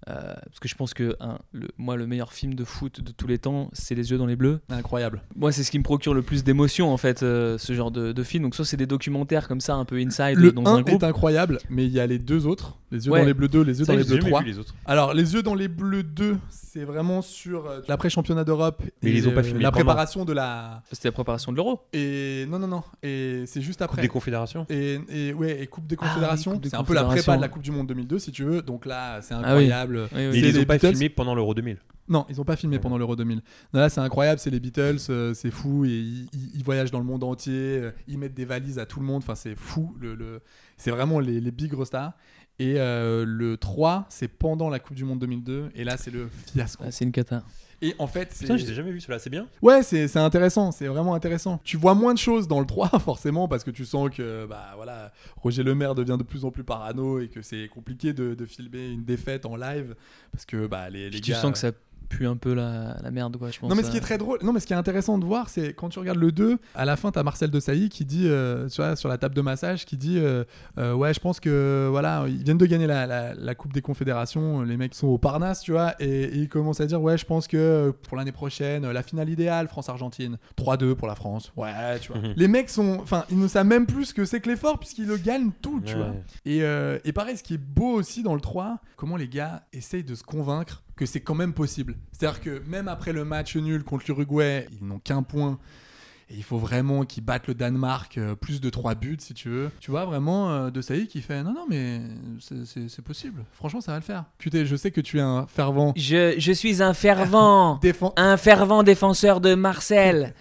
Speaker 5: euh, parce que je pense que hein, le- moi, le meilleur film de foot de tous les temps, c'est Les yeux dans les bleus.
Speaker 9: Incroyable.
Speaker 5: Moi, c'est ce qui me procure le plus d'émotion en fait, euh, ce genre de, de film. Donc, soit c'est des documentaires comme ça, un peu inside
Speaker 9: Le
Speaker 5: Ah, dans
Speaker 9: 1
Speaker 5: un groupe.
Speaker 9: est incroyable, mais il y a les deux autres. Les yeux
Speaker 5: Ouais.
Speaker 9: dans les bleus 2, les yeux
Speaker 10: Ça,
Speaker 9: dans les
Speaker 10: j'ai
Speaker 9: bleus
Speaker 10: jamais vu
Speaker 9: 3.
Speaker 10: les autres.
Speaker 9: Alors, les yeux dans les bleus 2, c'est vraiment sur euh, l'après-championnat d'Europe.
Speaker 10: Mais
Speaker 9: et,
Speaker 10: ils les ont pas
Speaker 9: euh,
Speaker 10: filmés
Speaker 9: La
Speaker 10: pendant.
Speaker 9: préparation de la.
Speaker 5: C'était la préparation de l'euro.
Speaker 9: Et non, non, non. Et c'est juste
Speaker 10: Coupe
Speaker 9: après.
Speaker 10: des confédérations.
Speaker 9: Et, et ouais, et Coupe des
Speaker 5: Ah oui,
Speaker 9: Confédérations,
Speaker 5: Coupe des
Speaker 9: c'est un peu la prépa
Speaker 5: Confédérations. Ah
Speaker 9: de la Coupe du Monde 2002, si tu veux. Donc là, c'est Ah
Speaker 5: oui.
Speaker 9: incroyable.
Speaker 5: Oui, oui.
Speaker 10: Mais
Speaker 9: C'est
Speaker 10: ils les
Speaker 9: les
Speaker 10: ont pas
Speaker 9: Beatles.
Speaker 10: filmés pendant l'Euro 2000.
Speaker 9: Non, ils ont pas filmé pendant l'Euro 2000. Non, là, c'est incroyable, c'est les Beatles, euh, c'est fou, et ils, ils- ils voyagent dans le monde entier, euh, ils mettent des valises à tout le monde, enfin, c'est fou. Le, le- C'est vraiment les, les big stars. Et euh, le 3, c'est pendant la Coupe du Monde 2002, et là, c'est le fiasco.
Speaker 5: Ah, c'est une cata.
Speaker 9: Et en fait, c'est.
Speaker 10: Putain, je les ai jamais vu cela, c'est bien.
Speaker 9: Ouais, c'est c'est intéressant, c'est vraiment intéressant. Tu vois moins de choses dans le 3, forcément, parce que tu sens que bah, voilà, Roger Lemaire devient de plus en plus parano et que c'est compliqué de, de filmer une défaite en live. Parce que bah, les, les
Speaker 5: Puis tu
Speaker 9: gars-
Speaker 5: sens que ça pue un peu la, la merde, quoi. Je pense.
Speaker 9: Non, mais ce qui
Speaker 5: euh.
Speaker 9: est très drôle, non, mais ce qui est intéressant de voir, c'est quand tu regardes le 2, à la fin, t'as Marcel de Sailly qui dit, euh, tu vois, sur la table de massage, qui dit euh, euh, Ouais, je pense que, voilà, ils viennent de gagner la, la- la Coupe des Confédérations, les mecs sont au Parnasse, tu vois, et, et ils commencent à dire Ouais, je pense que euh, pour l'année prochaine, euh, la finale idéale, France-Argentine, 3-2 pour la France, ouais, tu vois. les mecs sont, enfin, ils ne savent même plus ce que c'est que l'effort, puisqu'ils le gagnent tout, tu
Speaker 10: Ouais.
Speaker 9: vois. Et, euh, et pareil, ce qui est beau aussi dans le 3, comment les gars essayent de se convaincre que c'est quand même possible. C'est-à-dire que même après le match nul contre l'Uruguay, ils n'ont qu'un point. Et il faut vraiment qu'ils battent le Danemark euh, plus de 3 buts, si tu veux. Tu vois vraiment euh, De Sailly qui fait Non, non, mais c'est- c'est c'est possible. Franchement, ça va le faire. QT, je sais que tu es un fervent
Speaker 6: Je, je suis un fervent,
Speaker 9: défenseur.
Speaker 6: un fervent défenseur de Marcel.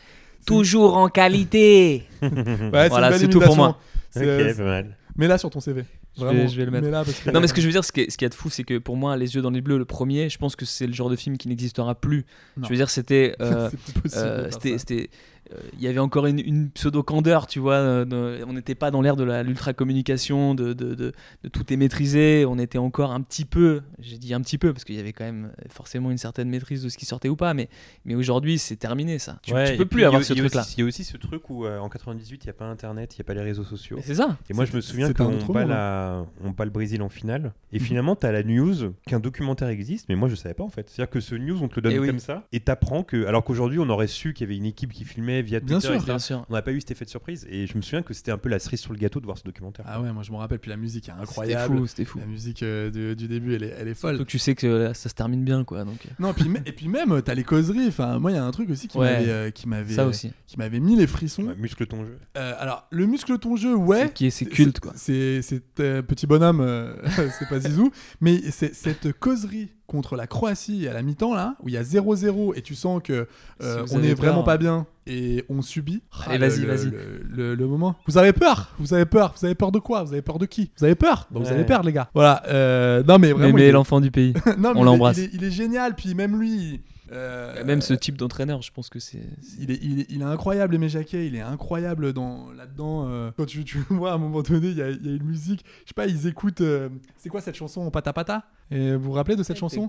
Speaker 6: Toujours en qualité.
Speaker 5: Mmh. Voilà, c'est tout pour moi.
Speaker 10: Ok, pas mal.
Speaker 9: Mais là sur ton CV.
Speaker 5: Je vais-
Speaker 9: Vraiment,
Speaker 5: je vais le mettre.
Speaker 9: mets-la parce que-
Speaker 5: Non, mais ce que je veux dire, ce qui est, ce qu'il y a de fou, c'est que pour moi, Les yeux dans les bleus, le premier, je pense que c'est le genre de film qui n'existera plus.
Speaker 9: Non.
Speaker 5: Je veux dire, c'était. euh,
Speaker 9: c'est plus possible. de
Speaker 5: euh,
Speaker 9: faire
Speaker 5: c'était
Speaker 9: ça.
Speaker 5: c'était- euh, il y avait encore une, une pseudo candeur tu vois euh, de- on n'était pas dans l'ère de la- l'ultra communication de, de, de- de tout est maîtrisé on était encore un petit peu j'ai dit un petit peu parce qu'il y avait quand même forcément une certaine maîtrise de ce qui sortait ou pas mais mais aujourd'hui c'est terminé ça tu,
Speaker 10: Ouais,
Speaker 5: tu
Speaker 10: et
Speaker 5: peux
Speaker 10: puis,
Speaker 5: plus
Speaker 10: il y a-
Speaker 5: avoir ce
Speaker 10: il y a
Speaker 5: truc là
Speaker 10: aussi- Il y a aussi ce truc où euh, en 98, il n'y a pas internet, il n'y a pas les réseaux sociaux.
Speaker 5: c'est ça
Speaker 10: Et moi, je
Speaker 9: C'était-
Speaker 10: me souviens
Speaker 9: c'était un
Speaker 10: qu'on
Speaker 9: autre
Speaker 10: bat,
Speaker 9: monde,
Speaker 5: hein.
Speaker 10: la... on bat le Brésil en finale. Et
Speaker 5: Mhm.
Speaker 10: finalement, t'as la news qu'un documentaire existe, mais moi, je savais pas en fait. C'est-à-dire que ce news, on te le donne
Speaker 5: Eh oui.
Speaker 10: comme ça. Et t'apprends que. Alors qu'aujourd'hui, on aurait su qu'il y avait une équipe qui filmait via Twitter.
Speaker 9: Bien sûr.
Speaker 10: etc.
Speaker 5: bien sûr
Speaker 10: On n'a pas eu cet effet de surprise. Et je me souviens que c'était un peu la cerise sur le gâteau de voir ce documentaire.
Speaker 9: Ah ouais, moi je me rappelle. Puis la musique est
Speaker 5: c'était
Speaker 9: incroyable.
Speaker 5: fou c'était fou
Speaker 9: La musique euh, du, du début, elle est, elle est folle.
Speaker 5: Surtout que tu sais que là, ça se termine bien quoi donc euh,
Speaker 9: Non, puis, me- et puis même, euh, t'as les causeries. Enfin, moi, il y a un truc aussi qui
Speaker 5: Ouais.
Speaker 9: m'avait, euh, qui m'avait,
Speaker 5: ça aussi
Speaker 9: qui m'avait mis les frissons.
Speaker 10: Ouais, muscle ton jeu.
Speaker 9: Euh, alors, le muscle ton jeu, ouais.
Speaker 5: C'est qui est c'est culte quoi
Speaker 9: C'est, c'est euh, petit bonhomme, euh, c'est pas Zizou. mais c'est cette causerie contre la Croatie à la mi-temps là, où il y a 0-0 et tu sens que euh,
Speaker 5: Si
Speaker 9: on
Speaker 5: vous avez
Speaker 9: est vraiment
Speaker 5: peur.
Speaker 9: pas bien et on subit.
Speaker 5: Allez,
Speaker 9: le-
Speaker 5: vas-y,
Speaker 9: le-
Speaker 5: vas-y.
Speaker 9: Le, le- le moment. Vous avez peur. Vous avez peur. Vous avez peur de quoi Vous avez peur de qui Vous avez peur. Bah, Vous
Speaker 10: Ouais.
Speaker 9: allez perdre les gars. Voilà. euh, non mais
Speaker 5: mais,
Speaker 9: vraiment. il
Speaker 5: mais
Speaker 9: est-
Speaker 5: l'enfant du pays
Speaker 9: Non, mais
Speaker 5: On
Speaker 9: il est-
Speaker 5: l'embrasse.
Speaker 9: Il, est- il est génial, puis même lui.
Speaker 10: Bah,
Speaker 9: euh,
Speaker 5: même ce type d'entraîneur je pense que c'est c'est-
Speaker 9: Il est, il, est, il est incroyable, Aimé Jacquet, il est incroyable dans, là-dedans. euh, quand tu, tu vois, à un moment donné, il y a, il y a une musique, je sais pas, ils écoutent. euh, c'est quoi cette chanson, Pata Pata Et Vous vous rappelez de cette chanson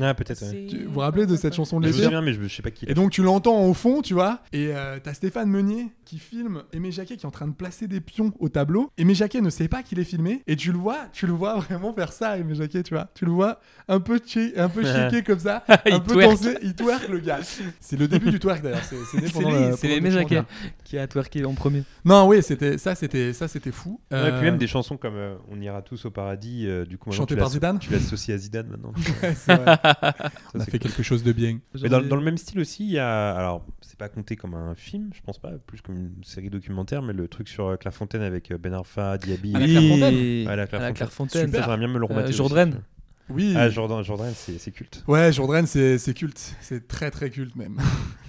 Speaker 10: Ah, peut-être. ouais.
Speaker 9: Tu- Vous vous rappelez de cette chanson de
Speaker 10: Je me
Speaker 9: l'été
Speaker 10: souviens, mais je, je sais pas
Speaker 5: Eh
Speaker 10: qui.
Speaker 9: Et donc tu l'entends au fond, tu vois, et euh, t'as Stéphane Meunier qui filme Aimé Jacquet qui est en train de placer des pions au tableau. Aimé Jacquet ne sait pas qu'il est filmé, et tu le vois, tu le vois vraiment faire ça, Aimé Jacquet, tu vois. Tu le vois un peu che- un peu shaké comme ça, un
Speaker 5: Il
Speaker 9: peu
Speaker 5: twerk.
Speaker 9: tensé, il twerk le gars. C'est le début du twerk d'ailleurs, c'est c'est né
Speaker 5: C'est
Speaker 9: pendant
Speaker 5: lui,
Speaker 9: le- pendant
Speaker 5: c'est
Speaker 9: le
Speaker 5: Aimé Jacquet.
Speaker 9: documentaire.
Speaker 5: hein. qui a twerké en premier
Speaker 9: Non, oui, c'était ça, c'était ça, c'était fou.
Speaker 5: ben,
Speaker 10: Ouais,
Speaker 9: Euh,
Speaker 10: Et puis même des chansons comme euh, On ira tous au paradis. euh, du coup, maintenant,
Speaker 9: Chanté
Speaker 10: tu
Speaker 9: par
Speaker 10: l'as-
Speaker 9: Zidane.
Speaker 10: Tu l'associes à Zidane maintenant.
Speaker 9: Ouais, c'est vrai.
Speaker 10: Ça,
Speaker 9: On a fait
Speaker 10: c'est cool.
Speaker 9: quelque chose de bien.
Speaker 10: Mais dans, dans le même style aussi, il y a. Alors, c'est pas compté comme un film, je pense pas, plus comme une série documentaire, mais le truc sur euh, Clairefontaine avec euh, Ben Arfa, Diaby.
Speaker 9: À Ah, la Clairefontaine.
Speaker 5: Oui,
Speaker 10: À la
Speaker 5: à la
Speaker 10: Clairefontaine.
Speaker 5: Clairefontaine.
Speaker 10: Ça, j'aimerais bien me le
Speaker 5: Euh,
Speaker 10: remettre. aussi.
Speaker 5: Jourdain.
Speaker 9: Oui.
Speaker 10: Ah, Jordan, Jordan c'est c'est culte.
Speaker 9: Ouais, Jourdain, c'est c'est culte, c'est très très culte même.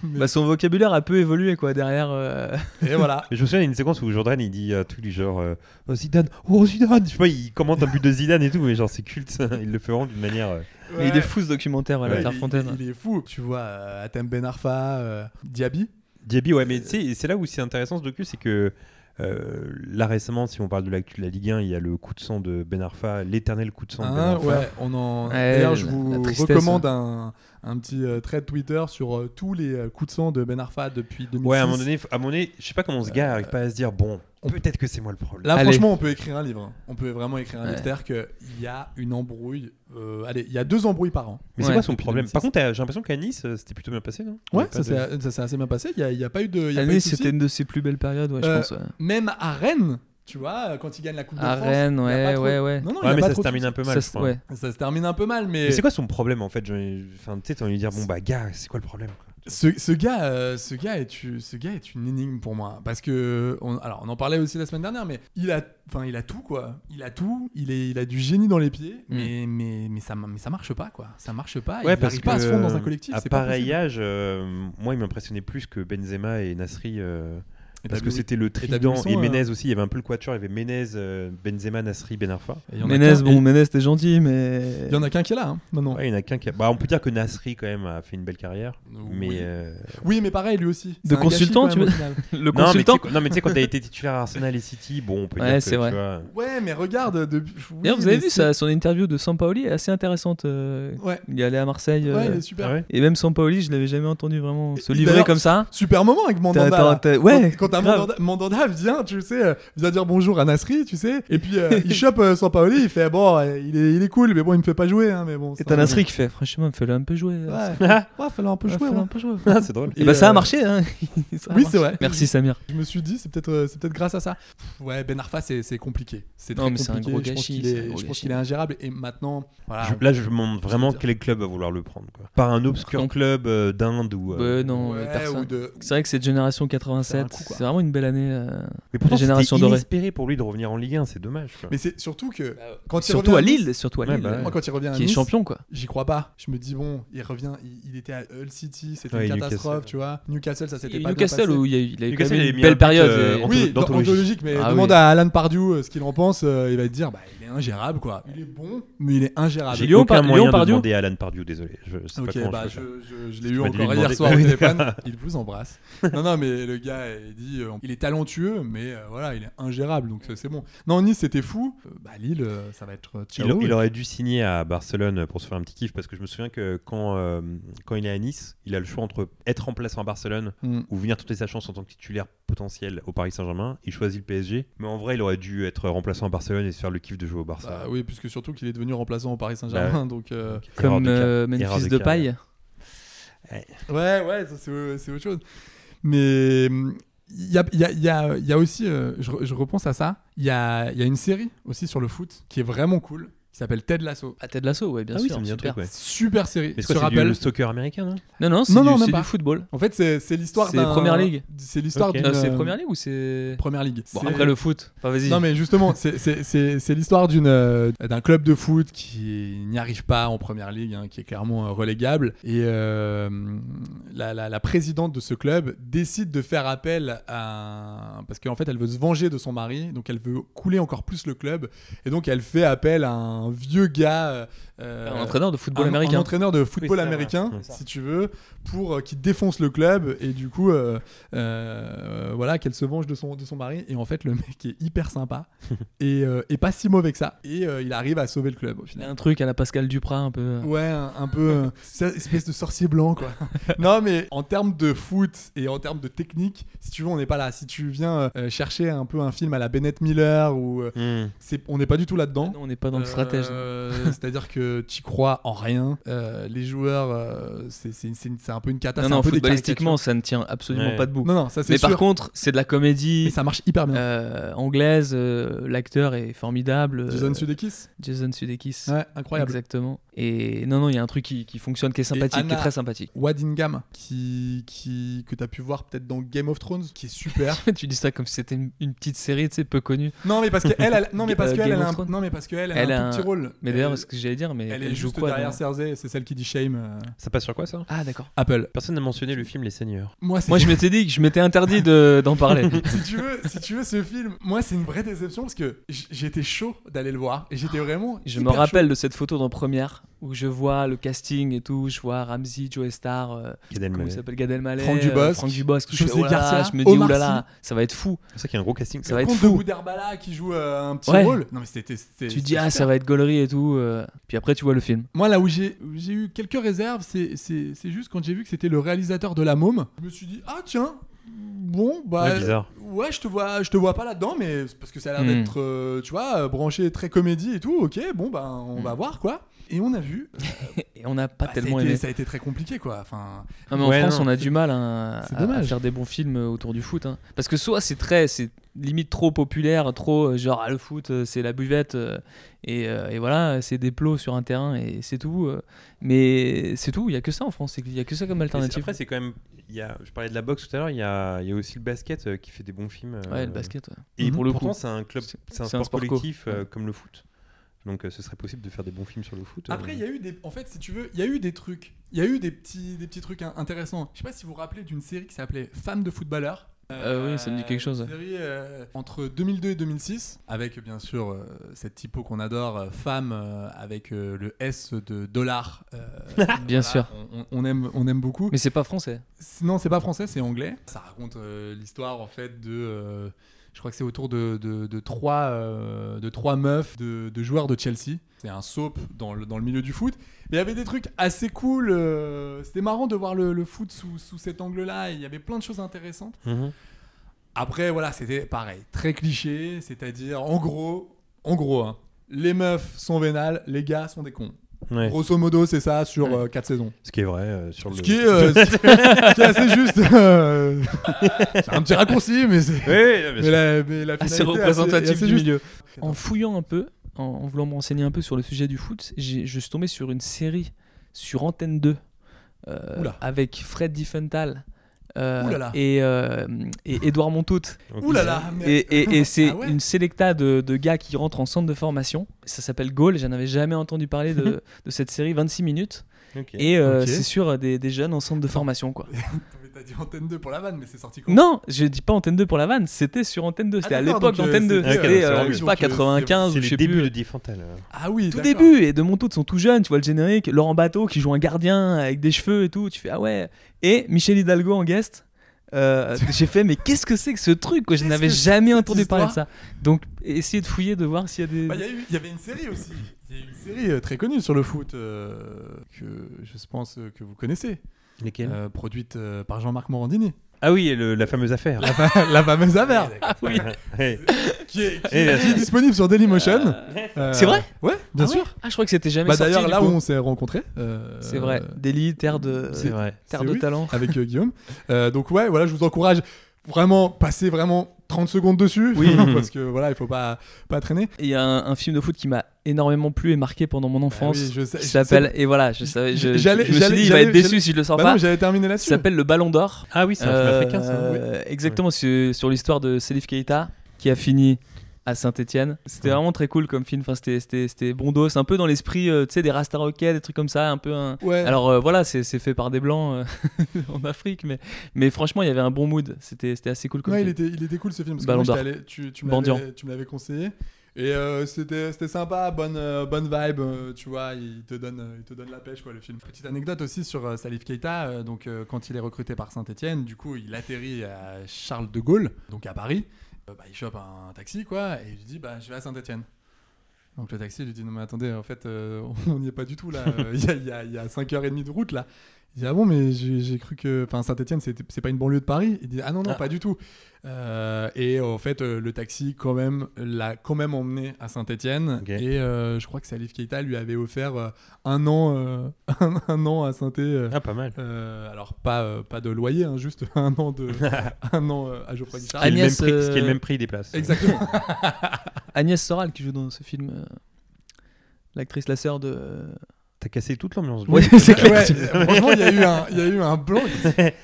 Speaker 5: Bah, son vocabulaire a peu évolué quoi derrière. euh,
Speaker 9: Et voilà.
Speaker 10: Mais je me souviens, il y a une séquence où Jordan il dit un truc du genre euh, Oh, Zidane, oh Zidane Je sais pas, il commente un but de Zidane et tout, mais genre c'est culte. il le fait vraiment d'une manière. euh,
Speaker 5: mais il est
Speaker 9: Ouais.
Speaker 5: fou ce documentaire à Ah,
Speaker 10: Ouais,
Speaker 5: la
Speaker 9: Ouais, il-
Speaker 5: Clairefontaine.
Speaker 9: Il, il est fou. Tu vois, euh, Atem Ben Arfa, euh, Diaby.
Speaker 10: Diaby, ouais, mais tu sais, c'est là où c'est intéressant ce docu, c'est que euh, là récemment, si on parle de l'actu de la Ligue 1, il y a le coup de sang de Ben Arfa, l'éternel coup de sang de Ben
Speaker 9: Hein,
Speaker 10: Arfa.
Speaker 9: ouais, on en.
Speaker 5: Ouais,
Speaker 9: D'ailleurs, je
Speaker 5: la-
Speaker 9: vous
Speaker 5: la tristesse,
Speaker 9: recommande un, un petit euh, thread Twitter sur euh, tous les euh, coups de sang de Ben Arfa depuis 2006.
Speaker 10: Ouais, à un moment donné, faut- à un moment donné, je sais pas comment ce gars arrive pas à se dire bon,
Speaker 9: on-
Speaker 10: peut-être que c'est moi le problème.
Speaker 9: Là,
Speaker 5: Allez.
Speaker 9: franchement, on peut écrire un livre. hein. On peut vraiment écrire un
Speaker 5: Ouais.
Speaker 9: livre. C'est-à-dire qu'il y a une embrouille. euh, allez, il y a deux embrouilles par an.
Speaker 10: Mais
Speaker 5: Ouais,
Speaker 10: c'est quoi son
Speaker 9: depuis
Speaker 10: problème
Speaker 9: 2006.
Speaker 10: Par contre, t'as- j'ai l'impression qu'à Nice, euh, c'était plutôt bien passé, non
Speaker 9: Ouais,
Speaker 10: Y a pas
Speaker 9: ça
Speaker 10: de-
Speaker 9: s'est ça s'est assez bien passé. Il n'y a, il y a pas eu de. il y a pas eu
Speaker 5: L'année,
Speaker 9: de soucis.
Speaker 5: c'était une de ses plus belles périodes, ouais,
Speaker 9: Euh,
Speaker 5: je pense. ouais.
Speaker 9: Même à Rennes, tu vois, euh, quand il gagne la Coupe
Speaker 5: À
Speaker 9: de France.
Speaker 5: Rennes,
Speaker 9: il y a
Speaker 5: ouais,
Speaker 9: pas trop-
Speaker 5: ouais, ouais.
Speaker 9: Non, non, il y a
Speaker 10: Ouais, mais
Speaker 9: pas
Speaker 10: ça se
Speaker 9: trop de
Speaker 10: termine un peu mal,
Speaker 5: Ça,
Speaker 10: je
Speaker 5: c'est-
Speaker 10: crois.
Speaker 5: ouais.
Speaker 9: soucis. Ça se termine un peu mal, mais.
Speaker 10: Mais c'est quoi son problème en fait J'en ai- Enfin, tu sais, t'as envie de dire bon bah gars, c'est quoi le problème quoi
Speaker 9: Ce, ce gars, euh, ce, gars est, une- ce gars est une énigme pour moi. Parce que, on, alors, on en parlait aussi la semaine dernière, mais il a, enfin, il a tout, quoi. Il a tout, il, est, il a du génie dans les pieds,
Speaker 5: Mm.
Speaker 9: mais, mais, mais, ça, mais ça marche pas, quoi. Ça marche pas. il n'arrive pas à se fondre dans un collectif.
Speaker 10: À
Speaker 9: c'est pas
Speaker 10: pareil
Speaker 9: possible.
Speaker 10: âge, euh, moi, il m'impressionnait plus que Benzema et Nasri. euh,
Speaker 9: Et
Speaker 10: parce
Speaker 9: t'as
Speaker 10: que
Speaker 9: vu-
Speaker 10: c'était le
Speaker 9: t'as vu
Speaker 10: trident.
Speaker 9: Wilson,
Speaker 10: Et
Speaker 9: euh,
Speaker 10: Menez aussi, il y avait un peu le quatuor. Il y avait Menez, euh, Benzema, Nasri, Ben Arfa.
Speaker 9: il y en a
Speaker 5: Ménez,
Speaker 9: qu'un-
Speaker 5: bon, Ménez, t'es gentil, mais.
Speaker 9: Il y en a qu'un qui est là, hein, maintenant.
Speaker 10: Ouais, il y en a qu'un qui a- bah, on peut dire que Nasri, quand même, a fait une belle carrière.
Speaker 9: Oui.
Speaker 10: Mais. euh,
Speaker 9: Oui, mais pareil, lui aussi.
Speaker 5: De
Speaker 9: C'est un gâchis,
Speaker 5: consultant,
Speaker 9: quand même,
Speaker 5: tu
Speaker 9: au
Speaker 5: veux-
Speaker 9: final.
Speaker 5: Le
Speaker 10: Non, mais tu
Speaker 5: consultant.
Speaker 10: sais- non, mais tu sais, quand t'as été titulaire à Arsenal et City, bon, on peut
Speaker 5: Ouais,
Speaker 10: dire que.
Speaker 5: c'est
Speaker 10: tu
Speaker 5: vrai.
Speaker 10: vois,
Speaker 9: Ouais, mais regarde. de- oui,
Speaker 5: D'ailleurs, vous avez
Speaker 9: mais
Speaker 5: vu
Speaker 9: c'est-
Speaker 5: ça, son interview de Sampaoli est assez intéressante. euh,
Speaker 9: Ouais,
Speaker 5: Il est allé à Marseille.
Speaker 9: ouais,
Speaker 5: euh,
Speaker 9: il est super.
Speaker 10: Ah ouais
Speaker 5: Et même Sampaoli, je l'avais jamais entendu vraiment se
Speaker 9: Et
Speaker 5: livrer
Speaker 9: d'ailleurs,
Speaker 5: comme ça.
Speaker 9: Super moment avec Mandanda.
Speaker 5: T'as- t'as-
Speaker 9: là.
Speaker 5: t'as- ouais,
Speaker 9: Quand, quand un
Speaker 5: grave.
Speaker 9: Mandanda, Mandanda vient, tu sais, euh, vient dire bonjour à Nasri, tu sais, et puis euh, il chope euh, Sampaoli, il fait bon, euh, il est, il est cool, mais bon, il me fait pas jouer, hein, mais bon.
Speaker 5: Et
Speaker 9: c'est
Speaker 5: t'as
Speaker 9: un-
Speaker 5: Nasri qui fait Franchement, fais-le un peu jouer.
Speaker 9: Ouais,
Speaker 5: euh,
Speaker 9: ouais, fallait un peu
Speaker 5: ouais,
Speaker 9: jouer. hein.
Speaker 5: fais-le
Speaker 9: ouais.
Speaker 5: un peu jouer.
Speaker 10: Ah, c'est drôle.
Speaker 5: Et, bah, ça
Speaker 9: euh,
Speaker 5: a marché. Hein. Ça a
Speaker 9: Oui,
Speaker 5: marché.
Speaker 9: c'est vrai.
Speaker 5: Merci Samir.
Speaker 9: Je me suis dit, c'est peut-être, euh, c'est peut-être grâce à ça. Pff, ouais, Ben Arfa, c'est, c'est compliqué. C'est
Speaker 5: Non,
Speaker 9: très
Speaker 5: mais c'est un
Speaker 9: compliqué.
Speaker 5: gros
Speaker 9: je pense
Speaker 5: gâchis,
Speaker 9: qu'il
Speaker 5: c'est un
Speaker 9: est,
Speaker 5: gros
Speaker 9: je pense
Speaker 5: gâchis.
Speaker 9: qu'il est ingérable. Et maintenant, voilà.
Speaker 10: ah, Je- là, je me demande vraiment
Speaker 9: dire.
Speaker 10: quel club va vouloir le prendre. quoi. Par un obscur
Speaker 5: Non.
Speaker 10: club euh, d'Inde ou. euh,
Speaker 5: Ouais, non,
Speaker 9: Ouais,
Speaker 5: personne.
Speaker 9: ou de-
Speaker 5: C'est vrai que cette génération
Speaker 9: C'est un
Speaker 5: 87,
Speaker 9: coup, quoi.
Speaker 5: c'est vraiment une belle année. euh,
Speaker 10: Mais pourtant,
Speaker 5: La génération
Speaker 10: c'était
Speaker 5: dorée.
Speaker 10: inespéré pour lui de revenir en Ligue 1, c'est dommage. quoi.
Speaker 9: Mais c'est surtout que quand il
Speaker 5: Surtout
Speaker 9: revient
Speaker 5: à Lille, surtout à
Speaker 10: Ouais,
Speaker 5: Lille.
Speaker 10: bah ouais.
Speaker 9: Moi, quand il revient à
Speaker 5: Bah, Qui est
Speaker 9: Nice,
Speaker 5: champion, quoi.
Speaker 9: J'y crois pas. Je me dis bon, il revient, il, il était à Hull City, c'était
Speaker 10: Ouais,
Speaker 9: une
Speaker 10: Newcastle.
Speaker 9: catastrophe, tu vois. Newcastle, ça s'était pas bien
Speaker 5: Newcastle,
Speaker 9: passé.
Speaker 5: où il y a eu, il a eu quand
Speaker 10: Newcastle,
Speaker 5: même
Speaker 10: il
Speaker 5: une
Speaker 10: avait mis un
Speaker 5: belle
Speaker 10: but,
Speaker 5: période.
Speaker 10: euh,
Speaker 5: et-
Speaker 10: en-
Speaker 9: Oui,
Speaker 10: Anthologie.
Speaker 9: dans- anthologique, mais
Speaker 5: Ah
Speaker 9: demande
Speaker 5: oui.
Speaker 9: à Alan Pardew euh, ce qu'il en pense, euh, il va te dire bah il est ingérable quoi. Il est bon, mais il est ingérable.
Speaker 10: J'ai
Speaker 5: Lyon,
Speaker 10: aucun
Speaker 5: par-
Speaker 10: moyen
Speaker 5: Lyon,
Speaker 10: de
Speaker 5: Pardieu
Speaker 10: demander à Alan Pardieu, désolé. Je sais pas
Speaker 9: Ok,
Speaker 10: comment
Speaker 9: bah
Speaker 10: je
Speaker 9: je,
Speaker 10: peux
Speaker 9: je- je
Speaker 10: Tu
Speaker 9: l'ai eu
Speaker 10: m'as dû lui
Speaker 9: encore hier
Speaker 10: demander.
Speaker 9: soir au
Speaker 10: Oui.
Speaker 9: téléphone. Il vous embrasse. Non, non, mais le gars, il dit, euh, il est talentueux, mais euh, voilà, il est ingérable, donc euh, c'est bon. Non, Nice, c'était fou. Euh, bah Lille, euh, ça va être euh,
Speaker 10: faire.
Speaker 9: ciao.
Speaker 10: Il, il aurait dû signer à Barcelone pour se faire un petit kiff parce que je me souviens que quand, euh, quand il est à Nice, il a le choix entre être remplaçant à Barcelone
Speaker 9: Mm.
Speaker 10: ou venir tenter sa chance en tant que titulaire potentiel au Paris Saint-Germain. Il choisit le PSG, mais en vrai, il aurait dû être remplaçant à Barcelone et se faire le kiff de jouer au Barça.
Speaker 9: Bah oui, puisque surtout qu'il est devenu remplaçant au Paris
Speaker 10: Bah
Speaker 9: Saint-Germain, donc. euh,
Speaker 10: Erreur
Speaker 5: Comme
Speaker 10: de car-
Speaker 5: euh,
Speaker 10: erreur
Speaker 5: Memphis de
Speaker 10: de
Speaker 5: paille.
Speaker 9: Ouais, ouais, ça, c'est c'est autre chose. Mais hum, il y a, il y a- il y a- il y a aussi, euh, je, re- je repense à ça, il y a, il y a une série aussi sur le foot qui est vraiment cool, qui s'appelle Ted Lasso.
Speaker 5: À Ted Lasso, ouais, bien
Speaker 10: Ah oui,
Speaker 5: sûr.
Speaker 10: ça me dit un
Speaker 5: super.
Speaker 10: truc, ouais.
Speaker 9: Super série,
Speaker 10: Mais c'est
Speaker 9: sur
Speaker 10: quoi, c'est du
Speaker 9: Apple.
Speaker 10: le soccer américain, non
Speaker 5: Non, non, c'est
Speaker 9: Non, non,
Speaker 5: du,
Speaker 9: même
Speaker 5: c'est
Speaker 9: pas.
Speaker 5: du football.
Speaker 9: En fait, c'est c'est l'histoire
Speaker 5: C'est
Speaker 9: d'un...
Speaker 5: Première Ligue.
Speaker 9: C'est l'histoire
Speaker 10: Ok.
Speaker 9: d'une...
Speaker 5: Non, C'est
Speaker 9: euh,
Speaker 5: Première Ligue ou c'est.
Speaker 9: Première Ligue.
Speaker 5: Bon,
Speaker 9: C'est-
Speaker 5: après le foot. Enfin, vas-y.
Speaker 9: Non mais justement, c'est- c'est c'est- c'est l'histoire d'une euh, d'un club de foot qui n'y arrive pas en première ligue, hein, qui est clairement euh, relégable. Et euh, la, la- la présidente de ce club décide de faire appel à un- parce qu'en fait elle veut se venger de son mari, donc elle veut couler encore plus le club. Et donc elle fait appel à un vieux gars, euh,
Speaker 5: Un entraîneur de football
Speaker 9: un- un
Speaker 5: américain.
Speaker 9: entraîneur de football
Speaker 10: ça, ouais.
Speaker 9: américain,
Speaker 10: Mm.
Speaker 9: si tu veux, pour euh, qui défonce le club et du coup, euh, euh, voilà, qu'elle se venge de son, de son mari. Et en fait, le mec est hyper sympa et, euh, et pas si mauvais que ça. Et euh, il arrive à sauver le club au
Speaker 5: Il y
Speaker 9: final.
Speaker 5: a un truc à la Pascal Duprat un peu.
Speaker 9: Ouais, un, un peu euh, cette espèce de sorcier blanc quoi. non mais en termes de foot et en termes de technique, si tu veux, on n'est pas là. Si tu viens euh, chercher un peu un film à la Bennett Miller ou euh,
Speaker 5: Hmm.
Speaker 10: Mm.
Speaker 9: c'est, on n'est pas du tout là-dedans.
Speaker 5: Non, on n'est pas dans le stratège. non.
Speaker 9: Euh, C'est-à-dire que tu crois en rien. Euh, les joueurs, euh, c'est- c'est c'est- c'est un peu une
Speaker 5: Non,
Speaker 9: catastrophe.
Speaker 5: non, footballistiquement, ça ne tient absolument
Speaker 10: Ouais.
Speaker 5: pas debout.
Speaker 9: Non, non, ça c'est
Speaker 5: Mais
Speaker 9: sûr.
Speaker 5: par contre, c'est de la
Speaker 9: Mais
Speaker 5: comédie
Speaker 9: ça marche hyper bien.
Speaker 5: euh, anglaise. euh, L'acteur est formidable. euh,
Speaker 9: Jason Sudeikis,
Speaker 5: Jason Sudeikis.
Speaker 9: ouais, incroyable.
Speaker 5: Exactement. Et non, non, il y a un truc qui, qui fonctionne, qui est sympathique, qui
Speaker 9: Anna-
Speaker 5: est très sympathique.
Speaker 9: Wadingham, qui, qui, que t'as pu voir peut-être dans Game of Thrones, qui est super.
Speaker 5: tu dis ça comme si c'était une, une petite série, tu sais, peu connue.
Speaker 9: non, mais parce qu'elle, elle, non, mais parce
Speaker 5: Euh,
Speaker 9: qu'elle,
Speaker 5: Game
Speaker 9: elle
Speaker 5: of
Speaker 9: a un,
Speaker 5: Thrones.
Speaker 9: non, mais parce qu'elle, elle,
Speaker 5: Elle
Speaker 9: a un
Speaker 5: a
Speaker 9: tout petit
Speaker 5: un-
Speaker 9: rôle.
Speaker 5: Mais
Speaker 9: Elle-
Speaker 5: d'ailleurs, ce que j'allais dire, mais
Speaker 9: elle, est
Speaker 5: joue
Speaker 9: juste
Speaker 5: quoi
Speaker 9: derrière
Speaker 5: dans-
Speaker 9: Cersei, c'est celle qui dit Shame. euh,
Speaker 10: Ça passe sur quoi ça
Speaker 5: Ah, d'accord.
Speaker 9: Apple.
Speaker 10: Personne n'a mentionné le film Les Seigneurs.
Speaker 9: Moi, c'est
Speaker 5: Moi, je m'étais dit que je m'étais interdit de- d'en parler.
Speaker 9: si tu veux, si tu veux ce film, moi c'est une vraie déception parce que j- j'étais chaud d'aller le voir et j'étais vraiment.
Speaker 5: Je
Speaker 9: hyper
Speaker 5: me
Speaker 9: chaud.
Speaker 5: rappelle de cette photo dans première où je vois le casting et tout, je vois Ramsey, Joe Star, euh,
Speaker 10: Gad Elmaleh.
Speaker 5: comment il s'appelle Gad Elmaleh,
Speaker 9: Franck
Speaker 5: euh,
Speaker 9: Dubosc,
Speaker 5: Franck Dubosc, tout. je, fais,
Speaker 9: José
Speaker 5: oh là là,
Speaker 9: Garcia,
Speaker 5: je me dis
Speaker 9: Omar
Speaker 5: oulala, ça va être fou,
Speaker 10: C'est ça qu'il y a un gros casting.
Speaker 5: ça va être
Speaker 9: Comte de
Speaker 5: fou.
Speaker 9: Boudherbala qui joue euh, un petit
Speaker 5: Ouais.
Speaker 9: rôle. Non, mais c'était. c'était-
Speaker 5: Tu te dis
Speaker 9: c'était
Speaker 5: ah ça
Speaker 9: super.
Speaker 5: va être gaulerie et tout, euh, puis après tu vois le film.
Speaker 9: Moi, là où j'ai où j'ai eu quelques réserves, c'est- c'est c'est juste quand j'ai vu que c'était le réalisateur de La Môme. Je me suis dit, ah tiens, bon, bah.
Speaker 10: Ouais, bizarre. Hmm.
Speaker 9: Ouais, je te vois, je te vois pas là-dedans, mais c'est parce que ça a l'air
Speaker 5: Mm.
Speaker 9: d'être, euh, tu vois, euh, branché très comédie et tout. Ok, bon, bah, on
Speaker 10: Hmm.
Speaker 9: va voir quoi. Et on a vu.
Speaker 5: Et on n'a pas
Speaker 9: Bah, ça, a
Speaker 5: tellement
Speaker 9: été-
Speaker 5: aimé.
Speaker 9: ça a été très compliqué quoi. Enfin,
Speaker 5: Ah, mais en
Speaker 10: Ouais,
Speaker 5: France,
Speaker 10: non,
Speaker 5: on a du mal hein,
Speaker 9: c'est
Speaker 5: à, à
Speaker 9: dommage.
Speaker 5: faire des bons films euh, autour du foot. hein. Parce que soit c'est très, c'est limite trop populaire, trop euh, genre ah, le foot, euh, c'est la buvette, euh, et, euh, et voilà, c'est des plots sur un terrain et c'est tout. euh. Mais c'est tout, il y a que ça en France, il y a que ça comme
Speaker 10: Mais c'est-
Speaker 5: alternative.
Speaker 10: Après, c'est quand même. il Y a, je parlais de la boxe tout à l'heure, il y a, il y a aussi le basket euh, qui fait des bons films. euh,
Speaker 5: Ouais, le basket. ouais.
Speaker 10: Et
Speaker 5: Mhm.
Speaker 10: pour
Speaker 5: Pour
Speaker 10: le
Speaker 5: le
Speaker 10: pourtant,
Speaker 5: coup.
Speaker 10: c'est un club, c'est un,
Speaker 5: C'est
Speaker 10: sport,
Speaker 5: un sport co.
Speaker 10: collectif euh, comme le foot. Donc, euh, ce serait possible de faire des bons films sur le foot. euh.
Speaker 9: Après, il y a eu des. En fait, si tu veux, il y a eu des trucs. Il y a eu des petits, des petits trucs in- intéressants. Je sais pas si vous vous rappelez d'une série qui s'appelait Femmes de footballeurs.
Speaker 5: Euh, oui, ça me dit quelque chose,
Speaker 9: Une série euh, entre 2002 et 2006, avec bien sûr euh, cette typo qu'on adore, euh, femme euh, avec euh, le S de dollar. euh,
Speaker 5: Bien sûr.
Speaker 9: On, on aime, on aime beaucoup.
Speaker 5: Mais c'est pas français.
Speaker 9: Sinon, c'est pas français, c'est anglais. Ça raconte euh, l'histoire en fait de. euh, je crois que c'est autour de, de, de trois, euh, de trois meufs de, de joueurs de Chelsea. C'est un soap dans le, dans le milieu du foot. Mais il y avait des trucs assez cool. euh, C'était marrant de voir le, le foot sous, sous cet angle-là. et Il y avait plein de choses intéressantes.
Speaker 10: Mhm.
Speaker 9: Après, voilà, c'était pareil. Très cliché. C'est-à-dire, en gros, en gros hein, les meufs sont vénales, les gars sont des cons.
Speaker 10: Ouais.
Speaker 9: Grosso modo, c'est ça sur euh, quatre saisons.
Speaker 10: Ce qui est vrai euh, sur le.
Speaker 9: Ce qui est, euh, ce qui- ce qui est assez juste. euh, c'est un petit raccourci, mais c'est.
Speaker 10: Ouais, bien
Speaker 9: Mais
Speaker 10: sûr.
Speaker 9: la, mais la finalité
Speaker 5: Assez
Speaker 9: est
Speaker 5: représentatif
Speaker 9: assez
Speaker 5: du
Speaker 9: juste.
Speaker 5: milieu. En fouillant un peu, en, en voulant me renseigner un peu sur le sujet du foot, j'ai- je suis tombé sur une série sur Antenne 2 euh,
Speaker 9: Oula.
Speaker 5: avec Fred Diffenthal euh,
Speaker 9: Ouh là là.
Speaker 5: et, euh, et Edouard Montout.
Speaker 10: Ok.
Speaker 9: Ouh là là. mais-
Speaker 5: Et, et- et c'est
Speaker 9: Ah ouais
Speaker 5: une sélecta de, de gars qui rentrent en centre de formation. Ça s'appelle Goal. J'en avais jamais entendu parler de, de cette série, 26 minutes.
Speaker 10: Ok.
Speaker 5: Et euh,
Speaker 9: Ok.
Speaker 5: c'est sur euh, des, des jeunes en centre de formation. quoi.
Speaker 9: Mais T'as dit antenne 2 pour la vanne, mais c'est sorti quand
Speaker 5: Non, je dis pas Antenne 2 pour la vanne, c'était sur Antenne 2, c'était à
Speaker 9: d'accord,
Speaker 5: l'époque
Speaker 9: donc, euh,
Speaker 5: d'Antenne 2,
Speaker 10: c'était,
Speaker 5: c'était
Speaker 10: euh,
Speaker 5: euh,
Speaker 10: c'est
Speaker 5: je sais
Speaker 9: donc,
Speaker 5: pas
Speaker 9: euh, c'est-
Speaker 5: 95 ou
Speaker 10: C'est
Speaker 5: je
Speaker 10: les
Speaker 5: sais
Speaker 10: débuts
Speaker 5: plus.
Speaker 10: de Diffental. euh.
Speaker 9: Ah oui.
Speaker 5: Tout
Speaker 9: d'accord.
Speaker 5: début et de Montout sont tout jeunes, tu vois le générique, Laurent Bateau qui joue un gardien avec des cheveux et tout, tu fais ah ouais. Et Michel Hidalgo en guest. Euh, j'ai fait mais qu'est-ce que c'est que ce truc quoi, je
Speaker 9: Qu'est-ce
Speaker 5: n'avais
Speaker 9: que
Speaker 5: jamais
Speaker 9: c'est
Speaker 5: entendu
Speaker 9: cette
Speaker 5: parler de ça. Donc essayez de fouiller de voir s'il y a des Ah
Speaker 9: Bah, Il y, a eu- il y avait une série aussi. Il y a eu une série euh, très connue sur le foot euh, que je pense euh, que vous connaissez,
Speaker 10: Lesquels
Speaker 9: euh, produite euh, par Jean-Marc Morandini.
Speaker 10: Ah oui, et le- la fameuse affaire.
Speaker 9: La, fa- la fameuse affaire
Speaker 10: oui.
Speaker 9: qui, est, qui
Speaker 10: Eh,
Speaker 9: est
Speaker 10: merci.
Speaker 9: disponible sur Dailymotion. Euh,
Speaker 5: C'est vrai
Speaker 9: Ouais, bien
Speaker 5: Ah ouais
Speaker 9: sûr.
Speaker 5: Ah, je crois que c'était jamais
Speaker 9: Bah
Speaker 5: sorti,
Speaker 9: d'ailleurs
Speaker 5: du
Speaker 9: là où
Speaker 5: coup.
Speaker 9: on s'est rencontrés. euh,
Speaker 5: c'est vrai, délit terre de
Speaker 9: C'est
Speaker 10: vrai.
Speaker 5: terre
Speaker 9: c'est
Speaker 5: de
Speaker 9: oui.
Speaker 5: talent.
Speaker 9: avec euh, Guillaume. Euh, donc ouais, voilà, je vous encourage vraiment passer vraiment 30 secondes dessus
Speaker 10: Oui.
Speaker 9: parce que voilà, il faut pas pas traîner.
Speaker 5: Et Il y a un, un film de foot qui m'a énormément plu et marqué pendant mon enfance.
Speaker 9: Bah oui, je sais-
Speaker 5: qui
Speaker 9: je
Speaker 5: s'appelle et voilà, je savais. Je,
Speaker 9: J'allais-
Speaker 5: je me
Speaker 9: j'allais-
Speaker 5: suis dit, il va
Speaker 9: j'allais-
Speaker 5: être déçu
Speaker 9: j'allais-
Speaker 5: si je le sors
Speaker 9: Bah
Speaker 5: pas.
Speaker 9: non, j'avais terminé
Speaker 5: Il
Speaker 9: là-dessus.
Speaker 5: s'appelle le Ballon d'Or.
Speaker 10: Ah oui, c'est un film
Speaker 5: Euh,
Speaker 10: africain, ça. oui.
Speaker 5: Exactement sur, sur l'histoire de Salif Keita qui a fini à Saint-Étienne. C'était vraiment très cool comme film. Enfin, c'était c'était c'était bon dos. C'est un peu dans l'esprit, euh, tu sais, des Rasta Rockets, des trucs comme ça, un peu un.
Speaker 9: Ouais.
Speaker 5: Alors euh, voilà, c'est c'est fait par des blancs euh, en Afrique, mais mais franchement, il y avait un bon mood. C'était c'était assez cool comme
Speaker 9: Ouais, il
Speaker 5: film.
Speaker 9: était il était cool ce film parce que
Speaker 5: Ballon
Speaker 9: moi, j'étais
Speaker 5: d'or.
Speaker 9: allé- tu tu me
Speaker 5: Bandit.
Speaker 9: l'avais- tu me l'avais conseillé. Et euh, c'était c'était sympa, bonne euh, bonne vibe, euh, tu vois, il te donne euh, il te donne la pêche quoi le film. Petite anecdote aussi sur euh, Salif Keita, euh, donc euh, quand il est recruté par Saint-Étienne, du coup, il atterrit à Charles de Gaulle, donc à Paris. Euh, bah, il chope un taxi quoi et il lui dit bah je vais à Saint-Étienne. Donc le taxi lui dit non mais attendez en fait euh, on n'y est pas du tout là, Euh, il y a- il y a, il y a 5h30 de route là. Il dit ah bon mais j'ai j'ai cru que enfin Saint-Étienne c'est c'est pas une banlieue de Paris. Il dit ah non non pas du tout. Euh, et en fait euh, le taxi quand même l'a quand même emmené à Saint-Étienne
Speaker 10: Ok.
Speaker 9: et euh, je crois que Salif Keita lui avait offert euh, un an euh, un, un an à Saint-Étienne.
Speaker 10: Ah, pas mal.
Speaker 9: Euh, alors pas euh, pas de loyer hein, juste un an de un an euh, à Geoffroy Guichard.
Speaker 10: Ce qui est le même
Speaker 5: Agnès,
Speaker 10: prix- Ce qui est le
Speaker 5: euh,
Speaker 10: même prix des places.
Speaker 9: Exactement.
Speaker 5: Agnès Soral qui joue dans ce film, euh, l'actrice, la sœur de. euh,
Speaker 10: T'as cassé toute l'ambiance.
Speaker 5: Ouais,
Speaker 10: Louis.
Speaker 5: c'est clair.
Speaker 9: Ouais, franchement, il y a eu un, il y a eu un blanc.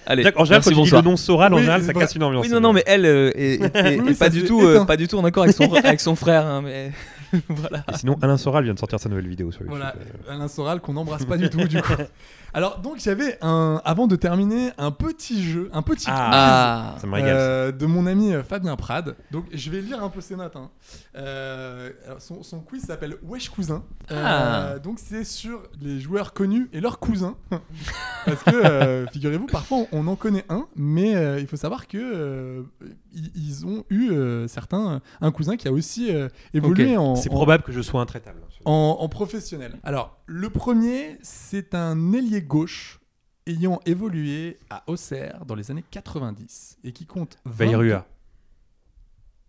Speaker 5: Allez,
Speaker 10: Jacques, En général,
Speaker 5: merci,
Speaker 10: quand tu dis le
Speaker 5: bonsoir.
Speaker 10: nom Soral, en
Speaker 9: Oui,
Speaker 10: général,
Speaker 9: c'est
Speaker 10: ça
Speaker 9: pas-
Speaker 10: casse une ambiance.
Speaker 5: Oui, non, non, mais elle euh, est, est-
Speaker 9: Oui,
Speaker 5: est
Speaker 9: ça
Speaker 5: pas,
Speaker 9: se
Speaker 5: du
Speaker 9: fait
Speaker 5: tout, euh,
Speaker 9: éteindre.
Speaker 5: pas du tout en accord avec son, avec son frère. hein, mais voilà.
Speaker 10: Et sinon, Alain Soral vient de sortir sa nouvelle vidéo sur YouTube.
Speaker 9: Voilà,
Speaker 10: Euh,
Speaker 9: Alain Soral qu'on n'embrasse pas du tout du coup. Alors donc j'avais un, avant de terminer, un petit jeu, un petit
Speaker 5: Ah,
Speaker 10: Ça me
Speaker 9: quiz
Speaker 10: régale. ça.
Speaker 9: euh, de mon ami euh, Fabien Prade. Donc je vais lire un peu ses notes. hein. Euh, alors, son, son quiz s'appelle Wesh Cousin.
Speaker 5: Ah.
Speaker 9: Euh, donc c'est sur les joueurs connus et leurs cousins. Parce que euh, figurez-vous, parfois on en connaît un, mais euh, il faut savoir que euh, ils, ils ont eu euh, certains un cousin qui a aussi euh, évolué
Speaker 5: Ok,
Speaker 9: en,
Speaker 10: C'est
Speaker 9: en-
Speaker 10: probable que je sois intraitable. hein,
Speaker 9: en, en professionnel. Alors, le premier, c'est un ailier gauche ayant évolué à Auxerre dans les années 90 et qui compte 20
Speaker 10: Vairua.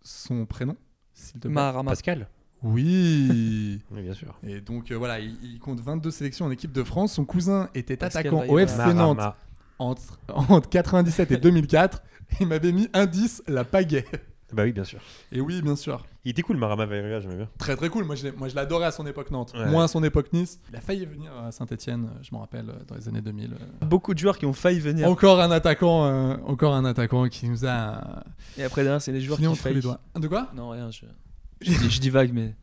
Speaker 9: son prénom, s'il te plaît.
Speaker 5: Maharama.
Speaker 10: Pascal
Speaker 9: Oui.
Speaker 10: Oui, bien sûr.
Speaker 9: Et donc euh, voilà, il, il compte 22 sélections en équipe de France. Son cousin était
Speaker 5: Pascal
Speaker 9: attaquant au
Speaker 5: Vailleva.
Speaker 9: FC Nantes
Speaker 10: Marama.
Speaker 9: entre, entre 97 et 2004. Il m'avait mis indice la pagaie.
Speaker 10: Bah oui, bien sûr.
Speaker 9: Et oui, bien sûr.
Speaker 10: Il était cool, Marama Vairua, j'aimais bien.
Speaker 9: Très très cool. Moi je, l'ai- moi, je l'adorais à son époque Nantes.
Speaker 10: Ouais.
Speaker 9: Moins à son époque Nice. Il a failli venir à Saint-Etienne, je m'en rappelle, euh, dans les années 2000. euh.
Speaker 5: Beaucoup de joueurs qui ont failli venir.
Speaker 9: Encore un attaquant, euh, encore un attaquant qui nous a
Speaker 5: Et après, derrière, c'est les joueurs
Speaker 9: fini
Speaker 5: qui
Speaker 9: entre
Speaker 5: faillent.
Speaker 9: les doigts. De quoi
Speaker 5: Non, rien, je. Je, dis- je dis vague, mais.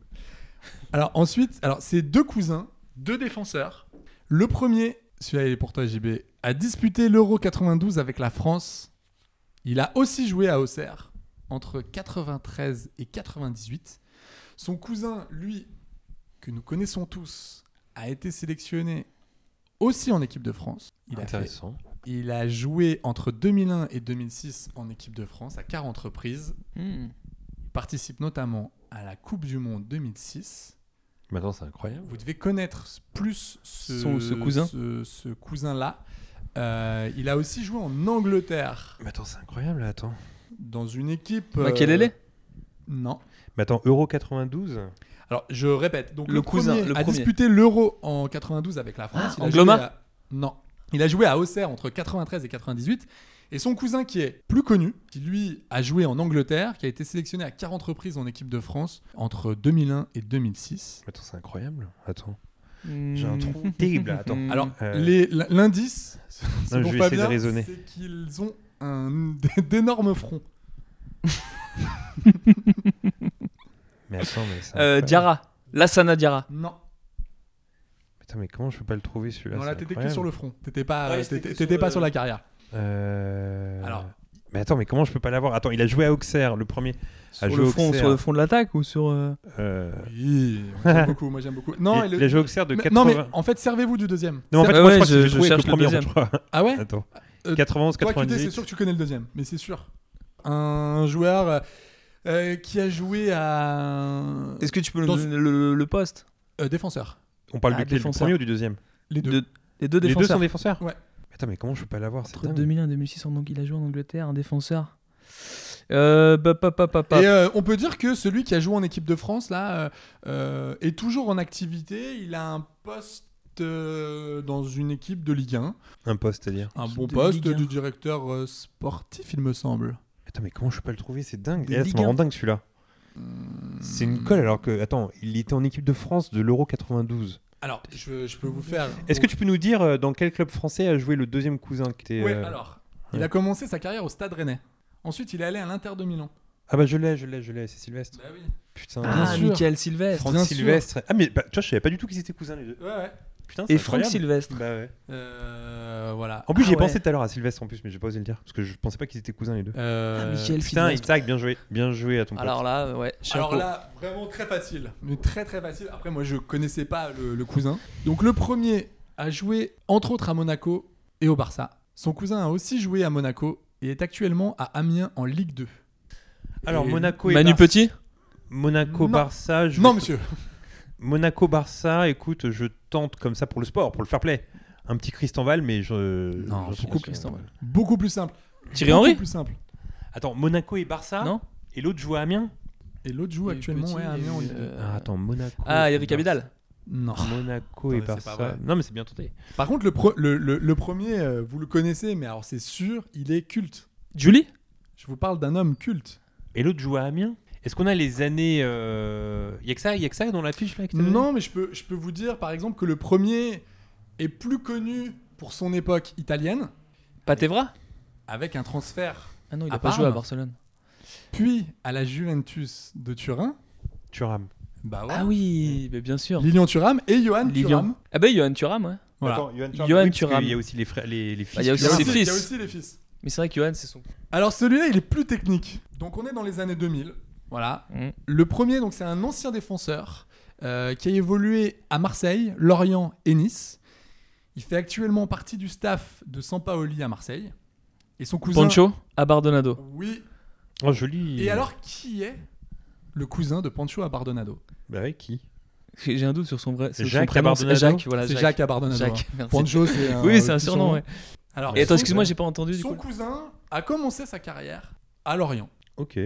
Speaker 9: Alors ensuite, alors c'est deux cousins, deux défenseurs. Le premier, celui-là il est pour toi JB, a disputé l'Euro 92 avec la France. Il a aussi joué à Auxerre entre 93 et 98. Son cousin, lui, que nous connaissons tous, a été sélectionné aussi en équipe de France. Il a, fait-
Speaker 10: Intéressant.
Speaker 9: il a joué entre 2001 et 2006 en équipe de France à 40 reprises.
Speaker 5: Hmm.
Speaker 9: Il participe notamment à la Coupe du Monde 2006.
Speaker 10: Mais attends, c'est incroyable.
Speaker 9: Vous devez connaître plus ce,
Speaker 5: Son- ce cousin.
Speaker 9: ce- ce cousin-là. Euh, il a aussi joué en Angleterre
Speaker 10: Mais attends, c'est incroyable, là, attends.
Speaker 9: dans une équipe. euh,
Speaker 5: Makelele
Speaker 9: Non.
Speaker 10: Mais attends, Euro 92
Speaker 9: Alors je répète. Donc
Speaker 5: Le
Speaker 9: le,
Speaker 5: cousin,
Speaker 9: premier
Speaker 5: le
Speaker 9: a
Speaker 5: premier.
Speaker 9: disputé l'Euro en 92 avec la France.
Speaker 5: Ah,
Speaker 9: Il a
Speaker 5: Angloma
Speaker 9: joué à- Non. Il a joué à Auxerre entre 93 et 98. Et son cousin qui est plus connu, qui lui a joué en Angleterre, qui a été sélectionné à 40 reprises en équipe de France entre 2001 et 2006.
Speaker 10: Mais attends, c'est incroyable. Attends. J'ai un trou terrible, là,
Speaker 5: Mhm.
Speaker 10: attends.
Speaker 9: Alors,
Speaker 10: Euh,
Speaker 9: les- l- l'indice, c'est
Speaker 10: je
Speaker 9: pour
Speaker 10: vais essayer de
Speaker 9: Fabien,
Speaker 10: raisonner.
Speaker 9: c'est qu'ils ont un d'énormes fronts.
Speaker 10: Mais attends, mais
Speaker 5: Euh,
Speaker 10: c'est incroyable.
Speaker 5: Diarra. Lassana Diarra.
Speaker 9: Non,
Speaker 10: Putain, mais comment je peux pas le trouver celui-là
Speaker 9: non
Speaker 10: c'est
Speaker 9: là, t'étais que
Speaker 10: incroyable.
Speaker 9: sur le front. T'étais pas,
Speaker 10: Ouais,
Speaker 9: euh,
Speaker 10: j'étais
Speaker 9: t'étais-
Speaker 10: que
Speaker 9: t'étais
Speaker 10: sur
Speaker 9: pas
Speaker 10: le-
Speaker 9: sur la carrière.
Speaker 10: Euh...
Speaker 9: Alors.
Speaker 10: Mais attends, mais comment je peux pas l'avoir Attends, il a joué à Auxerre, le premier.
Speaker 5: Sur le, fond, sur le fond de l'attaque ou sur. euh,
Speaker 10: Euh...
Speaker 9: Oui, on aime beaucoup, moi j'aime beaucoup. Non,
Speaker 10: il,
Speaker 9: et le-
Speaker 10: il a joué à Auxerre de
Speaker 9: mais-
Speaker 10: 80.
Speaker 9: non, mais en fait, servez-vous du deuxième.
Speaker 10: Non, en fait,
Speaker 5: Ouais,
Speaker 10: moi,
Speaker 5: ouais,
Speaker 10: je crois que
Speaker 5: je-
Speaker 10: j'ai
Speaker 5: je
Speaker 10: trouvé que
Speaker 5: cherche
Speaker 10: le
Speaker 5: le
Speaker 10: premier,
Speaker 5: deuxième.
Speaker 10: je crois.
Speaker 9: Ah ouais
Speaker 10: Attends.
Speaker 9: Euh,
Speaker 10: 91,
Speaker 9: Toi, QT, c'est
Speaker 10: 98.
Speaker 9: sûr que tu connais le deuxième, mais c'est sûr. Un joueur euh, euh, qui a joué à
Speaker 5: Est-ce que tu peux nous
Speaker 9: Dans-
Speaker 5: donner le, le- le poste
Speaker 9: Euh, défenseur.
Speaker 10: On parle
Speaker 5: Ah,
Speaker 10: de qui, du
Speaker 5: défenseur.
Speaker 10: premier ou du deuxième
Speaker 9: Les deux.
Speaker 5: De- Les deux
Speaker 10: Les deux sont
Speaker 5: défenseurs.
Speaker 10: défenseurs
Speaker 9: Ouais.
Speaker 10: Mais Attends, mais comment je peux pas l'avoir C'est
Speaker 5: Entre
Speaker 10: dingue.
Speaker 5: 2001 et 2006, en- donc, il a joué en Angleterre, un défenseur. Euh, bah, pa, pa, pa, pa.
Speaker 9: Et euh, on peut dire que celui qui a joué en équipe de France, là, euh, euh, est toujours en activité. Il a un poste euh, dans une équipe de Ligue 1.
Speaker 10: Un poste, c'est-à-dire.
Speaker 9: Un
Speaker 5: Équipe
Speaker 9: bon
Speaker 5: de
Speaker 9: poste
Speaker 5: Ligue 1.
Speaker 9: du directeur euh, sportif, il me semble.
Speaker 10: Attends, mais comment je peux pas le trouver C'est dingue.
Speaker 5: Des
Speaker 10: Et là, ça
Speaker 5: Ligue
Speaker 10: me rend
Speaker 5: 1.
Speaker 10: dingue celui-là. C'est une colle alors que. Attends, il était en équipe de France de l'Euro 92.
Speaker 9: Alors, je, je peux vous faire...
Speaker 10: Est-ce que tu peux nous dire euh, dans quel club français a joué le deuxième cousin qui était.
Speaker 9: Oui,
Speaker 10: euh,
Speaker 9: alors. Il a commencé sa carrière au Stade Rennais. Ensuite, il est allé à l'Inter de Milan.
Speaker 10: Ah bah je l'ai, je l'ai, je l'ai, c'est Sylvestre.
Speaker 9: Bah
Speaker 10: Putain.
Speaker 9: bien
Speaker 5: Ah,
Speaker 9: sûr.
Speaker 5: Michael Sylvestre.
Speaker 10: Franck
Speaker 9: bien sûr.
Speaker 10: Sylvestre. Ah mais bah, tu vois, je savais pas du tout qu'ils étaient cousins les deux.
Speaker 9: Ouais, ouais.
Speaker 10: Putain, c'est
Speaker 5: Et Franck
Speaker 10: incroyable.
Speaker 5: Sylvestre.
Speaker 10: Bah ouais.
Speaker 9: Euh, voilà.
Speaker 10: En plus,
Speaker 5: Ah
Speaker 10: j'y ai
Speaker 5: ouais.
Speaker 10: pensé tout à l'heure à Sylvestre en plus, mais j'ai pas osé le dire parce que je pensais pas qu'ils étaient cousins les deux.
Speaker 9: Euh,
Speaker 5: Ah, Michael
Speaker 10: Putain,
Speaker 5: Sylvestre.
Speaker 10: Isaac, bien joué, bien joué à ton pote.
Speaker 5: Alors là, euh, ouais. chapeau.
Speaker 9: Alors là, vraiment très facile. Mais très très facile. Après, moi, je connaissais pas le, le cousin. Donc le premier a joué entre autres à Monaco et au Barça. Son cousin a aussi joué à Monaco et est actuellement à Amiens en Ligue 2.
Speaker 10: Alors,
Speaker 9: Et-
Speaker 10: Monaco et
Speaker 5: Manu
Speaker 10: Barça-
Speaker 5: Petit
Speaker 10: Monaco
Speaker 9: Non.
Speaker 10: Barça. Je
Speaker 9: Non,
Speaker 10: vais-
Speaker 9: monsieur.
Speaker 10: Monaco Barça. Écoute, je tente comme ça pour le sport, pour le fair play. Un petit Christian Val, mais je.
Speaker 5: Non,
Speaker 10: je
Speaker 5: je
Speaker 10: pense
Speaker 5: coupe
Speaker 10: que-
Speaker 5: Christian Val.
Speaker 9: Beaucoup plus simple.
Speaker 5: Thierry
Speaker 9: Beaucoup
Speaker 5: Henry
Speaker 9: plus simple.
Speaker 10: Attends, Monaco et Barça.
Speaker 5: Non
Speaker 10: Et l'autre joue à Amiens.
Speaker 9: Et l'autre joue
Speaker 5: Il y a eu
Speaker 9: actuellement
Speaker 5: Petit,
Speaker 9: ouais, à
Speaker 5: il y a
Speaker 9: Amiens en
Speaker 5: eu,
Speaker 9: Ligue 2.
Speaker 5: euh,
Speaker 10: Ah, attends, Monaco.
Speaker 5: Ah,
Speaker 10: et
Speaker 5: Eric
Speaker 10: Barça.
Speaker 5: Vidal.
Speaker 9: Non.
Speaker 10: Monaco et
Speaker 9: Attends, mais c'est pas
Speaker 10: Barça.
Speaker 9: vrai.
Speaker 10: Non, mais c'est bien tenté.
Speaker 9: Par contre, le, pro- le, le- le premier, euh, vous le connaissez, mais alors c'est sûr, il est culte.
Speaker 5: Julie
Speaker 9: Je vous parle d'un homme culte.
Speaker 10: Et l'autre joue à Amiens. Est-ce qu'on a les années. Euh... Y'a que ça, y a que ça dans la fiche là que t'as donnée
Speaker 9: Non, mais je peux, je peux vous dire, par exemple, que le premier est plus connu pour son époque italienne,
Speaker 5: Patevra
Speaker 9: avec un transfert,
Speaker 5: Ah non, il a
Speaker 9: À
Speaker 5: pas
Speaker 9: Parme.
Speaker 5: joué à Barcelone.
Speaker 9: puis à la Juventus de Turin,
Speaker 10: Thuram.
Speaker 9: Bah ouais.
Speaker 5: Ah oui, mais bien sûr.
Speaker 9: Lilian Thuram et Johan
Speaker 5: Lilian.
Speaker 9: Thuram.
Speaker 5: Ah bah Johan Thuram, ouais.
Speaker 9: Voilà.
Speaker 10: Attends, Johan Thuram.
Speaker 5: Johan
Speaker 10: Ah Oui, parce
Speaker 5: Thuram. Bah,
Speaker 10: qu'il y a aussi les frères, les, les fils.
Speaker 5: il y a
Speaker 9: Il y a
Speaker 5: aussi ses
Speaker 9: aussi- il y a
Speaker 5: fils.
Speaker 9: aussi les fils.
Speaker 5: Mais c'est vrai que Johan, c'est son.
Speaker 9: Alors celui-là, il est plus technique. Donc on est dans les années 2000. Voilà.
Speaker 5: Mm.
Speaker 9: Le premier, donc c'est un ancien défenseur euh, qui a évolué à Marseille, Lorient et Nice. Il fait actuellement partie du staff de Sampaoli à Marseille. Et son cousin.
Speaker 5: Pancho Abardonado.
Speaker 9: Oui.
Speaker 10: Oh, joli.
Speaker 9: Et alors, qui est le cousin de Pancho Abardonado
Speaker 10: Bah ouais, qui
Speaker 5: J'ai j'ai un doute sur son vrai. sur son
Speaker 10: Jacques
Speaker 5: prénom,
Speaker 10: Abardonado.
Speaker 5: c'est Bah, Jacques, voilà.
Speaker 9: C'est Jacques Abardonado.
Speaker 5: Jacques,
Speaker 9: hein.
Speaker 5: merci.
Speaker 9: Pancho, c'est un.
Speaker 5: Oui, c'est un
Speaker 9: petit
Speaker 5: surnom, ouais.
Speaker 9: Alors,
Speaker 5: Et attends,
Speaker 9: son-
Speaker 5: excuse-moi, j'ai pas entendu du
Speaker 9: Son
Speaker 5: coup.
Speaker 9: cousin a commencé sa carrière à Lorient.
Speaker 10: Ok.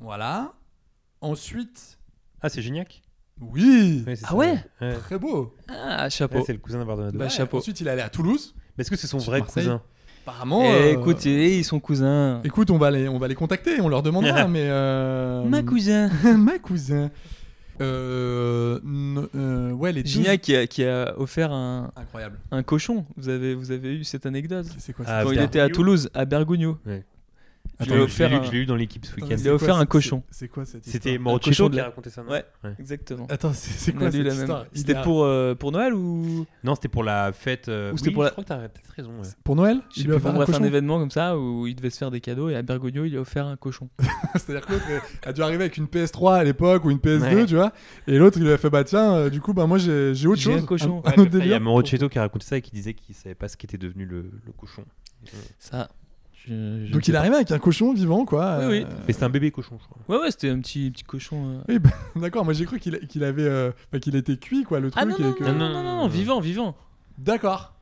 Speaker 9: Voilà. Ensuite.
Speaker 10: Ah, c'est Gignac
Speaker 9: Oui.
Speaker 10: Ouais, c'est
Speaker 5: Ah
Speaker 10: ça,
Speaker 5: ouais
Speaker 10: Ouais.
Speaker 9: Très beau.
Speaker 5: Ah,
Speaker 10: Ouais,
Speaker 5: chapeau.
Speaker 10: C'est le cousin d'Abardonado.
Speaker 5: Bah,
Speaker 9: Ouais,
Speaker 5: chapeau.
Speaker 9: Ensuite, il est allé à Toulouse.
Speaker 10: Mais Est-ce que c'est son
Speaker 9: Sur
Speaker 10: vrai
Speaker 9: Marseille.
Speaker 10: cousin
Speaker 9: Apparemment.
Speaker 5: Eh,
Speaker 9: euh,
Speaker 5: Écoute, eh, ils sont cousins.
Speaker 9: écoute, on va les, on va les contacter, on leur demandera. mais euh,
Speaker 5: Ma cousin.
Speaker 9: ma cousin. Euh, n- euh, ouais, les deux-
Speaker 5: Gignac qui a, qui a offert un,
Speaker 9: Incroyable.
Speaker 5: un cochon. Vous avez, vous avez eu cette anecdote
Speaker 9: C'est quoi cette
Speaker 5: Quand il
Speaker 10: Ah,
Speaker 9: histoire
Speaker 10: Bergoglio.
Speaker 5: était à Toulouse, à Bergogno.
Speaker 10: Je
Speaker 5: Je lui
Speaker 10: l'ai
Speaker 5: ai
Speaker 10: lu-
Speaker 5: offert un-
Speaker 10: je l'ai lu dans l'équipe ce
Speaker 9: Attends,
Speaker 10: week-end.
Speaker 9: c'est
Speaker 5: Il a offert
Speaker 9: quoi
Speaker 5: un
Speaker 9: ce-
Speaker 5: cochon.
Speaker 9: C'est c'est quoi cette histoire
Speaker 10: C'était
Speaker 5: cochon
Speaker 10: Morocco
Speaker 5: de
Speaker 10: qui a
Speaker 5: la-
Speaker 10: raconté ça, non
Speaker 5: Ouais, exactement.
Speaker 9: Attends, c'est c'est
Speaker 5: On a
Speaker 9: quoi
Speaker 5: lu
Speaker 9: cette
Speaker 5: la
Speaker 9: histoire
Speaker 5: même.
Speaker 9: Il
Speaker 5: C'était
Speaker 9: a-
Speaker 5: pour, euh, pour Noël ou
Speaker 10: Non, c'était pour la fête. euh,
Speaker 5: Ou c'était
Speaker 10: oui,
Speaker 5: pour la-
Speaker 10: Je crois que t'as peut-être raison. ouais.
Speaker 9: pour Noël
Speaker 5: Je
Speaker 9: Il
Speaker 5: sais
Speaker 9: lui a
Speaker 5: plus,
Speaker 9: offert
Speaker 5: bon,
Speaker 9: un
Speaker 5: bref, un
Speaker 9: cochon.
Speaker 5: événement comme ça où il devait se faire des cadeaux et à Bergogno, il lui a offert un cochon.
Speaker 9: C'est-à-dire que l'autre est- a dû arriver avec une PS3 à l'époque ou une PS2,
Speaker 10: Ouais.
Speaker 9: tu vois. Et l'autre, il lui a fait Bah tiens, euh, du coup, bah, moi j'ai j'ai autre
Speaker 5: J'ai
Speaker 9: chose.
Speaker 5: un cochon.
Speaker 9: Un,
Speaker 10: Ouais,
Speaker 9: autre
Speaker 10: après, il y a
Speaker 9: délire.
Speaker 10: Morocco qui a raconté ça et qui disait qu'il savait pas ce qu'était devenu le, le cochon.
Speaker 5: Ça. je- je ne
Speaker 9: Donc
Speaker 5: sais
Speaker 9: il
Speaker 5: pas.
Speaker 9: arrive avec un cochon vivant, quoi.
Speaker 5: Oui, oui.
Speaker 9: euh,
Speaker 10: Mais c'était un bébé cochon, je crois.
Speaker 5: Ouais, ouais, c'était un petit, petit cochon. euh.
Speaker 9: Oui, bah, d'accord, moi j'ai cru qu'il qu'il avait. euh, enfin, qu'il était cuit, quoi, le truc.
Speaker 5: Ah non,
Speaker 9: et
Speaker 5: non,
Speaker 9: que-
Speaker 5: non, non, non, non,
Speaker 10: Euh,
Speaker 5: vivant, vivant.
Speaker 9: D'accord.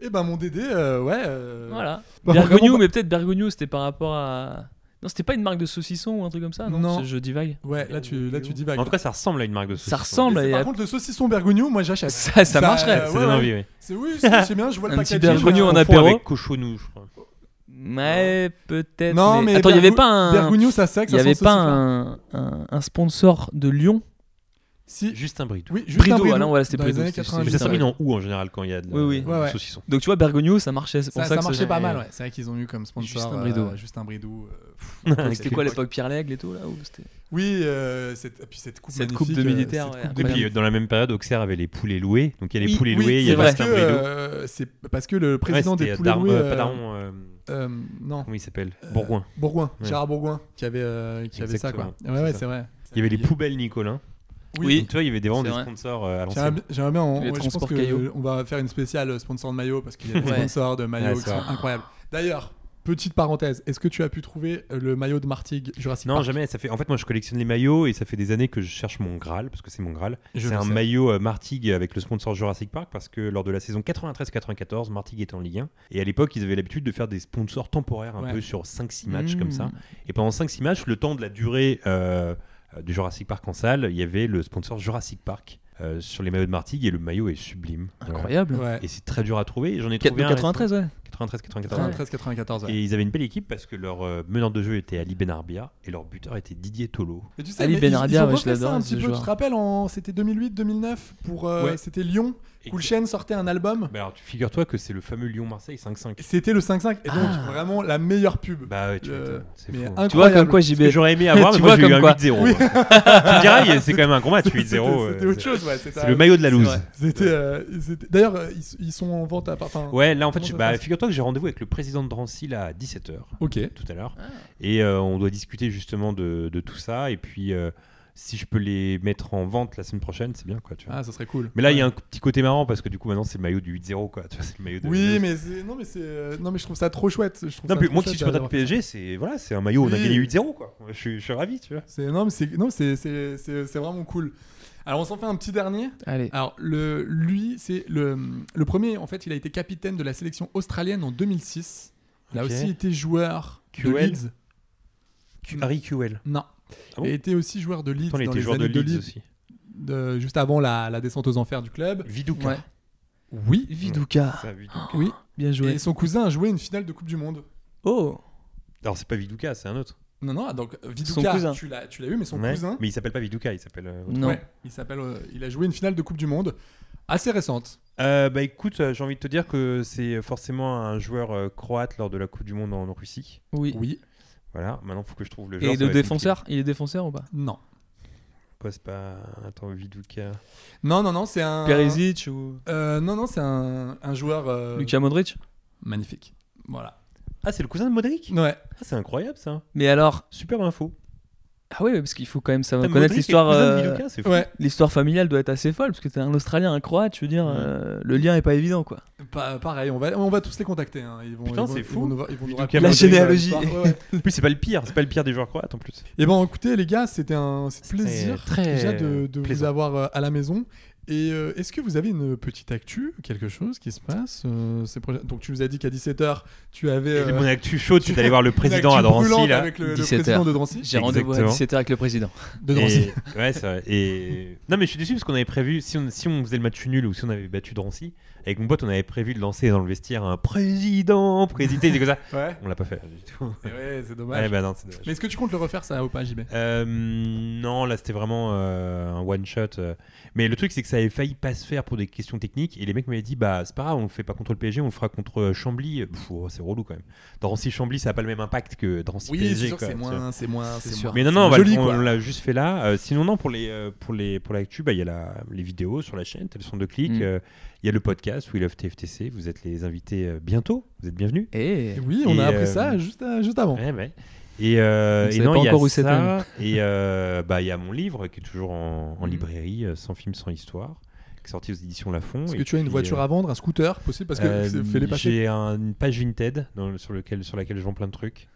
Speaker 9: Et ben mon Dédé, euh, ouais. euh,
Speaker 5: Voilà.
Speaker 9: bah,
Speaker 5: Bergogno,
Speaker 9: vraiment
Speaker 5: mais peut-être Bergogno, c'était par rapport à. Non, c'était pas une marque de saucisson ou un truc comme ça, non,
Speaker 9: Non.
Speaker 5: Je, je divague.
Speaker 9: pas- Ouais, là tu, là, tu dis
Speaker 10: Mais En tout cas, ça ressemble à une marque de saucisson.
Speaker 5: Ça ressemble
Speaker 9: Par
Speaker 5: à.
Speaker 9: contre, le saucisson bergogneau, moi j'achète.
Speaker 5: Ça, ça marcherait.
Speaker 9: euh,
Speaker 10: Ça
Speaker 9: ouais,
Speaker 10: donne
Speaker 9: ouais.
Speaker 10: envie, oui.
Speaker 9: C'est oui, c'est c'est bien, je vois le
Speaker 5: Un petit
Speaker 9: packaging.
Speaker 5: bergogneau
Speaker 9: euh,
Speaker 5: en
Speaker 10: On
Speaker 5: apéro.
Speaker 10: avec cochonou, je crois.
Speaker 5: Ouais, peut-être.
Speaker 9: Non, mais.
Speaker 5: mais. Attends, il y avait
Speaker 9: Bergo-
Speaker 5: pas un.
Speaker 9: Bergogneau, ça sec,
Speaker 5: Il y avait pas un, un, un sponsor de Lyon.
Speaker 9: Si.
Speaker 10: Juste un bridou.
Speaker 9: Oui, juste
Speaker 5: Brido,
Speaker 9: un Brido.
Speaker 5: ah non, voilà, c'était
Speaker 9: Dans les
Speaker 5: Brido,
Speaker 9: années
Speaker 5: c'était-
Speaker 9: 90.
Speaker 10: Mais
Speaker 5: juste
Speaker 10: ça
Speaker 5: un
Speaker 10: se termine en ou en général quand il y a de la-
Speaker 5: Oui, oui.
Speaker 10: du
Speaker 9: Ouais, ouais.
Speaker 10: saucisson.
Speaker 5: Donc tu vois, Bergogno, ça marchait. C'est pour
Speaker 9: Ça,
Speaker 5: ça,
Speaker 9: ça
Speaker 5: que
Speaker 9: marchait
Speaker 5: ça-
Speaker 9: pas mal, ouais. C'est vrai qu'ils ont eu comme sponsor.
Speaker 5: Juste un Brido,
Speaker 9: euh,
Speaker 5: ouais.
Speaker 9: Juste un Brido. euh, pff,
Speaker 5: C'était quoi l'époque Pierre Lègle et tout là où c'était-
Speaker 9: Oui, euh, cette, et puis cette coupe
Speaker 5: Cette coupe de
Speaker 9: magnifique, euh,
Speaker 5: militaire,
Speaker 9: cette
Speaker 5: ouais,
Speaker 9: coupe de
Speaker 10: Et puis
Speaker 5: incroyable.
Speaker 10: euh, dans la même période, Auxerre avait les poulets loués. Donc il y a les
Speaker 5: Oui,
Speaker 10: poulets
Speaker 5: oui,
Speaker 10: loués, il y
Speaker 9: c'est
Speaker 10: a
Speaker 5: avait
Speaker 9: parce
Speaker 10: juste
Speaker 9: que
Speaker 10: un bridou.
Speaker 9: euh, c'est parce que le
Speaker 10: Ouais,
Speaker 9: président
Speaker 10: c'était
Speaker 9: des
Speaker 10: euh,
Speaker 9: Poulets
Speaker 10: Daron-
Speaker 9: Loués,
Speaker 10: euh, pas
Speaker 9: euh,
Speaker 10: Daron, euh,
Speaker 9: euh, non,
Speaker 10: comment il s'appelle Bourgoin.
Speaker 9: Bourgoin,
Speaker 10: Ouais.
Speaker 9: Gérard Bourgoin, qui avait, euh, qui avait ça, quoi.
Speaker 10: Exactement,
Speaker 9: Ouais, ouais,
Speaker 10: c'est ça.
Speaker 9: c'est vrai.
Speaker 10: Il y avait les poubelles Nicolin.
Speaker 5: Oui.
Speaker 10: Donc, tu vois, il y avait des- vraiment
Speaker 5: C'est
Speaker 10: des
Speaker 5: vrai.
Speaker 10: sponsors euh, à
Speaker 9: J'aimerais
Speaker 10: l'ancienne.
Speaker 9: bien- j'aimerais bien, on,
Speaker 5: Les
Speaker 9: ouais, je pense
Speaker 5: transports
Speaker 9: que
Speaker 5: cailloux.
Speaker 9: on va faire une spéciale sponsor de maillot parce qu'il y a des
Speaker 5: Ouais.
Speaker 9: sponsors de maillots
Speaker 10: Ouais,
Speaker 9: qui
Speaker 10: c'est
Speaker 9: sont
Speaker 10: vrai.
Speaker 9: incroyables. D'ailleurs, petite parenthèse, est-ce que tu as pu trouver euh, le maillot de Martigues Jurassic
Speaker 10: Non,
Speaker 9: Park
Speaker 10: jamais. Ça fait... En fait, moi, je collectionne les maillots et ça fait des années que je cherche mon Graal, parce que c'est mon Graal.
Speaker 9: Je
Speaker 10: C'est
Speaker 9: le
Speaker 10: un
Speaker 9: sais.
Speaker 10: maillot euh, Martigues avec le sponsor Jurassic Park, parce que lors de la saison 93-94, Martigues était en Ligue 1. Et à l'époque, ils avaient l'habitude de faire des sponsors temporaires, un
Speaker 9: Ouais.
Speaker 10: peu sur 5-6 matchs comme ça.
Speaker 5: Mmh.
Speaker 10: Et pendant 5-6 matchs, le temps de la durée euh, euh, du Jurassic Park en salle, il y avait le sponsor Jurassic Park euh, sur les maillots de Martigues et le maillot est sublime.
Speaker 5: Incroyable.
Speaker 9: Ouais.
Speaker 10: Voilà. Et c'est très dur à trouver. J'en ai
Speaker 5: Qu-
Speaker 10: trouvé
Speaker 5: de
Speaker 10: un
Speaker 5: 93, ouais.
Speaker 10: 93-94.
Speaker 9: 93-94. ouais.
Speaker 10: Et ils avaient une belle équipe parce que leur euh, meneur de jeu était Ali Benarbia et leur buteur était Didier Tolo.
Speaker 9: Et tu sais,
Speaker 5: Ali
Speaker 9: mais
Speaker 5: Ben
Speaker 9: ils- ils
Speaker 5: Ardia,
Speaker 9: ont
Speaker 5: ouais, je
Speaker 9: refait ça
Speaker 5: l'adore,
Speaker 9: un
Speaker 5: ce
Speaker 9: petit peu. Tu
Speaker 5: joueur.
Speaker 9: te rappelles, en... c'était 2008-2009 pour euh,
Speaker 10: Ouais.
Speaker 9: c'était Lyon.
Speaker 10: Et
Speaker 9: Coolchen sortait un album.
Speaker 10: Bah alors, tu figures-toi que c'est le fameux Lyon-Marseille 5-5.
Speaker 9: C'était le 5-5 et donc
Speaker 5: Ah.
Speaker 9: vraiment la meilleure pub.
Speaker 10: Bah ouais, tu
Speaker 9: Euh,
Speaker 10: m'étonnes, c'est
Speaker 9: mais
Speaker 10: fou.
Speaker 9: incroyable.
Speaker 5: Tu vois, comme quoi, JB.
Speaker 10: Que J'aurais aimé avoir, mais
Speaker 5: Tu vois
Speaker 10: moi j'ai eu
Speaker 5: comme
Speaker 10: un
Speaker 5: quoi.
Speaker 10: 8-0. moi. tu me diras, il- c'est quand même un gros match,
Speaker 9: C'était-
Speaker 10: 8-0.
Speaker 9: C'était
Speaker 10: euh,
Speaker 9: autre chose, ouais.
Speaker 10: C'est le maillot de la loose.
Speaker 9: C'était, euh, ils étaient- D'ailleurs, euh, ils, ils sont en vente à part. enfin,
Speaker 10: Ouais, là en fait,
Speaker 9: Comment
Speaker 10: je-
Speaker 9: ça
Speaker 10: bah,
Speaker 9: passe
Speaker 10: figure-toi que j'ai rendez-vous avec le président de Drancy là, à 17h
Speaker 9: Ok. Ah.
Speaker 10: tout à l'heure. Et euh, on doit discuter justement de, de tout ça. Et puis, euh, si je peux les mettre en vente la semaine prochaine, c'est bien quoi. Tu vois.
Speaker 9: Ah, ça serait cool.
Speaker 10: mais là, il y a un petit côté marrant parce que du coup, maintenant, c'est le maillot du 8-0 quoi. Tu vois, c'est le maillot de
Speaker 9: Oui,
Speaker 10: de-
Speaker 9: mais c'est- non, mais c'est euh, non, mais je trouve ça trop chouette. Je trouve
Speaker 10: Non,
Speaker 9: ça
Speaker 10: puis
Speaker 9: trop
Speaker 10: moi qui
Speaker 9: chouette
Speaker 10: suis supporter du
Speaker 9: d'avoir-
Speaker 10: PSG, c'est voilà, c'est un maillot, on a
Speaker 9: Oui.
Speaker 10: gagné 8-0 quoi. Je suis, je suis ravi, tu vois.
Speaker 9: C'est non, mais c'est non, c'est c'est c'est c'est vraiment cool. Alors on s'en fait un petit dernier.
Speaker 5: Allez.
Speaker 9: Alors le lui c'est le le premier en fait il a été capitaine de la sélection australienne en 2006. Il a
Speaker 10: Ok.
Speaker 9: aussi été joueur de
Speaker 10: QL?
Speaker 9: Leeds.
Speaker 10: Q- Harry QL.
Speaker 9: Non.
Speaker 10: Ah bon
Speaker 9: il a été aussi joueur de Leeds
Speaker 10: Attends, il
Speaker 9: dans
Speaker 10: était
Speaker 9: les
Speaker 10: joueur de
Speaker 9: années
Speaker 10: Leeds,
Speaker 9: de Leeds,
Speaker 10: aussi.
Speaker 9: de- juste avant la, la descente aux enfers du club.
Speaker 10: Viduka.
Speaker 5: Ouais.
Speaker 9: Oui.
Speaker 5: Viduka.
Speaker 10: Ça, Viduka.
Speaker 9: Oui.
Speaker 5: Bien joué.
Speaker 9: Et son cousin a joué une finale de Coupe du Monde.
Speaker 5: Oh.
Speaker 10: Alors, c'est pas Viduka, c'est un autre.
Speaker 9: Non non donc Viduka
Speaker 5: cousin.
Speaker 9: tu l'as tu l'as eu mais son
Speaker 10: Ouais.
Speaker 9: cousin Mm.
Speaker 10: Mais il s'appelle pas Viduka, il s'appelle. euh, autre.
Speaker 5: Non.
Speaker 9: Ouais, il s'appelle euh, il a joué une finale de Coupe du Monde assez récente.
Speaker 10: Euh, bah écoute, euh, j'ai envie de te dire que c'est forcément un joueur euh, croate lors de la Coupe du Monde en Russie.
Speaker 5: Oui.
Speaker 9: Oui.
Speaker 10: Voilà, maintenant faut que je trouve le joueur.
Speaker 5: Et
Speaker 10: ça
Speaker 5: de
Speaker 10: va être
Speaker 5: défenseur Il est défenseur ou pas
Speaker 9: Non.
Speaker 10: compliqué. Quoi, c'est pas. Attends, Viduka.
Speaker 9: Non, non, non, c'est un.
Speaker 5: Perisic ou
Speaker 9: Euh, non, non, c'est un, un joueur. euh,
Speaker 5: Lucas Modric
Speaker 9: Magnifique. Voilà.
Speaker 10: Ah, c'est le cousin de Modric
Speaker 9: Ouais.
Speaker 10: Ah, C'est incroyable ça.
Speaker 5: Mais alors
Speaker 10: Superbe info.
Speaker 5: Ah oui, parce qu'il faut quand même savoir
Speaker 10: Putain,
Speaker 5: connaître
Speaker 10: Modric est
Speaker 5: l'histoire.
Speaker 10: cousin de
Speaker 5: euh,
Speaker 10: Viduka, c'est fou.
Speaker 9: Ouais.
Speaker 5: L'histoire familiale doit être assez folle parce que t'es un Australien, un Croate, je veux dire, euh, le lien est pas évident quoi.
Speaker 9: Pa- pareil, on va, on va tous les contacter. hein. Ils vont,
Speaker 10: Putain,
Speaker 9: ils vont-
Speaker 10: c'est
Speaker 9: ils
Speaker 10: fou.
Speaker 9: vont nous voir- ils vont nous
Speaker 10: Viduka
Speaker 9: raconter
Speaker 5: La
Speaker 9: leur
Speaker 5: généalogie.
Speaker 9: histoire. Ouais, ouais.
Speaker 10: En plus, c'est pas le pire. C'est pas le pire des joueurs croates en plus.
Speaker 9: Eh ben écoutez les gars, c'était un plaisir
Speaker 10: très
Speaker 9: déjà de, de vous
Speaker 10: plaisant.
Speaker 9: avoir euh, à la maison. Et euh, est-ce que vous avez une petite actu, quelque chose qui se passe euh, ces prochains- Donc tu nous as dit qu'à 17h, tu avais
Speaker 10: Et
Speaker 9: euh,
Speaker 10: Mon actu chaude, c'est d'aller voir le
Speaker 9: une
Speaker 10: président
Speaker 9: actu
Speaker 10: à Drancy
Speaker 9: brûlante
Speaker 10: là.
Speaker 9: avec le, le
Speaker 5: 17h.
Speaker 9: président de Drancy.
Speaker 5: J'ai rendez-vous à
Speaker 10: Exactement.
Speaker 5: 17h avec le président.
Speaker 9: De Drancy.
Speaker 10: Et- ouais, c'est vrai. Et... Non, mais je suis déçu parce qu'on avait prévu, si on, si on faisait le match nul ou si on avait battu Drancy, avec mon pote, on avait prévu de lancer dans le vestiaire un président, président, des comme ça.
Speaker 9: Ouais.
Speaker 10: On l'a pas fait du tout.
Speaker 9: Et ouais, c'est dommage.
Speaker 10: Ouais, bah non, c'est dommage.
Speaker 9: Mais est-ce que tu comptes le refaire ça ou pas, JB
Speaker 10: Euh, non, là c'était vraiment euh, un one shot. euh. Mais le truc c'est que ça avait failli pas se faire pour des questions techniques et les mecs m'avaient dit bah c'est pas grave, on le fait pas contre le PSG, on le fera contre euh, Chambly. Pff, oh, c'est relou quand même. Drancy Chambly ça a pas le même impact que Drancy
Speaker 9: Oui, c'est
Speaker 10: PSG.
Speaker 9: sûr,
Speaker 10: quoi,
Speaker 9: c'est
Speaker 10: tu vois.
Speaker 9: moins, c'est moins,
Speaker 5: C'est
Speaker 9: c'est
Speaker 5: sûr.
Speaker 9: moins.
Speaker 10: Mais non, non, on
Speaker 9: C'est
Speaker 10: va-
Speaker 9: joli,
Speaker 10: on
Speaker 9: quoi.
Speaker 10: l'a juste fait là. Euh, sinon, non, pour les euh, pour les pour l'actu, bah, il y a la, les vidéos sur la chaîne, elles sont de clics.
Speaker 5: Mm.
Speaker 10: euh, Il y a le podcast We Love TFTC. Vous êtes les invités euh, bientôt. Vous êtes bienvenus.
Speaker 5: Et
Speaker 9: Et Oui, on
Speaker 10: Et,
Speaker 9: a appris
Speaker 10: euh,
Speaker 9: ça juste, à- juste avant.
Speaker 10: Ouais, ouais. Et, euh,
Speaker 5: On
Speaker 10: et
Speaker 5: savait
Speaker 10: non,
Speaker 5: pas
Speaker 10: il y a
Speaker 5: encore où c'était,
Speaker 10: ça. Et euh, bah, il y a mon livre qui est toujours en, en
Speaker 5: Mm.
Speaker 10: librairie, euh, sans film, sans histoire, qui est sorti aux éditions Lafon.
Speaker 9: Est-ce
Speaker 10: et
Speaker 9: que tu as une
Speaker 10: puis,
Speaker 9: voiture
Speaker 10: euh,
Speaker 9: à vendre, un scooter possible Parce que
Speaker 10: euh,
Speaker 9: c'est- fais les passer.
Speaker 10: J'ai un- une page Vinted dans, sur, lequel, sur laquelle je vends plein de trucs.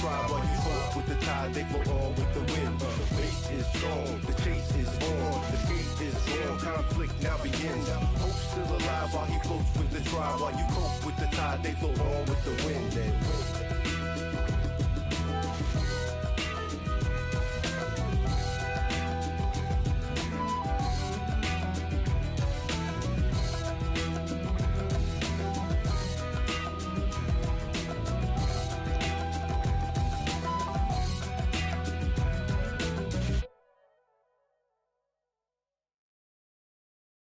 Speaker 3: Drive while you smoke with the tide, they flow on with the wind. The base is strong, the chase now begins. Hope still alive while he floats with the tribe, while you cope with the tide.